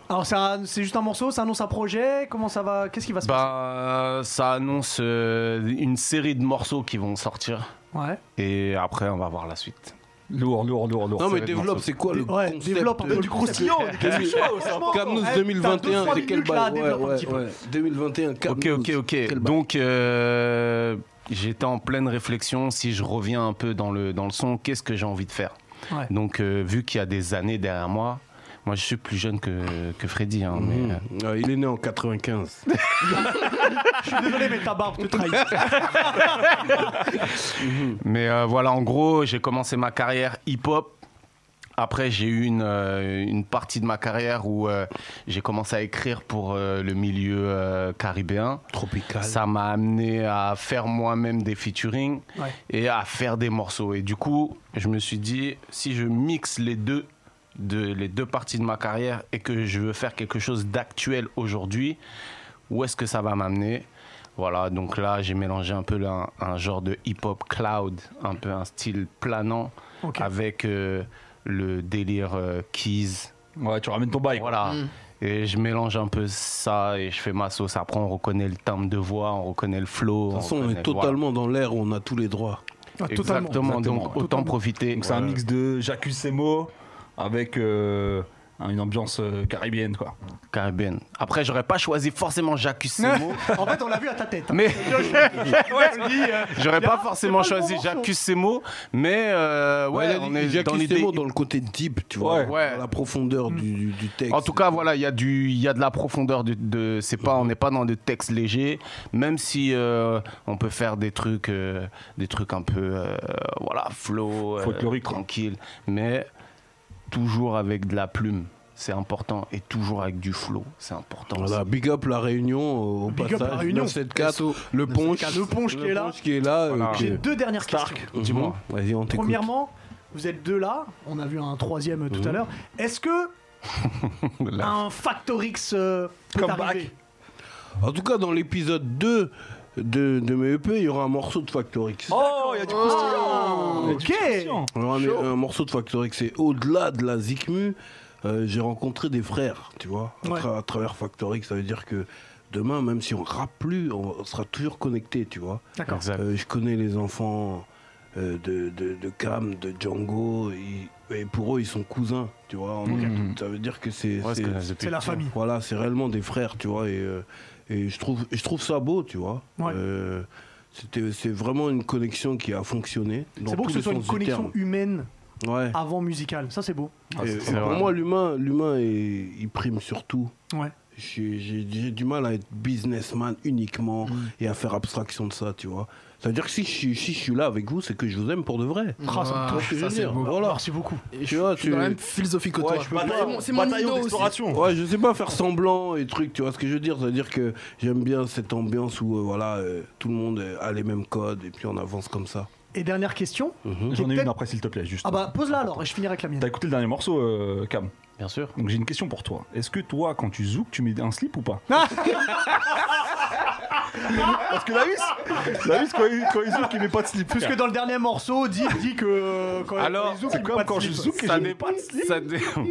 A: Alors ça- c'est juste un morceau, ça annonce un projet, comment ça va Qu'est-ce qui va se
G: Bah, euh, ça annonce euh, une série de morceaux qui vont sortir.
A: passer Ouais.
G: Et après, on va voir la suite.
B: Lourd, lourd, lourd, lourd.
D: Non, mais
G: va être
D: développe, c'est quoi le
A: Ouais,
D: concept
A: développe un peu
D: de-
A: le concept. Franchement,
D: Camnous
A: eh, t'as
D: 2021,
A: deux, trois
D: c'est quel
A: minutes, là,
D: bail
A: développe un petit peu.
D: 2021, Camnous.
G: Ok, ok, ok.
D: Quel bail.
G: Donc, euh, j'étais en pleine réflexion. Si je reviens un peu dans le, dans le son, qu'est-ce que j'ai envie de faire
A: Ouais.
G: Donc, euh, vu qu'il y a des années derrière moi, moi, je suis plus jeune que, que Freddy. hein, mais, euh,
D: Ah, il est né en 95.
A: Je suis désolé, mais ta barbe te
D: *laughs*
A: trahit.
G: Mais euh, voilà, en gros, j'ai commencé ma carrière hip-hop. Après, j'ai eu une, euh, une partie de ma carrière où euh, j'ai commencé à écrire pour euh, le milieu euh, caribéen.
D: Tropical.
G: Ça m'a amené à faire moi-même des featuring
A: Ouais.
G: et à faire des morceaux. Et du coup, je me suis dit, si je mixe les deux, de, les deux parties de ma carrière et que je veux faire quelque chose d'actuel aujourd'hui, où est-ce que ça va m'amener Voilà, donc là, j'ai mélangé un peu là, un, un genre de hip-hop cloud, un peu un style planant
A: Ok.
G: avec euh, le délire euh, keys.
B: Ouais, tu ramènes ton bail. quoi.
G: Voilà. Et je mélange un peu ça et je fais ma sauce. Après, on reconnaît le timbre de voix, on reconnaît le flow.
D: De toute façon, on est
G: reconnaît-
D: totalement dans l'ère où on a tous les droits.
A: Ah,
G: voilà.
A: totalement.
G: Exactement,
B: Exactement.
G: donc autant
A: Totalement.
G: profiter. euh,
B: Donc c'est un mix de J'accuse ces mots avec euh, une ambiance euh, caribéenne, quoi.
G: Caribbean. Après, j'aurais pas choisi forcément J'accuse
A: *laughs*
G: ces mots,
A: en fait, on l'a vu à ta tête. *laughs*
G: mais
A: Je dis, euh,
G: j'aurais
A: y a-
G: pas
A: c'est
G: forcément
A: pas le bon
G: choisi
A: morceau.
G: J'accuse ces mots, mais euh, ouais, on est dans l'idée.
D: dans le côté deep, tu vois.
B: Ouais.
G: Ouais.
D: Dans la profondeur du, du- du texte.
G: En tout cas, voilà, il y a du, il y a de la profondeur. De, de- c'est pas, on n'est pas dans des textes légers, même si euh, on peut faire des trucs, euh, des trucs un peu, euh, voilà, flow, euh,
B: Folklorique, quoi.
G: tranquille, mais toujours avec de la plume. C'est important et toujours avec du flow, c'est important.
D: Voilà, big up la réunion au au
A: Big up
D: passage.
A: La Réunion.
D: 974, le ponche.
A: Le Ponche qui est là.
D: qui est là.
G: Voilà.
D: euh, qui-
A: J'ai deux dernières questions.
D: Mhm.
G: Dis-moi.
D: Vas-y, on t'écoute.
A: Premièrement, vous êtes deux là, on a vu un troisième euh, tout
D: Mhm.
A: à l'heure. Est-ce que
D: *laughs*
A: un Factor X euh, peut
B: Comeback.
A: arriver
D: Bah, En tout cas, dans l'épisode 2 de, de mes EP, il y aura un morceau de Factor X.
B: Oh, il y a du croustillant
A: Ok
B: croustillant.
D: Alors, un, un morceau de Factor X, c'est au-delà de la Zikmu. euh, j'ai rencontré des frères, tu vois, à, tra- à travers Factorix. Ça veut dire que demain, même si on rappe plus, on sera toujours connecté, tu vois.
A: D'accord.
G: Exact.
D: Euh, je connais les enfants euh, de, de, de Cam, de Django, ils- et pour eux, ils sont cousins, tu vois. en fait. Ça veut dire que c'est.
G: Mhm. Ouais,
D: c'est-
G: c'est que depuis-
A: C'est la famille.
D: voilà, c'est réellement des frères, tu vois, et, euh, et je, trouve, je trouve ça beau, tu vois.
A: Ouais.
D: Euh, c'était- c'est vraiment une connexion qui a fonctionné. dans
A: C'est beau
D: tous
A: que ce
D: les
A: soit une
D: sens du
A: connexion
D: terme.
A: humaine
D: Ouais.
A: avant musicale. Ça, c'est beau.
G: Ah,
D: Et-
G: c'est-
D: et
G: c'est
D: pour
G: vrai.
D: moi, l'humain, l'humain, est- il prime sur tout.
A: Ouais.
D: J'ai j'ai- j'ai du mal à être businessman uniquement
E: Mm.
D: et à faire abstraction de ça, tu vois. C'est-à-dire que si je, suis- si je suis là avec vous, c'est que je vous aime pour de vrai.
A: Ah, ça me touche.
D: Tu vois ce que je veux
E: ça, c'est Ah,
D: dire
E: beau.
D: Voilà.
A: Merci beaucoup.
E: Et
D: Tu
E: je,
D: vois,
E: je suis dans
D: tu-
E: la même philosophie que toi.
D: Ouais, je peux
E: Bah,
D: pas-
E: c'est mon- c'est mon
B: Bataillon
E: idole aussi.
B: d'exploration.
D: Ouais, je sais pas faire semblant et trucs, tu vois ce que je veux dire C'est-à-dire que j'aime bien cette ambiance où euh, voilà, euh, tout le monde euh, a les mêmes codes et puis on avance comme ça.
A: Et dernière question.
D: Mhm.
B: J'en ai
A: peut-être-
B: une après, s'il te plaît, juste.
A: Ah bah, pose-la alors et je finirai avec la mienne.
B: T'as écouté le dernier morceau, euh, Cam.
G: Bien sûr.
B: Donc j'ai une question pour toi. Est-ce que toi, quand tu zouk, tu mets un slip ou pas Parce que Davis, Davis quand, il, quand il zouk, il met pas de slip.
A: Puisque dans le dernier morceau, dit, dit que euh, quand quand
G: Alors,
A: il zouk,
B: c'est
A: il
B: comme
A: passe
B: quand
A: les-
B: je zouk et je
G: Ça
B: mets pas de
G: dépend-
B: slip.
G: ça dépend-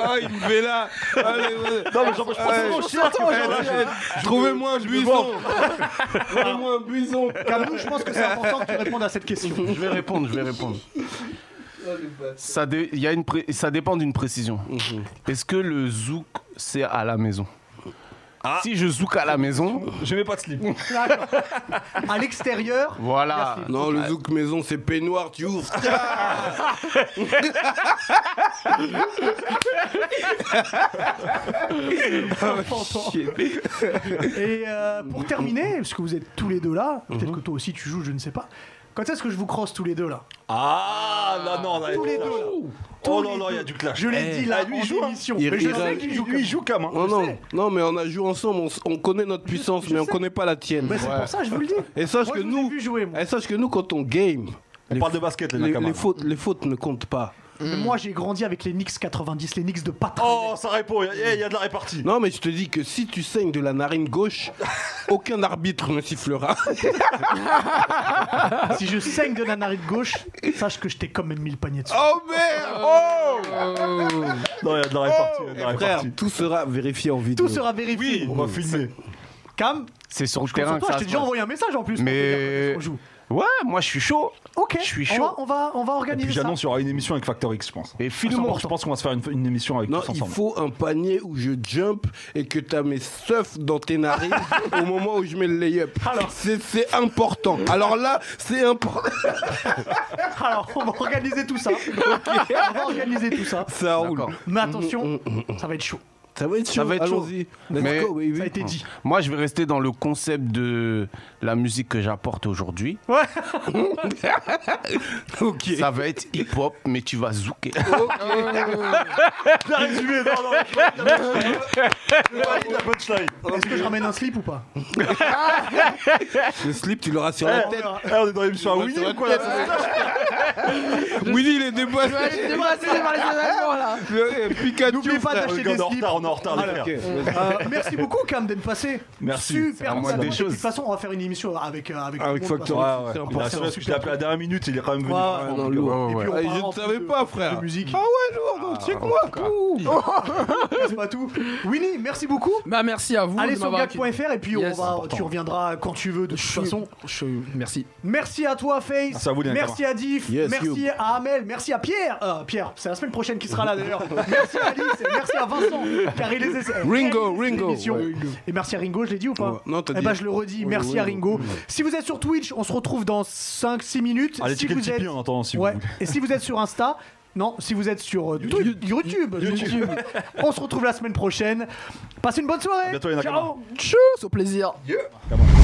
D: Ah, il me met là Allez, ouais.
B: Non mais j'en je pense
D: Ouais,
B: trop
D: je-
B: chiant aujourd'hui. hein.
D: Trouvez-moi un buisson Trouvez-moi un buisson
A: Camou, je pense que c'est important que tu répondes à cette
B: *laughs*
A: question.
G: Je vais répondre, je vais répondre. Ça, dé- il y a une pré- ça dépend d'une précision.
A: Mhm.
G: Est-ce que le zouk, c'est à la maison
A: Ah.
G: Si je zouk à la maison,
B: Je mets pas de slip.
A: À l'extérieur,
G: voilà.
D: Non, le zouk maison, c'est peignoir,
A: *laughs*
D: tu ouvres
B: Ah,
A: *laughs* et euh, pour terminer, parce que vous êtes tous les deux là, peut-être
B: Mhm.
A: que toi aussi tu joues, je ne sais pas. Quand est-ce que je vous crosse tous les deux là
B: Ah non non. là,
A: Tous les deux là.
B: Oh
A: Tous
B: non
A: les
B: non, il y a
A: deux.
B: du clash.
A: Je l'ai
D: Eh.
A: dit là,
B: Ah, lui, il
A: en
B: joue, hein.
A: émission.
D: Il-
A: Mais
D: il
A: je
D: reste-
A: sais qu'il joue.
B: Lui il joue Cam. hein.
D: Non, non, non, mais on a joué ensemble, on, s- on connaît notre puissance, mais on
A: sais.
D: connaît pas la tienne.
A: Mais Bah, c'est pour ça, je vous le dis.
D: Et sache
A: Moi,
D: que
A: je vous ai
D: nous,
A: vu jouer, moi.
D: et sache que nous, quand on game,
B: On
D: les,
B: parle de basket les
D: les-
B: Nakama.
D: les fautes, les fautes ne comptent pas.
B: Eh.
A: Mais Moi, j'ai grandi avec les Knicks 90, les Knicks de Patrick.
B: Oh ça répond. Il y, a- eh, il y a de la répartie.
D: Non, mais je te dis que si tu saignes de la
A: *laughs*
D: narine gauche, aucun arbitre ne sifflera.
A: Si je saigne de la narine gauche, sache que je t'ai quand même mis le panier dessus.
D: Oh merde Oh
B: Non il y a de la répartie. il y a de la
D: Frère,
B: répartie.
D: tout sera vérifié en vidéo.
A: Tout sera vérifié.
B: Oh, On va filmer.
A: Cam,
G: C'est sur le
A: je compte
G: terrain
A: sur
G: que
A: toi, je
G: ça
A: t'ai
G: se
A: déjà
G: passe.
A: envoyé un message en plus. pour
G: Mais-
A: te dire quand est-ce qu'on joue.
G: Ouais, moi je suis chaud.
A: Ok,
G: Je suis
A: on
G: chaud.
A: va, on va, on va
B: Et
A: organiser
B: puis
A: ça.
B: j'annonce il y aura une émission avec Factor X je pense.
A: Ah,
G: Et
B: Bon,
G: filme-moi.
B: je pense qu'on va se faire une, une émission avec
D: Non,
B: tous
D: il
B: ensemble.
D: faut un panier où je jump et que tu as mes seufs dans tes narines au moment où je mets le lay-up.
A: Alors.
D: C'est- C'est important. Alors là, c'est important.
A: *laughs*
D: *laughs*
A: Alors, on va organiser tout ça. On va organiser tout ça.
D: Ça roule.
G: D'accord.
A: Mais attention, ça va être chaud.
D: Ça va être chaud.
G: Ça va être chaud.
D: Allons-y. Let's
G: Mais-
D: go, baby.
A: Ça a été dit.
G: Moi, je vais rester dans le concept de la musique que j'apporte aujourd'hui. *laughs*
A: *laughs*
D: Ok.
G: Ça va être hip-hop, mais tu vas zouker.
B: T'as résumé, non, non, je valide la punchline. Je valide la punchline.
A: Est-ce que je ramène un slip ou pas
D: Le slip, tu l'auras sur la
B: Eh,
D: tête.
B: eh, on est dans l'émission à Winnie ou quoi là
D: *laughs* Winnie, il est dépassé.
E: C'est moi, c'est
D: *laughs*
E: moi, les événements, là.
D: Le- eh, Pikachu.
A: N'oubliez pas
B: On
A: d'acheter
B: est
A: des
B: en
A: slips.
B: retard, on est en retard, les
A: Voilà.
B: frères.
A: Euh, merci beaucoup, Cam, d'être passé.
B: Merci. C'est
A: Super.
G: la moindre
A: content.
G: des
A: Et puis, De
G: choses.
A: toute façon, on va faire une émission avec euh, avec,
D: Avec
A: tout le monde,
D: Factor.
A: parce
B: Ouais, ouais.
D: C'est
B: Il a
D: important.
B: assuré parce que je l'ai appelé à la dernière minute, il est quand même venu.
A: Ouais,
B: franchement,
A: ouais,
B: donc,
D: non,
B: euh,
A: que- Et
D: lourd.
A: puis, on
D: Ah,
A: parlera
D: je ne
A: en plus
D: savais
A: de-
D: pas, frère.
A: De musique,
D: Ah ouais, lourd, donc c'est quoi
A: c'est pas tout. Winnie, merci beaucoup.
E: Bah, merci à vous.
A: Allez
E: de
A: sur
E: m'avoir accueilli.
A: gag.fr et puis
E: Yes.
A: on va, tu reviendras quand tu veux de toute
E: Je-
A: façon.
E: je- Merci.
A: Merci à toi, Face.
D: Ah,
B: Merci à vous, les
A: merci à Diff.
D: Yes,
A: merci
D: you.
A: à Amel. Merci à Pierre. Euh, Pierre, c'est la semaine prochaine qui sera là
D: *laughs*
A: d'ailleurs. merci à Alice. et merci à Vincent. Car il les essaie.
D: Ringo, Ringo. Ouais.
A: Et merci à Ringo, je l'ai dit ou pas
D: Ouais. Non, t'as
A: Eh
D: dit.
A: ben, je le redis.
D: Ouais,
A: merci
D: ouais,
A: à Ringo.
D: ouais.
A: Si vous êtes sur Twitch, on se retrouve dans 5-6 minutes.
B: Allez,
A: si
B: checker le
A: vous êtes.
B: Tipeee en attendant si vous
A: Ouais.
B: voulez.
A: Et si vous êtes sur Insta. Non, si vous êtes sur euh, Twi- YouTube, YouTube. on se retrouve la semaine prochaine. Passez une bonne soirée.
B: bientôt, les Nakamas.
A: Ciao.
E: Tchuss, au plaisir.
B: Come on.